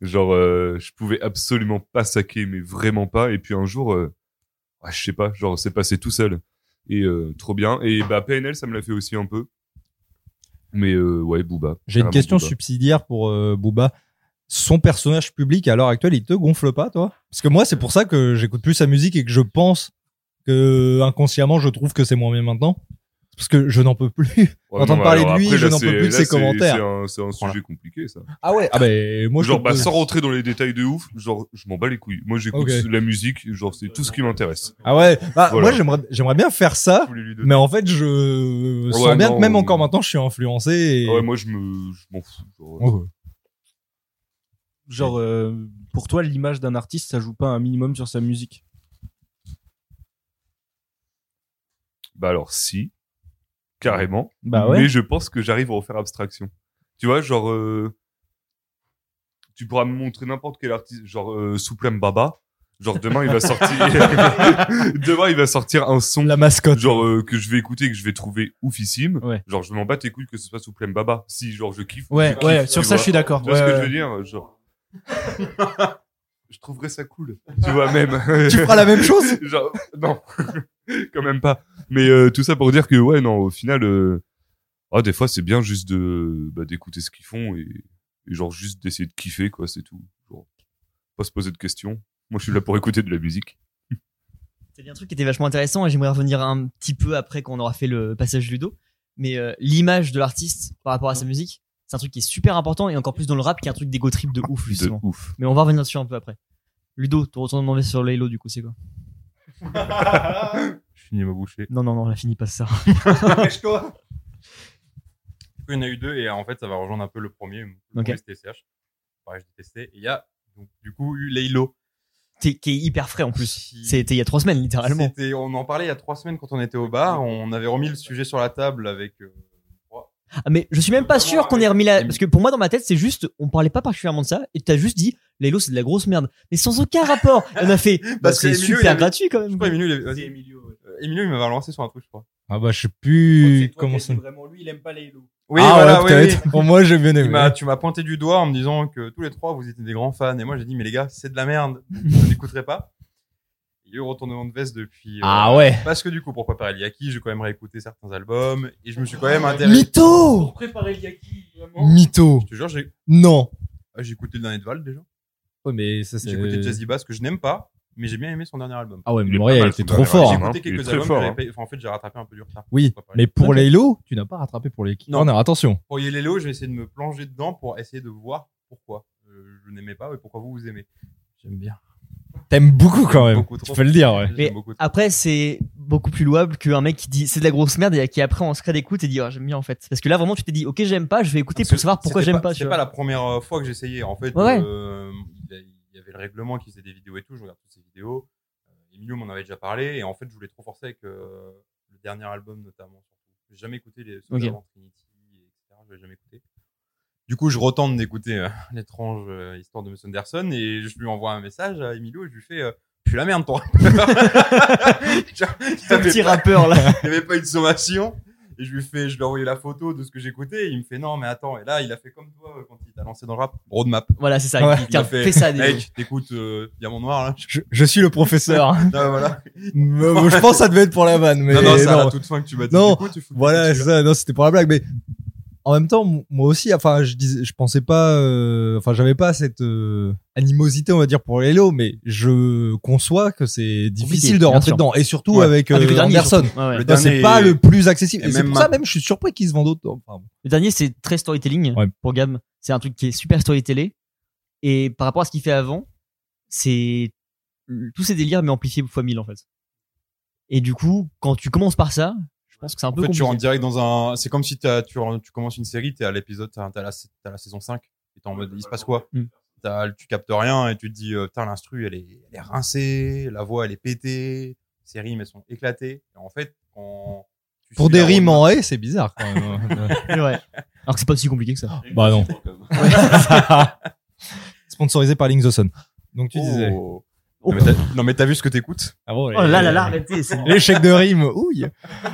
Genre, euh, je pouvais absolument pas saquer, mais vraiment pas. Et puis un jour, euh, ah, je sais pas, genre, c'est passé tout seul. Et euh, trop bien. Et bah, PNL, ça me l'a fait aussi un peu. Mais euh, ouais, Booba. J'ai une Carrément question Booba. subsidiaire pour euh, Booba. Son personnage public à l'heure actuelle, il te gonfle pas, toi Parce que moi, c'est pour ça que j'écoute plus sa musique et que je pense que inconsciemment, je trouve que c'est moins bien maintenant. C'est Parce que je n'en peux *laughs* plus. Ouais, Entendre non, parler alors de lui, après, je là, n'en peux c'est- plus de là, ses c'est- c'est commentaires. un- C'est un, sujet compliqué, ça. Ah ouais Ah ben, moi, je genre, trouve bah, que- sans rentrer dans les détails de ouf, genre, je m'en bats les couilles. Moi, j'écoute Ok. la musique, genre, c'est tout ce qui m'intéresse. Ah ouais, bah, Voilà. moi j'aimerais j'aimerais bien faire ça, mais en fait je sens Ouais, bien non, que même on- encore maintenant je suis influencé. Et... Ouais, moi, je me, je m'en fous. genre, euh, Ouais. Genre, euh, pour toi, l'image d'un artiste, ça joue pas un minimum sur sa musique. Bah alors si, carrément. Bah ouais. Mais je pense que j'arrive à en faire abstraction. Tu vois, genre, euh, tu pourras me montrer n'importe quel artiste, genre euh, Souplem Baba. Genre demain il *laughs* va sortir, demain il va sortir un son, la mascotte, genre euh, que je vais écouter, que je vais trouver oufissime. Ouais. Genre je m'en bats tes couilles que ce soit Souplem Baba. Si genre je kiffe. Ouais, je kiffe, ouais, tu sur ça, vois. je suis d'accord. Tu vois ce Ouais, que je ouais. veux dire, genre. je trouverais ça cool. Tu vois même. *laughs* Tu feras la même chose *laughs* Genre, non, quand même pas. Mais euh, tout ça pour dire que ouais, non, au final, euh, ah, des fois c'est bien juste de bah, d'écouter ce qu'ils font et, et genre juste d'essayer de kiffer quoi, c'est tout. Genre, pas se poser de questions. Moi, je suis là pour écouter de la musique. T'as dit un truc qui était vachement intéressant et j'aimerais revenir un petit peu après qu'on aura fait le passage Ludo. Mais euh, l'image de l'artiste par rapport à Mhm. sa musique, c'est un truc qui est super important et encore plus dans le rap qui est un truc d'égo trip de ouf justement. ouf. Mais on va revenir dessus un peu après. Ludo, ton retour de mauvais sur l'Halo du coup, c'est quoi Je finis ma bouchée. Non, non, non, on la finit pas ça. toi Du coup, il y en a eu deux, et en fait, ça va rejoindre un peu le premier. Le Ok. premier, c'était CH. Pareil, je détestais. Et il y a, donc, du coup, eu Laylo. T'es- qui est hyper frais en plus. C'était il y a trois semaines littéralement. C'était- On en parlait il y a trois semaines quand on était au bar. On avait remis le sujet sur la table avec. euh, Ah, mais je suis même pas sûr qu'on ait remis la. Parce que pour moi, dans ma tête, c'est juste, on parlait pas particulièrement de ça et t'as juste dit, l'Halo c'est de la grosse merde. Mais sans aucun *laughs* rapport. Et on a fait, bah, Parce que c'est Emilio, il super avait- gratuit quand même. Je crois Emilio, il avait- vas-y. Euh, Emilio, il m'avait lancé sur un truc, je crois. Ah bah je sais plus comment ça. Vraiment, lui, il aime pas les loups. Oui, Ah voilà, ouais, oui, oui. *laughs* peut-être. Pour moi, j'ai bien aimé. Il m'a- Tu m'as pointé du doigt en me disant que tous les trois, vous étiez des grands fans. Et moi, j'ai dit, mais les gars, c'est de la merde. Je n'écouterai pas. Il y a eu retournement de veste depuis. euh, Ah ouais. Parce que du coup, pour préparer Liaki, j'ai quand même réécouté certains albums. Et je me suis quand même intéressé. Mytho Pour préparer le yaki, vraiment. Mytho. Je te jure, j'ai. Non. Ah, J'ai écouté le dernier de Val déjà. Ouais, mais ça J'ai écouté Jazzy Bass que je n'aime pas, mais j'ai bien aimé son dernier album. Ah ouais, mais Il est Moria, pas mal, il était son trop dernier fort. J'ai album, écouté hein. Il est quelques très albums, fort, j'avais hein. pas- enfin, en fait, j'ai rattrapé un peu du retard. Oui, C'est pas pareil. mais pour Ok. les lots, tu n'as pas rattrapé pour les Non, non, attention. Pour Yelelo, je vais essayer de me plonger dedans pour essayer de voir pourquoi euh, je n'aimais pas et pourquoi vous vous aimez. J'aime bien. T'aimes beaucoup quand même. Beaucoup Tu trop. peux le dire, ouais. J'aime Mais beaucoup trop. après, c'est beaucoup plus louable qu'un mec qui dit c'est de la grosse merde et qui après en secret d'écoute et dit Ah, j'aime bien en fait. Parce que là vraiment tu t'es dit ok j'aime pas, je vais écouter pour savoir pourquoi C'était j'aime pas. tu C'était vois. pas la première euh, fois que j'essayais. En fait, Ouais, ouais. euh, il y a- il y avait le règlement qui faisait des vidéos et tout. Je regarde toutes ces vidéos. Euh, Emilio m'en avait déjà parlé. Et en fait, je voulais trop forcer avec euh, le dernier album, notamment. J'ai jamais écouté les ceux Ok. d'avant, Trinity, etc. Je l'ai jamais écouté. Du coup, je retente d'écouter hein. euh, *laughs* l'étrange euh, histoire de M. Anderson et je lui envoie un message à Emilio et je lui fais euh, Je suis la *laughs* merde, ton rappeur. Genre, Ton t'avais petit pas- rappeur, là. Il n'y avait pas une sommation. Et je lui fais, je lui ai envoyé la photo de ce que j'écoutais. Et il me fait, non, mais attends. Et là, il a fait comme toi euh, quand il t'a lancé dans le rap. Roadmap. Voilà, c'est ça. Il- Il a tiens, fais ça, Mec, Diego. t'écoutes euh, Diamant Noir, là. Je, je suis le professeur. Ah, voilà. Mais, euh, je pense que ça devait être pour la vanne. Mais Non, non, c'est à la toute fin que tu m'as dit, Non, du coup, tu fous le voilà, c'est ça, non, c'était pour la blague. Mais en même temps, m- moi aussi, enfin, je disais, je pensais pas, euh, enfin, j'avais pas cette euh, animosité, on va dire, pour Lelo, mais je conçois que c'est difficile de bien rentrer sûr. dedans, et surtout Ouais. avec Ah, depuis le euh, dernier, Anderson. surtout. Ouais, ouais. Non, Le dernier C'est pas est- le plus accessible. et Et c'est même pour ça ma- même, je suis surpris qu'ils se vendent autant. Le dernier, c'est très storytelling pour Gam. C'est un truc qui est super storytellé. Et par rapport à ce qu'il fait avant, c'est tous ces délires, mais amplifiés fois 1000 en fait. Et du coup, quand tu commences par ça, je pense que c'est un En peu fait, tu compliqué. rentres direct dans un. C'est comme si t'as- tu, ren- tu commences une série, t'es à l'épisode, t'as t'as la, sa- t'as la saison 5, et t'es en mode, il se passe quoi Mm. T'as- Tu captes rien, et tu te dis, euh, putain, l'instru, elle est, elle est rincée, la voix, elle est pétée, ces rimes, elles sont éclatées. Et en fait, quand. tu Pour suis des la rimes roadmap- en haie, c'est bizarre quand même. hein. *laughs* ouais. Alors que c'est pas aussi compliqué que ça. Bah *laughs* non. *laughs* Sponsorisé par Link the Sun. Donc tu disais. oh. Non, mais t'as- Non, mais t'as vu ce que t'écoutes Ah bon, Oh là là là, arrêtez. c'est- L'échec de rime, ouille.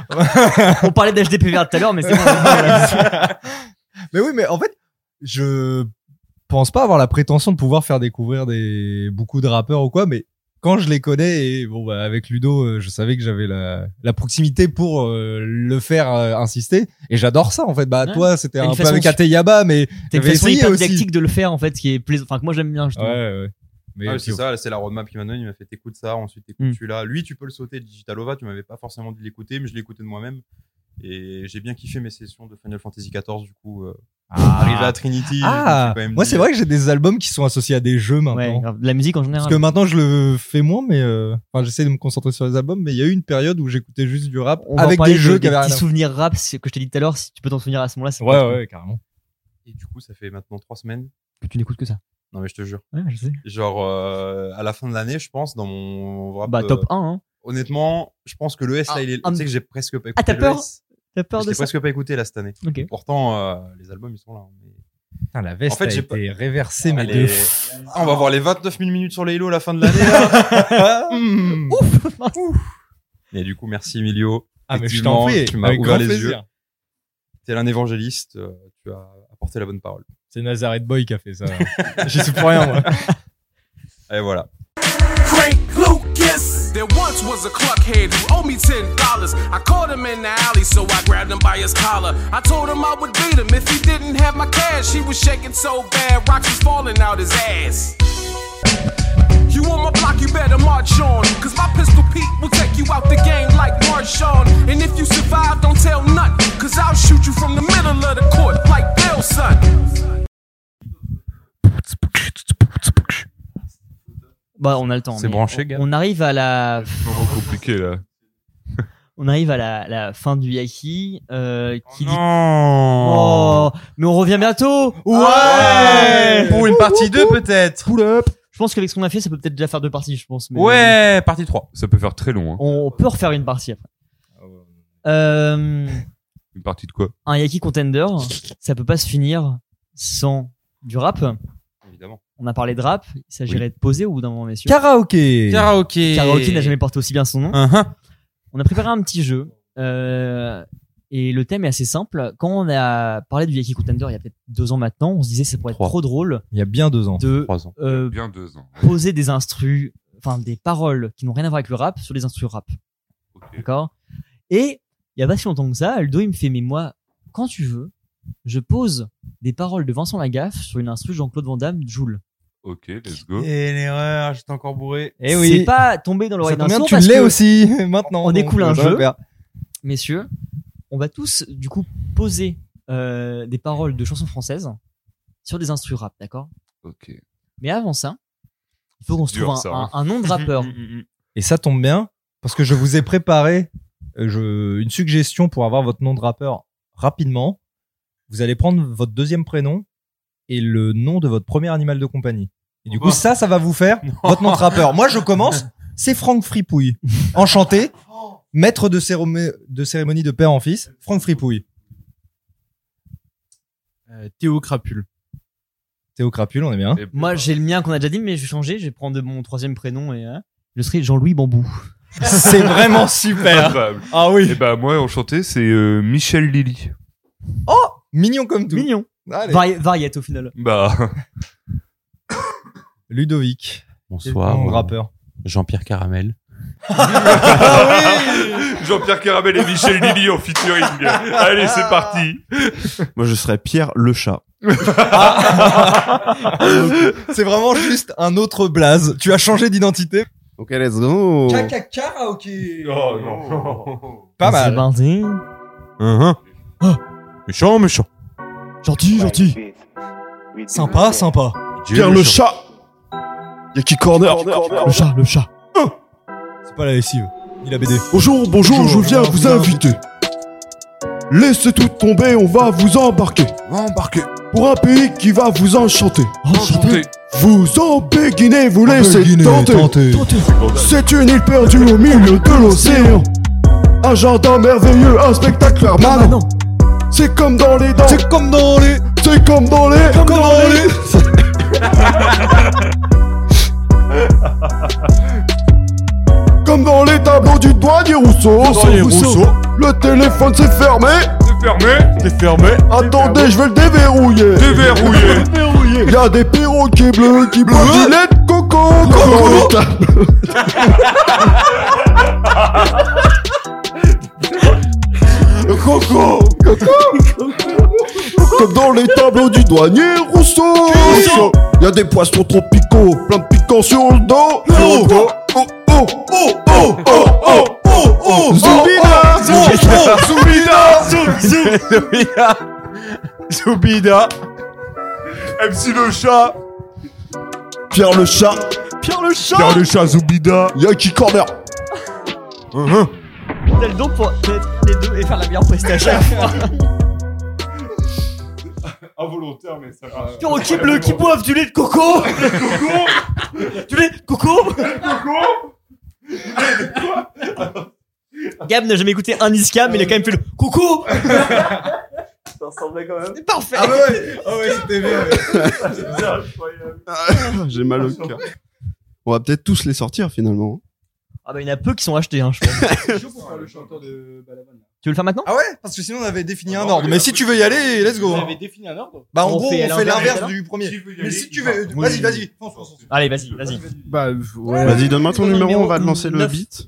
*laughs* On parlait d'HDPVR tout à l'heure, mais c'est bon, voilà. *laughs* mais oui, mais en fait, je pense pas avoir la prétention de pouvoir faire découvrir des beaucoup de rappeurs ou quoi, mais quand je les connais et bon bah avec Ludo, euh, je savais que j'avais la, la proximité pour euh, le faire euh, insister et j'adore ça en fait. Bah Ouais. toi, c'était T'as une un peu façon avec su- Ateyaba, mais T'as une j'avais façon essayé hyper aussi. didactique de le faire en fait, qui est plaisant. Enfin, que moi j'aime bien justement. Ouais, ouais. Ah oui, c'est ça, c'est la roadmap qu'il m'a donnée. Il m'a fait t'écoutes ça, ensuite t'écoutes Mm. celui-là. Lui, tu peux le sauter, Digitalova, tu m'avais pas forcément dit de l'écouter, mais je l'écoutais de moi-même. Et j'ai bien kiffé mes sessions de Final Fantasy XIV, du coup. euh, Arrivé à Trinity. je me Ah, suis quand même moi dit, euh, c'est vrai *laughs* que j'ai des albums qui sont associés à des jeux maintenant. de la musique en général. Parce que maintenant je le fais moins, mais euh, enfin j'essaie de me concentrer sur les albums. Mais il y a eu une période où j'écoutais juste du rap On va en avec parler des jeux de- qui avaient petits rien à- souvenirs rap c'est- que je t'ai dit tout à l'heure. Si tu peux t'en souvenir à ce moment-là, c'est Ouais, pas- ouais, carrément. Et du coup, ça fait maintenant trois semaines que tu n'écoutes que ça. Non, mais je te jure. Ouais, je sais. Genre, euh, à la fin de l'année, je pense, dans mon rap. Bah, top euh, 1, hein. Honnêtement, je pense que le S, là, il est. ah, tu sais que j'ai presque pas écouté. Ah, t'as le peur S. T'as peur Je de l'ai ça presque pas écouté, là, cette année. Ok. Pourtant, euh, les albums, ils sont là. mais- Putain, la veste a j'ai été réversée, mais Elle de est- fou. Ah, on va voir les 29 000 minutes sur les Halo à la fin de l'année. *laughs* là. Mmh. Hmm. Et du coup, merci Emilio. Ah, mais je Effectivement, t'en prie, Tu m'as avec ouvert grand les plaisir. yeux. T'es un évangéliste, euh, tu as apporté la bonne parole. C'est Nazareth Boy qui a fait ça. *laughs* J'y suis pour rien, moi. Et voilà. Frank Lucas. There once was a cluckhead who owed me ten dollars. I caught him in the alley, so I grabbed him by his collar. I told him I would beat him if he didn't have my cash. He was shaking so bad, rocks was falling out his ass. You on my block, you better march on. Cause my pistol Pete will take you out the game like Marshawn. And if you survive, don't tell none. Cause I'll shoot you from the middle of the court like Belson. Bah, on a le temps. C'est mais branché, on- gars On arrive à la. compliqué là. *laughs* On arrive à la, la fin du Yaki. Euh, qui dit... Oh non. Ah Oh, mais on revient bientôt. Ouais. Pour une partie 2 peut-être. Je pense qu'avec ce qu'on a fait, ça peut peut-être déjà faire deux parties, je pense. mais- Ouais, partie 3. Ça peut faire très long. Hein. On Oh. peut refaire une partie après. Euh, Une partie de quoi un Yaki Contender, ça peut pas se finir sans du rap. Évidemment. On a parlé de rap, il s'agirait de poser au bout d'un moment, messieurs. Karaoké. Karaoké. Karaoké n'a jamais porté aussi bien son nom. Uh-huh. On a préparé un petit jeu. euh, et le thème est assez simple. Quand on a parlé du Yaki Contender il y a peut-être deux ans maintenant, on se disait ça pourrait être trop drôle Il y a bien deux ans. de Trois ans. euh, Bien deux ans. poser des instrus, enfin des paroles qui n'ont rien à voir avec le rap sur des instrus rap. D'accord Et il y a pas si longtemps que ça, Aldo il me fait mais moi quand tu veux, je pose des paroles de Vincent Lagaffe sur une instru Jean-Claude Van Damme Joule. Ok, let's go. Et l'erreur, j'étais encore bourré. Et oui. C'est pas tombé dans l'oreille Eh Ça d'un sourd tombe bien, Tu parce l'es que aussi *laughs* maintenant. on donc, découle un ça va jeu. faire. Messieurs, on va tous du coup poser euh, des paroles de chansons françaises sur des instrus rap, d'accord Ok. Mais avant ça, il faut qu'on se dur, trouve un, ça, hein. un- un nom de rappeur. Et ça tombe bien parce que je vous ai préparé euh, je- une suggestion pour avoir votre nom de rappeur rapidement. Vous allez prendre votre deuxième prénom et le nom de votre premier animal de compagnie. Et du coup, ça, ça va vous *laughs* faire votre nom de rappeur. Moi, je commence. C'est Franck Fripouille. *laughs* Enchanté. Maître de, cérémonie- de cérémonie de père en fils. Franck Fripouille. Euh, Théo Crapule. Eh ben, Théo Crapule, on est bien. *laughs* Moi, j'ai le mien qu'on a déjà dit, mais je vais changer. Je vais prendre mon troisième prénom et hein, je serai Jean-Louis Bambou. *laughs* C'est vraiment *laughs* super. Ah oui. Et bah moi enchanté, c'est euh, Michel Lily. Oh, mignon comme tout. Mignon. Allez. Vari- variette au final. Bah *coughs* Ludovic. Bonsoir. Mon euh, rappeur. Ah Jean-Pierre *laughs* Caramel. Ah Jean-Pierre Caramel et Michel Lily en featuring. Allez, c'est parti. Moi, je serais Pierre le chat. *laughs* C'est vraiment juste un autre blaze. Tu as changé d'identité. Ok, let's go. Caca karaoké. Oh *laughs* non. Pas mal. Uh-huh. parti. Méchant, méchant. Gentil, gentil. Sympa, sympa. Dieu, Pierre le le chat. Y'a qui corner Le chat, le chat. Hein C'est pas la lessive. Il a BD. Bonjour, bonjour, je viens vous inviter. Laissez tout tomber, on va vous embarquer. Embarquer. Pour un pays qui va vous enchanter. Enchanter. Vous embéguinez, vous laissez Embéguiner, tenter. tenter. C'est une île perdue au milieu de l'océan. Un jardin merveilleux, un spectacle permanent. C'est comme dans les dents. Ah, bah C'est comme dans les. C'est comme dans les. Comme dans les. Comme dans les tableaux du douanier Rousseau. Douanier Rousseau. Le téléphone s'est fermé. C'est fermé. C'est fermé. Attendez, je vais le déverrouiller. Déverrouiller. Il y a des perroquets bleus qui boivent du lait de coco. coco. Coco. Coco. Comme dans les tableaux du douanier Rousseau. Il y a des poissons tropicaux, plein de piquants sur le dos. Oh oh oh oh oh oh oh oh oh Zoubida Zoubida Zoubida Zoubida Zoubida MC le chat Pierre le chat Pierre le chat Pierre le chat Zoubida Y'a qui corner Hein, T'as le don pour être les deux et faire la meilleure prestation à la *laughs* fois. Involontaire, mais ça marche. Perroquet bleu qui boivent du lait de coco. du lait de coco. Coco Gab n'a jamais écouté un Niska, mais il a quand même fait le coucou. Ça ressemblait quand même. Parfait. Ah ouais, ah ouais, c'était bien. C'est incroyable. *laughs* Ah, J'ai mal au cœur. On va peut-être tous les sortir finalement. Ah bah il y en a peu qui sont achetés, hein, je pense. pour faire le chanteur de Balavoine. tu veux le faire maintenant Ah ouais Parce que sinon on avait défini un ordre. Mais si tu veux y aller, let's go. hein. Vous avez défini un ordre Bah en gros, on fait l'inverse alors du premier. Mais aller, si tu il veux, va. vas-y, vas-y. fonce, fonce, fonce. Allez, vas-y, vas-y. Bah, ouais. Vas-y, donne-moi ton Ton numéro, numéro on va te lancer le neuf. beat.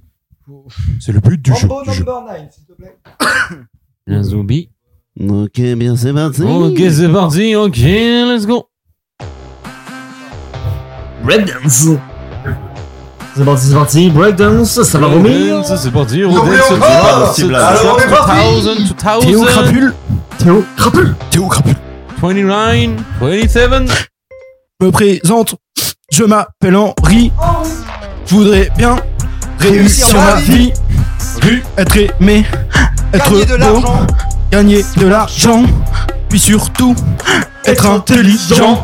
C'est le but du jeu. Rambo number 9, s'il te plaît. *coughs* Un zombie. Ok, bien, c'est parti. Oh, Ok, c'est parti. Ok, let's go. Breakdance. C'est parti, c'est parti. Breakdance, ça va revenir. Hein Ça, c'est parti. Non, mais Rodin, encore c'est Alors, parti. on est parti. 2000, Théo 2000. Crapule. Théo Crapule. Théo Crapule. 29, 27. me présente, je m'appelle Henri. Je voudrais bien réussir ma vie, être aimé, être Gagner beau, de l'argent. gagner de l'argent, puis surtout être intelligent.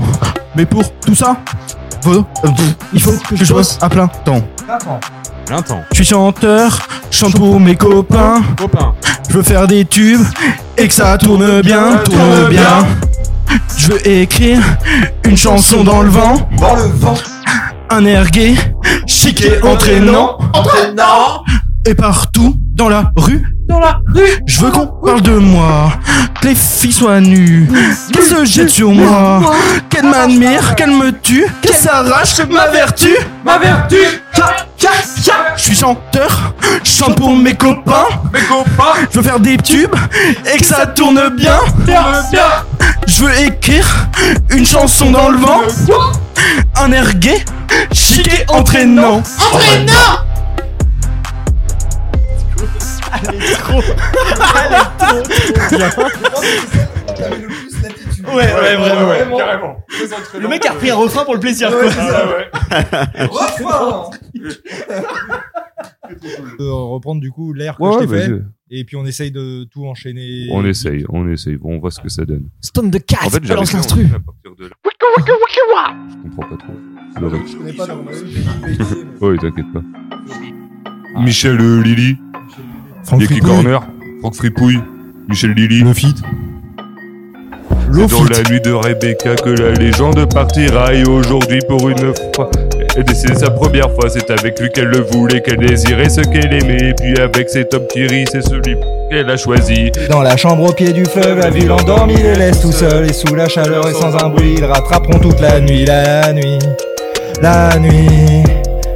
Mais pour tout ça, faut- euh, pff, il faut que je bosse à plein temps. Plein temps. Je suis chanteur, je chante pour mes copains. Copain. Je veux faire des tubes et que ça tourne bien, tourne bien. Je veux écrire une chanson dans le vent, dans le vent. Un air gai, chic et entraînant, entraînant. Et partout dans la rue, dans la rue. Je veux qu'on parle de moi, que les filles soient nues, qu'elles se jettent sur moi, qu'elles m'admirent, qu'elles me tuent, qu'elles s'arrachent ma vertu, ma vertu. Je suis chanteur, je chante pour mes copains, mes copains. Je veux faire des tubes et que ça tourne bien, Je veux écrire une chanson dans le vent, un air gai, chic et entraînant. Entraînant. Ouais, ouais, vraiment. Le mec a repris un refrain pour le plaisir, quoi. Refrain. Euh, reprendre du coup l'air que Ouais, je t'ai ouais, fait. vas-y. Et puis on essaye de tout enchaîner. On essaye, on essaye. Bon, on voit ce que ça donne. Stone de casse, En fait, balance j'arrive l'instru. à partir de là. Je comprends pas trop. Le reste. *laughs* Oui, t'inquiète pas. Ah. Michel euh, Lily. Franck Yaki Fripouille. Corner. Franck Fripouille. Michel Lily. Le feat. C'est dans la nuit de Rebecca que la légende partira et aujourd'hui pour une fois. Et c'est sa première fois, c'est avec lui qu'elle le voulait, qu'elle désirait ce qu'elle aimait. Et puis avec cet homme qui rit, c'est celui qu'elle a choisi. Dans la chambre au pied du fleuve, la ville endormie les laisse tout seul et sous la chaleur et sans un bruit, ils rattraperont toute la nuit, la nuit, la nuit,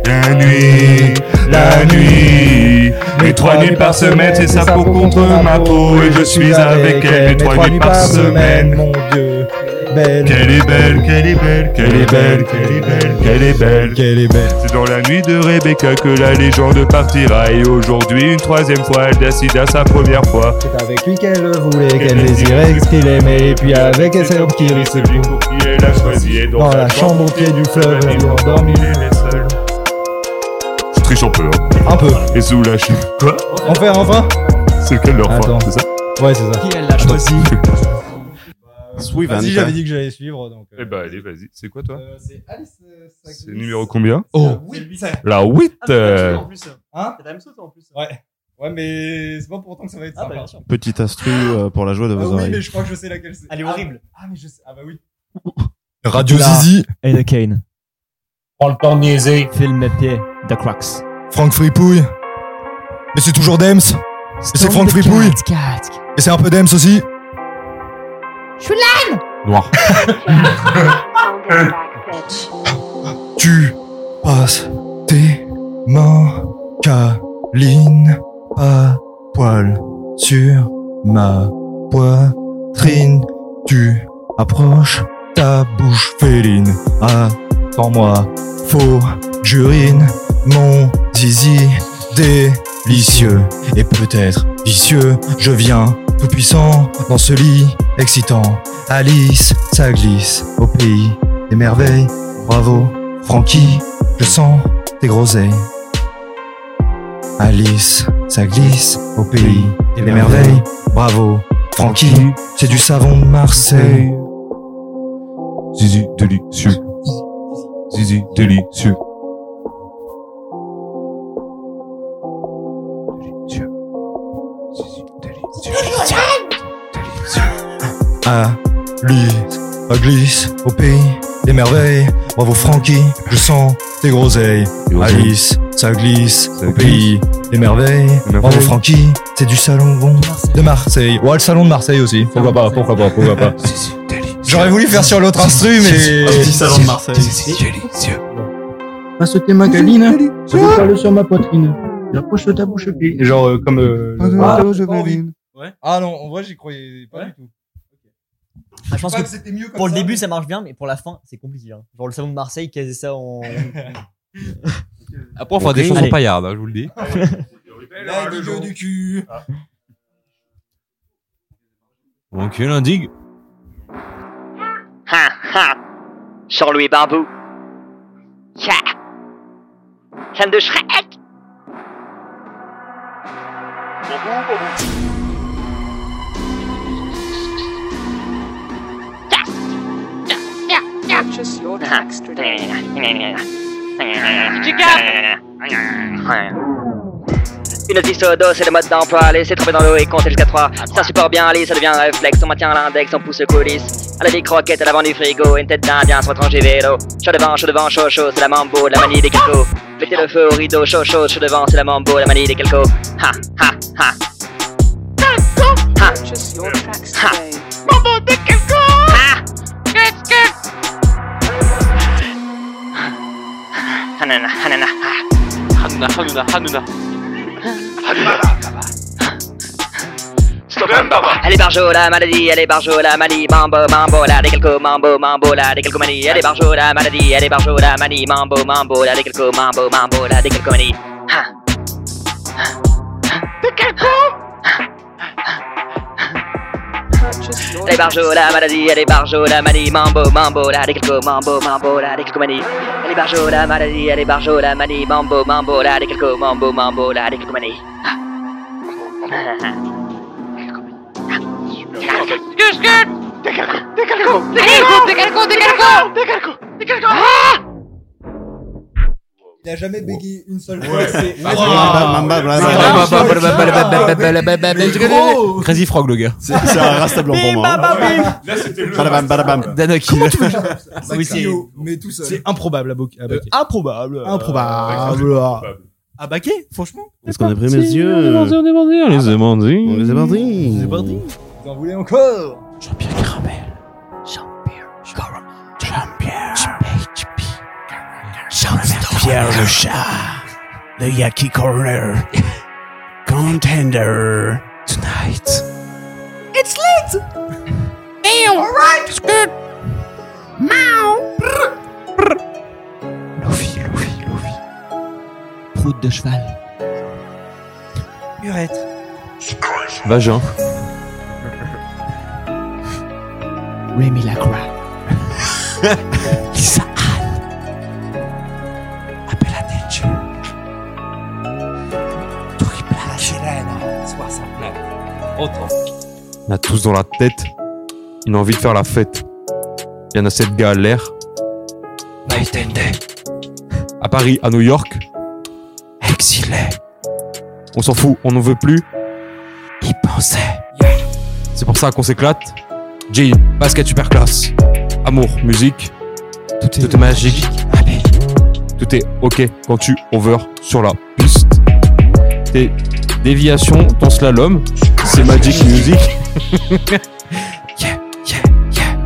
la nuit, la nuit. Mes trois nuits par semaine, c'est ça pour contre ma peau. Oh, Et je suis avec elle, mes trois nuits par semaine. mon Dieu, belle. Qu'elle est belle, qu'elle est belle, qu'elle est belle, qu'elle est belle, qu'elle est belle, qu'elle est belle. C'est dans la nuit de Rebecca que la légende partira. Et aujourd'hui, une troisième fois, elle décide à sa première fois. C'est avec lui qu'elle le voulait, qu'elle désirait, ce qu'il aimait, et puis avec elle, c'est l'homme qui rit, c'est lui. Qui elle a choisi. Et Dans la chambre au pied du fleuve, la ville endormie elle est seule. Je triche un peu. hein. Un peu. Et sous la chine. Quoi Enfer, enfin C'est lequel leur fin, c'est ça Ouais, c'est ça. Qui elle l'a choisi Vas-y, j'avais dit que j'allais suivre. Donc, Eh bah, allez, vas-y. C'est quoi, toi C'est Alice. C'est numéro combien Oh. La euh. 8 Ah, Ah, en plus. Hein T'as la même sauté en plus. Ah, bah, Ouais. Ouais, mais c'est pas pour autant que ça va être sympa. Petite instru euh, pour la joie de Ah vos oui, mais oreilles. je crois que je sais laquelle c'est. Elle est horrible. Ah, mais je sais. Ah bah oui. Radio Zizi. Ada Kane. Prends le temps de niaiser. Filme mes pieds. The Cracks. Franck Fripouille. Mais c'est toujours Dems. Mais c'est Franck Fripouille. Et c'est un peu Dems aussi. Je suis l'âne Noir. tu passes tes mains câlines à poil sur ma poitrine. Tu approches ta bouche féline. Attends-moi, faux j'urine mon zizi délicieux et peut-être vicieux. Je viens tout puissant dans ce lit excitant. Alice, ça glisse au pays des merveilles. Bravo, Francky, je sens tes groseilles. Alice, ça glisse au pays des merveilles. Bravo, Francky, c'est du savon de Marseille. Zizi délicieux. Zizi délicieux. Alice, ça glisse au pays des merveilles. Bravo Francky, je sens tes groseilles. groseilles. Alice, ça glisse au glisse. pays des merveilles. Bravo merveilles. Francky, c'est du salon de Marseille. Ouais, le salon de Marseille aussi. Pourquoi pas, pourquoi pas, pourquoi *laughs* pas. J'aurais voulu faire sur l'autre instru, mais. Passe tes mains câlines, le sur ma poitrine. J'approche de ta bouche Et genre euh, comme euh, le- Ouais. Ah non, en vrai, j'y croyais pas du tout. Ah, je pense Pas que, que c'était mieux comme pour le ça, début mais- ça marche bien, mais pour la fin c'est compliqué. hein. Genre le salon de Marseille, caser *laughs* ça en. Après, on fera des choses en Allez. paillarde, hein, je vous le dis. La vidéo du cul. Mon cul l'indigue. Ha ha Jean-Louis Barbou. Yeah Scène de Shrek Purchase your tracks today. Une piste d'eau, c'est le mode d'emploi. Laissez tomber dans l'eau et comptez jusqu'à 3. Ça supporte bien, allez, ça devient un réflexe. On maintient l'index, on pousse le coulisses. À la vie croquette, à l'avant du frigo. Une tête d'indien, sur tranche du vélo. Chaud devant, chaud devant, chaud, chaud, c'est la mambo, de la manie des calcos. Mettez le feu au rideau, chaud, chaud, chaud devant, c'est la mambo, de la manie des calcos. Ha, ha, ha. Purchase your tracks today. Hanana, hanana, ha. Hanuna, Hanuna, Hanuna. Elle est barjo, la maladie, elle est barjo, la maladie, mambo, mambo, la des quelques mambo, mambo, la des quelques manies. Elle est barjo, la maladie, elle est barjo, la manie, mambo, mambo, la des quelques mambo, mambo, la des quelques manies. Ha. Elle est barjo, la maladie, elle est barjo, la manie, mambo, mambo, la des quelques mambo, mambo, la des quelques manies. Elle est barjo, la maladie, elle est barjo, la manie, mambo, mambo, la des quelques mambo, mambo, la des quelques manies. Ha. Ha, ha. Il a jamais bégayé une seule Ouais. fois. Ah. c'est- Bah, bah, bah, bah, c'est- bah, bah, bah, bah, bah, bah, bah, bah, bah, bah, bah, bah, bah, gros. Crazy Frog, le gars. C'est c'est un rasta blanc pour moi. hein. Badabam, *laughs* badabam. Danakil. Oui, c'est- mais tout seul. C'est improbable à Boc- à Baquet. improbable. euh, Improbable. À Baquet, franchement. Est-ce qu'on a pris mes yeux On est bandés, on les a bandés. On les a bandés. Vous en voulez encore Jean-Pierre Caramel. Jean-Pierre Caramel. Jean-Pierre. Pierre le chat, le Yaki Corner, Contender, Tonight. It's lit! Damn! Alright! It's good! Mao! Prout de cheval. Murette. *laughs* Vagin. Rémi Lacroix. Lisa Appelle à nature. Triple la sirène. 69. Autant. On a tous dans la tête une envie de faire la fête. Il y en a sept gars à l'air. Night and Day, À Paris, à New York. Exilé, On s'en fout, on n'en veut plus. y pensait. C'est pour ça qu'on s'éclate. Jean, basket super classe. Amour, musique. Tout est, magique. Tout est ok quand tu over sur la piste. Tes déviations dans slalom. C'est magic music. Yeah, yeah, yeah, yeah,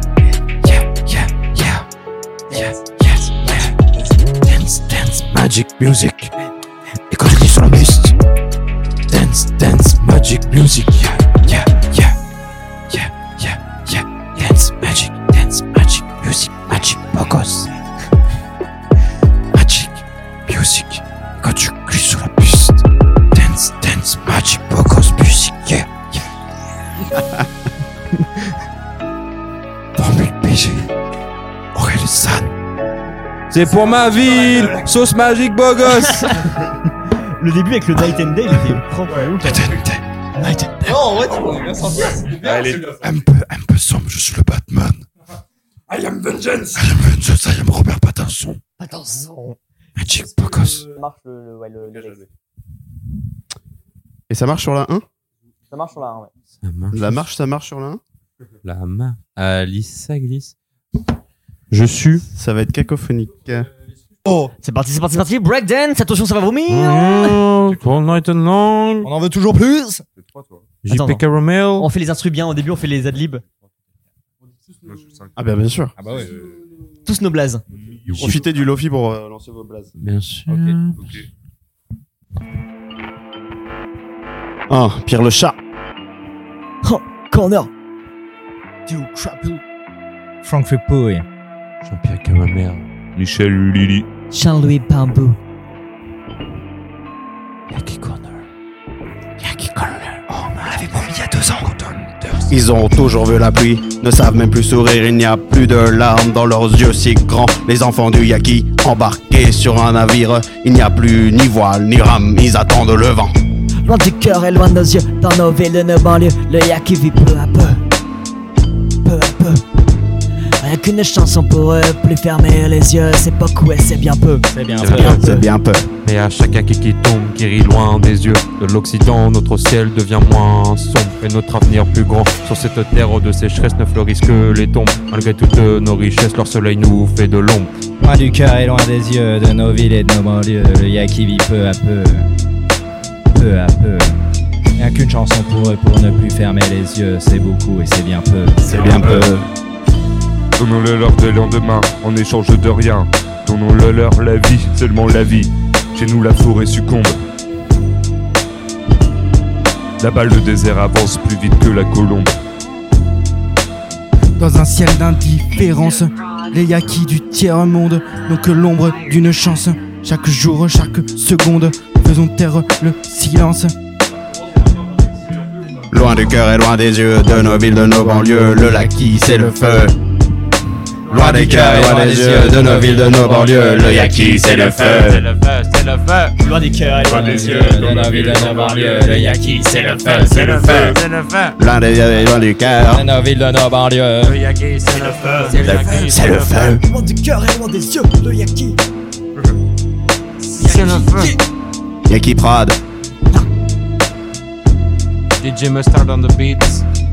yeah, yeah, yeah, yes, yeah. Dance, dance, magic music. Écoute-les sur la piste. Dance, dance, magic music. Yeah, yeah, yeah, yeah, yeah, yeah. Dance, magic, dance, magic music, magic bogos. Magic music. Quand tu glisses sur la piste. Dance, dance, magic bogos music. Yeah, yeah. Formule PG. Aurélie San. C'est pour ma ville. Sauce magique *laughs* beau gosse. Le début avec le Night and Day, il était propre. Night and Day. Night and Day. Non, ouais, tu pourrais bien sortir. Un peu, un peu sombre, je suis le Batman. I am vengeance. I am vengeance, I am Robert Pattinson. Attention. Magic Pocos. Marche le, le- ouais, le- le- Et ça marche sur la 1 Ça marche sur la 1, ouais. La marche, ça marche sur la 1 La main. Alice, ça glisse. Je suis. Ça va être cacophonique. Oh, c'est parti, c'est parti, c'est parti. Breakdance, attention, ça va vomir. On en veut toujours plus. JP Caramel. On fait les instruments bien au début, on fait les adlibs. Ah, bah, bien sûr. Ah bah ouais. Tous nos blazes. Vous Profitez du Lofi pour euh, lancer vos blazes. Bien sûr. Ah, Pierre le chat. Oh, corner. Do crap. Frank Fepouille. Jean-Pierre Caramel. Michel Lili. Jean-Louis Bambou. Yaki Corner. Oh, on l'avait promis il y a deux ans. Ils ont toujours vu la pluie, ne savent même plus sourire, il n'y a plus de larmes dans leurs yeux si grands. Les enfants du Yaki, embarqués sur un navire, il n'y a plus ni voile ni rame, ils attendent le vent. Loin du cœur et loin de nos yeux, dans nos villes, nos banlieues, le yaki vit peu à peu. Peu à peu. Rien qu'une chanson pour eux, plus fermer les yeux, c'est pas cool, c'est bien peu. C'est bien C'est bien peu. Mais à chaque acquis qui tombe, qui rit loin des yeux de l'Occident, notre ciel devient moins sombre et notre avenir plus grand. Sur cette terre de sécheresse ne fleurissent que les tombes. Malgré toutes nos richesses, leur soleil nous fait de l'ombre. Loin du cœur et loin des yeux, de nos villes et de nos banlieues, le Yaki vit peu à peu, peu à peu. Rien qu'une chanson pour eux, pour ne plus fermer les yeux, c'est beaucoup et c'est bien peu. C'est Donnons-le leur de lendemain, en échange de rien. Donnons-le leur la vie, seulement la vie. Chez nous, la forêt succombe. La balle de désert avance plus vite que la colombe. Dans un ciel d'indifférence, les yakis du tiers-monde n'ont que l'ombre d'une chance. Chaque jour, chaque seconde, faisons taire le silence. Loin du cœur et loin des yeux, de nos villes, de nos banlieues, le Yaki c'est le feu. Loin des cœurs et loin des yeux, de nos villes, de nos banlieues, le Yaki c'est le feu. le feu, c'est le feu. Loin des cœurs et loin des yeux, dans la ville, dans la banlieue, le yaki, c'est le feu, c'est le feu, c'est le feu. Loin des yeux et loin du cœur, nos villes, de nos banlieues, le yaki, c'est le feu, c'est le feu. Loin du cœur et loin des yeux, le yaki. Yaki Prod, DJ Mustard on the beat.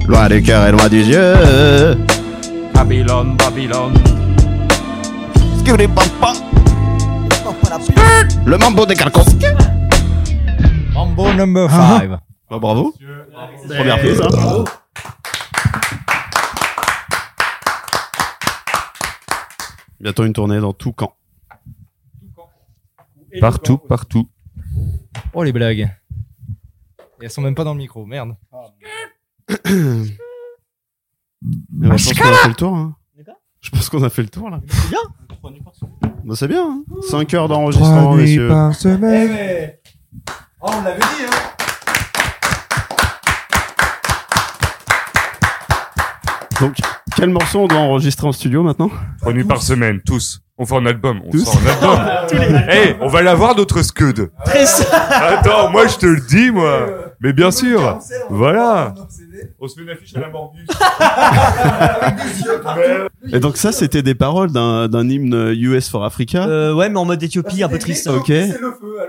loin du cœur et loin du yeux. Babylon, Babylon. Le mambo des carcons. Mambo number 5. Bah, bravo. Première prise. hein. Bientôt une tournée dans tout camp. Partout, partout. Oh les *coughs* blagues. Et elles sont même pas dans le micro, merde. Mais bah, je pense qu'on a fait le tour. hein. Je pense qu'on a fait le tour là. C'est bien. Bah, c'est bien. 5 heures d'enregistrement, messieurs. Eh ben, Eh ben. Oh, on l'avait dit, hein. Donc, quel morceau on doit enregistrer en studio maintenant Trois nuits par semaine, tous. On fait un album, on Tous. sort un *laughs* Tous album. les- Eh, on va l'avoir d'autres scuds. Très ça. Attends, moi je te le dis, moi. Mais bien sûr. Voilà. On se met une affiche à la Morbus. Et donc ça, c'était des paroles d'un d'un hymne US for Africa. Euh, ouais, mais en mode Éthiopie, un peu triste. Ok. Et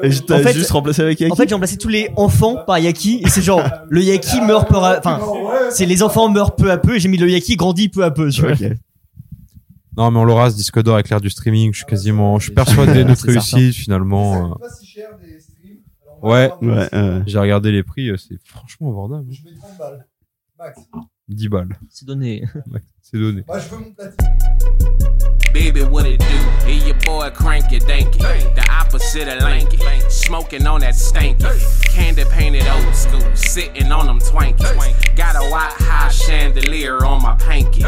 je t'ai juste remplacé avec Yaki. En fait, j'ai remplacé tous les enfants par Yaki. Et *laughs* c'est genre, le Yaki meurt peu à... Enfin, c'est les enfants meurent peu à peu. Et j'ai mis le Yaki grandit peu à peu. Tu vois. Non, mais on l'aura ce disque d'or avec l'ère du streaming. Je suis quasiment, je suis persuadé de notre Ah C'est certain. réussite finalement. euh. Ouais. Ouais, ouais. J'ai regardé les prix, euh, c'est franchement abordable. 10 balles. C'est donné. Ouais, c'est donné. Baby, what it do? Here your boy cranky danky. The opposite of lanky. Smoking on that stanky. Candy painted old school. Sitting on them twankies. Got a white high chandelier on my panky.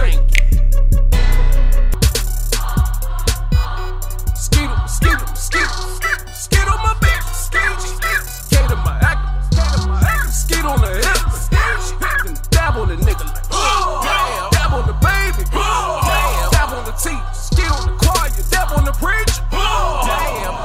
Skittle, skittle, skittle, skittle, skittle my bitch. Skittle, skittle, skittle my act. Skittle my act. Skittle on the hip. Skittle, skittle, and dab on the nigga like, oh, damn. Dab on the baby. Oh, damn. Dab on the teeth. Skittle on the choir. Dab on the preacher. Oh, damn.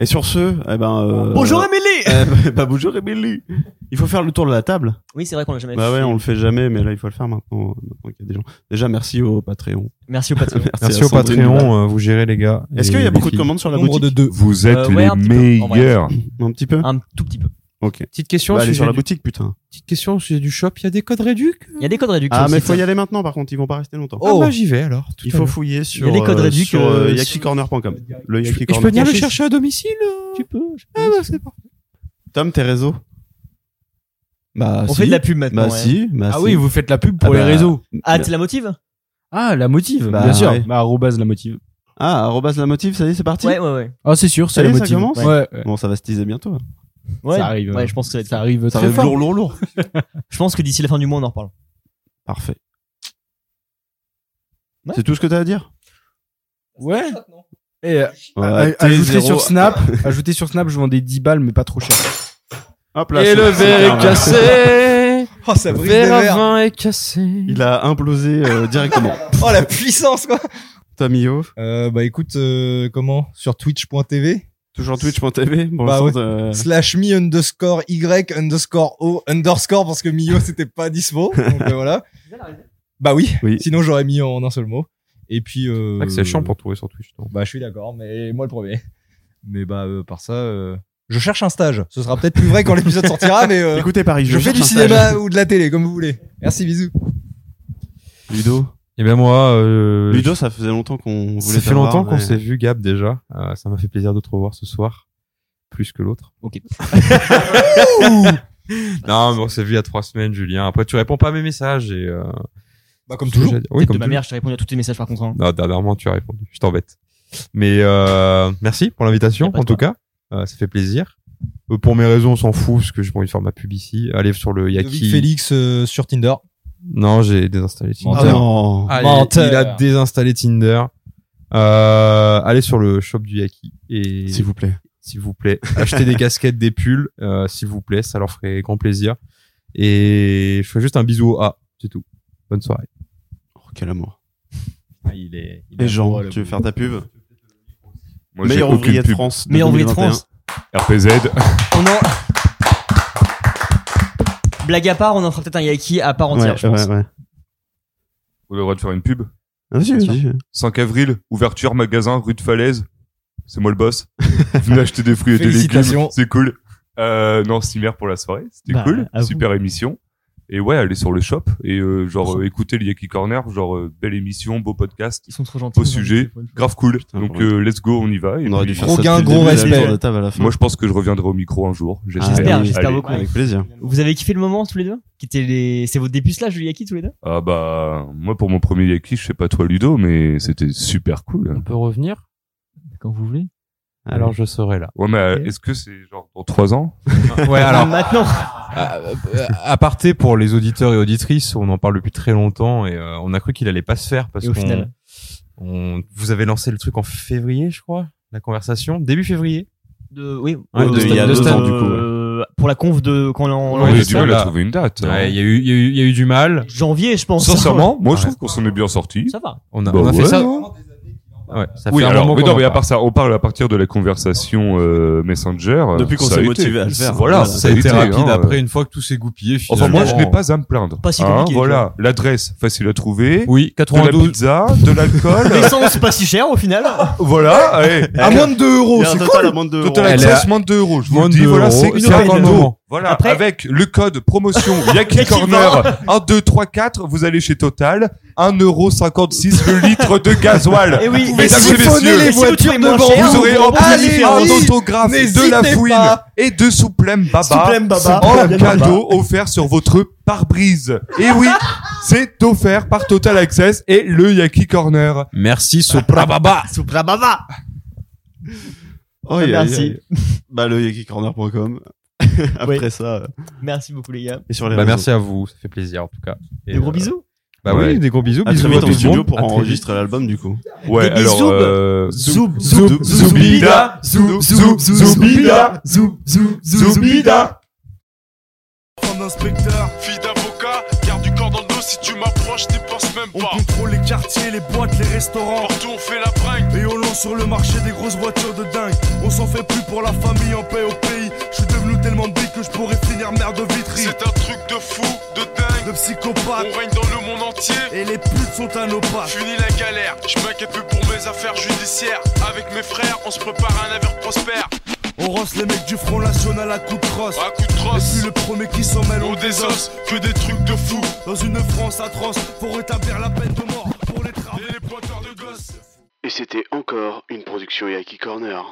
Et sur ce, eh ben. euh, Bonjour, Émilie *laughs* eh ben, bah, bonjour Émilie. Il faut faire le tour de la table. Oui, c'est vrai qu'on l'a jamais Bah fait. ouais, on le fait jamais, mais là il faut le faire maintenant. euh, maintenant qu'il y a des gens. Déjà, merci au Patreon. Merci *laughs* au Patreon. Merci à au Sandrine. Patreon, euh, vous gérez les gars. Est-ce Et qu'il y a les beaucoup de filles. commandes sur la Nombre boutique de deux. Vous êtes Euh, ouais, les un petit peu, en vrai. meilleurs. Un petit peu. Un tout petit peu. Ok. Petite question Bah, au allez sujet sur la du- boutique, putain. Petite question au sujet du shop, il y a des codes réduc Il y a des codes réduc. Ah, mais faut y aller maintenant, par contre, ils vont pas rester longtemps. Ah bah, j'y vais alors. Oh. tout Il à faut l'heure. fouiller sur, Il y a des codes euh, réduc, sur euh, euh, sur- yakicorner.com. Le Je peux- Yaki je Corner. peux venir le chercher à domicile euh Tu peux. Eh Ah ben, bah c'est parfait. Tom, tes réseaux bah, On si. fait de la pub maintenant, Bah ouais. si, bah, Ah si. oui, vous faites la pub pour les bah, réseaux. Ah, tu la motive Ah, la motive, Bah, bien sûr. ouais. Bah, arrobase la motive. Ah, arrobas la motive, ça y est, c'est parti Ouais, ouais, ouais. Ah, c'est sûr, Ça c'est y la est, ça motive. commence Ouais. Bon, ça va se teaser bientôt. Ouais, Ça arrive. Ouais, je pense que ça, va être ça arrive hein. Ça très arrive fort. lourd, lourd, lourd. *laughs* Je pense que d'ici la fin du mois, on en reparle. Parfait. Ouais. C'est tout ce que t'as à dire Ouais. Et euh, Ouais, aj- t'es ajouter zéro. *laughs* sur *laughs* Snap, ajouter sur Snap, je vends des 10 balles mais pas trop cher. Hop là, Et c'est- le verre est cassé. Oh, ça brise Verre des à verres. vin est cassé. Il a implosé euh, *laughs* directement. Oh la puissance quoi. Tamio, Euh, bah écoute, euh, comment Sur twitch.tv toujours twitch.tv. Bon, Bah le ouais. sens, euh, slash mi underscore y underscore o underscore parce que mio c'était pas *laughs* dispo. Donc euh, voilà. Bah oui. Oui. Sinon j'aurais mis en un seul mot. Et puis. Euh, C'est vrai que c'est chiant pour trouver sur Twitch. toi. Bah je suis d'accord, mais moi le premier. Mais bah euh, par ça. euh, Je cherche un stage. Ce sera peut-être plus vrai quand l'épisode sortira, mais euh, Écoutez Paris, je, je fais cherche du un cinéma stage. ou de la télé, comme vous voulez. Merci, bisous. Ludo. Et ben moi, euh, Ludo, ça faisait longtemps qu'on voulait ça fait t'avoir, longtemps qu'on mais- s'est vu, Gab, déjà. Euh, ça m'a fait plaisir de te revoir ce soir. Plus que l'autre. Ok. *laughs* *laughs* non, mais on s'est vu il y a trois semaines, Julien. Après, tu réponds pas à mes messages et, euh, Bah comme c'est ce que toujours. j'ai à dire. Oui, Tête comme de ma toujours. mère, je t'ai répondu à tous tes messages par contre. hein. Non, dernièrement, tu as répondu. Je t'embête. Mais euh, merci pour l'invitation, en tout cas. Euh, ça fait plaisir. Euh, pour mes raisons, on s'en fout, parce que j'ai pas envie de faire ma pub ici. Allez sur le Yaki. Ludovic Félix euh, sur Tinder. Non, j'ai désinstallé Tinder. Menteur. Oh. Allez, Menteur. Il a désinstallé Tinder. Euh, allez sur le shop du Yaki. Et S'il vous plaît. s'il vous plaît. Achetez des casquettes, des pulls, euh, s'il vous plaît, ça leur ferait grand plaisir. Et je fais juste un bisou au A, c'est tout. Bonne soirée. Oh, quel amour. Ah, il est, il est Et Jean, amoureux, le tu veux pauvre. faire ta pub Moi, j'ai Meilleur aucune ouvrier de pub. France. de Meilleur ouvrier de 2021. France. RPZ. On en... *laughs* Blague à part, on en fera peut-être un Yaki à part entière, Ouais, je pense. ouais, Ah, ouais. On a le droit de faire une pub. Vas-y, vas-y. 5 avril, ouverture magasin rue de Falaise. c'est moi *laughs* le boss. Venez acheter des fruits et des légumes. Félicitations. C'est cool. Euh, non, Stimer pour la soirée. C'était Bah, cool. à vous. Super émission. Et ouais, allez sur le shop et euh, genre euh, écoutez le Yaki Corner, genre euh, belle émission, beau podcast. Ils sont trop gentils. Beau sujet, grave cool. Donc euh, let's go, on y va. Et On aurait puis- dû faire Gros ça gain, depuis le gros début, respect. sur la table à la fin. Moi, je pense que je reviendrai au micro un jour. J'espère. J'espère, j'espère Allez. beaucoup. Vous avez kiffé le moment tous les deux Qui étaient les... C'est vos débuts là, Juliaki, tous les deux Ah bah moi pour mon premier Yaki, je sais pas toi Ludo, mais c'était super cool. On peut revenir quand vous voulez. Ah Alors je serai là. Ouais, mais euh, est-ce que c'est genre dans trois *laughs* ans Ouais, *laughs* alors. Maintenant. Euh, euh, Aparté pour les auditeurs et auditrices, on en parle depuis très longtemps et euh, on a cru qu'il allait pas se faire parce Et au qu'on- final. on- vous avez lancé le truc en février, je crois, la conversation, début février. de... Oui, Ouais, euh, de- il y a de deux Stan, ans, du coup, ouais. euh, Pour la conf de. Quand on On a eu du mal à trouver hein. une date. Ouais, il y a eu, il y a eu, il y a eu du mal. Janvier, je pense. Sincèrement, *laughs* moi je Ouais. trouve qu'on s'en est bien sorti. Ça va. On a, Bah on a fait ouais, ça. hein. Ouais, ça oui, fait un alors, moment mais qu'on non, en mais à parle. part ça, on parle à partir de la conversation euh, Messenger. Depuis qu'on ça s'est a motivé été. à le faire. Voilà, Voilà, ça a été rapide après, une fois que tout s'est goupillé, Enfin, moi, je finalement. n'ai Hein, pas à me plaindre. Pas si Hein, compliqué, voilà, l'adresse facile à trouver. Oui, 92. De la pizza, de *laughs* l'alcool. L'essence pas si chère au final. Voilà, allez. À moins de 2 euros, Il y a un c'est total cool. à moins de 2 Total euros. access, Elle est à- moins de 2 euros. Je vous moins le de dis, 2 voilà, euros, c'est c'est 50 énorme. euros. Voilà, avec le code *laughs* promotion Yaki Corner 1, 2, 3, 4, vous allez chez Total. 1,56€ le litre de gasoil. Eh oui, mesdames et et siphonnez messieurs, les voitures de vous banque. aurez en plus Allez-y, un autographe de la n'hésitez fouine pas. et de Souplem Baba, Souplem Baba. en Souplem cadeau offert sur votre pare-brise. Et oui, c'est offert par Total Access et le Yaki Corner. Merci Ah. Sopra Baba. Supra Baba. Oh, yeah, Merci. yeah, yeah. *laughs* Bah, le yakicorner.com. Après ça. euh, Merci beaucoup, les gars. Et sur les Bah, réseaux. merci à vous, ça fait plaisir en tout cas. Et, Des gros euh, bisous. Bah Ouais. oui, des gros bisous. À bisous très vite à en tout le studio monde. pour À très vite. enregistrer l'album, du coup. Ouais, Des alors, bisous. euh, Zoub, zoub, zoub, zoubida, zoub, zoub, zoubida, zoub, zoub, zoubida. Un inspecteur, fille d'avocat, garde du corps dans le dos si tu m'approches, t'y penses même pas. On contrôle les quartiers, les boîtes, les restaurants. Partout on fait la bringue. Et on lance sur le marché des grosses voitures de dingue. On s'en fait plus pour la famille en paix au pays. Je suis devenu tellement big que je pourrais finir mère de Vitry. C'est un truc de fou, de dingue, de psychopathe. On règne dans le monde entier. Et les putes sont à nos pas. Fini la galère, je m'inquiète plus pour mes affaires judiciaires. Avec mes frères, on se prépare à un avenir prospère. On rosse les mecs du Front National à coups de crosse. À coups de crosse. Et puis le premier qui s'en mêle, on désosse. Que des trucs de fou. Dans une France atroce, pour rétablir la peine de mort. Pour les travaux et les pointeurs de gosses. Et c'était encore une production Yaki Corner.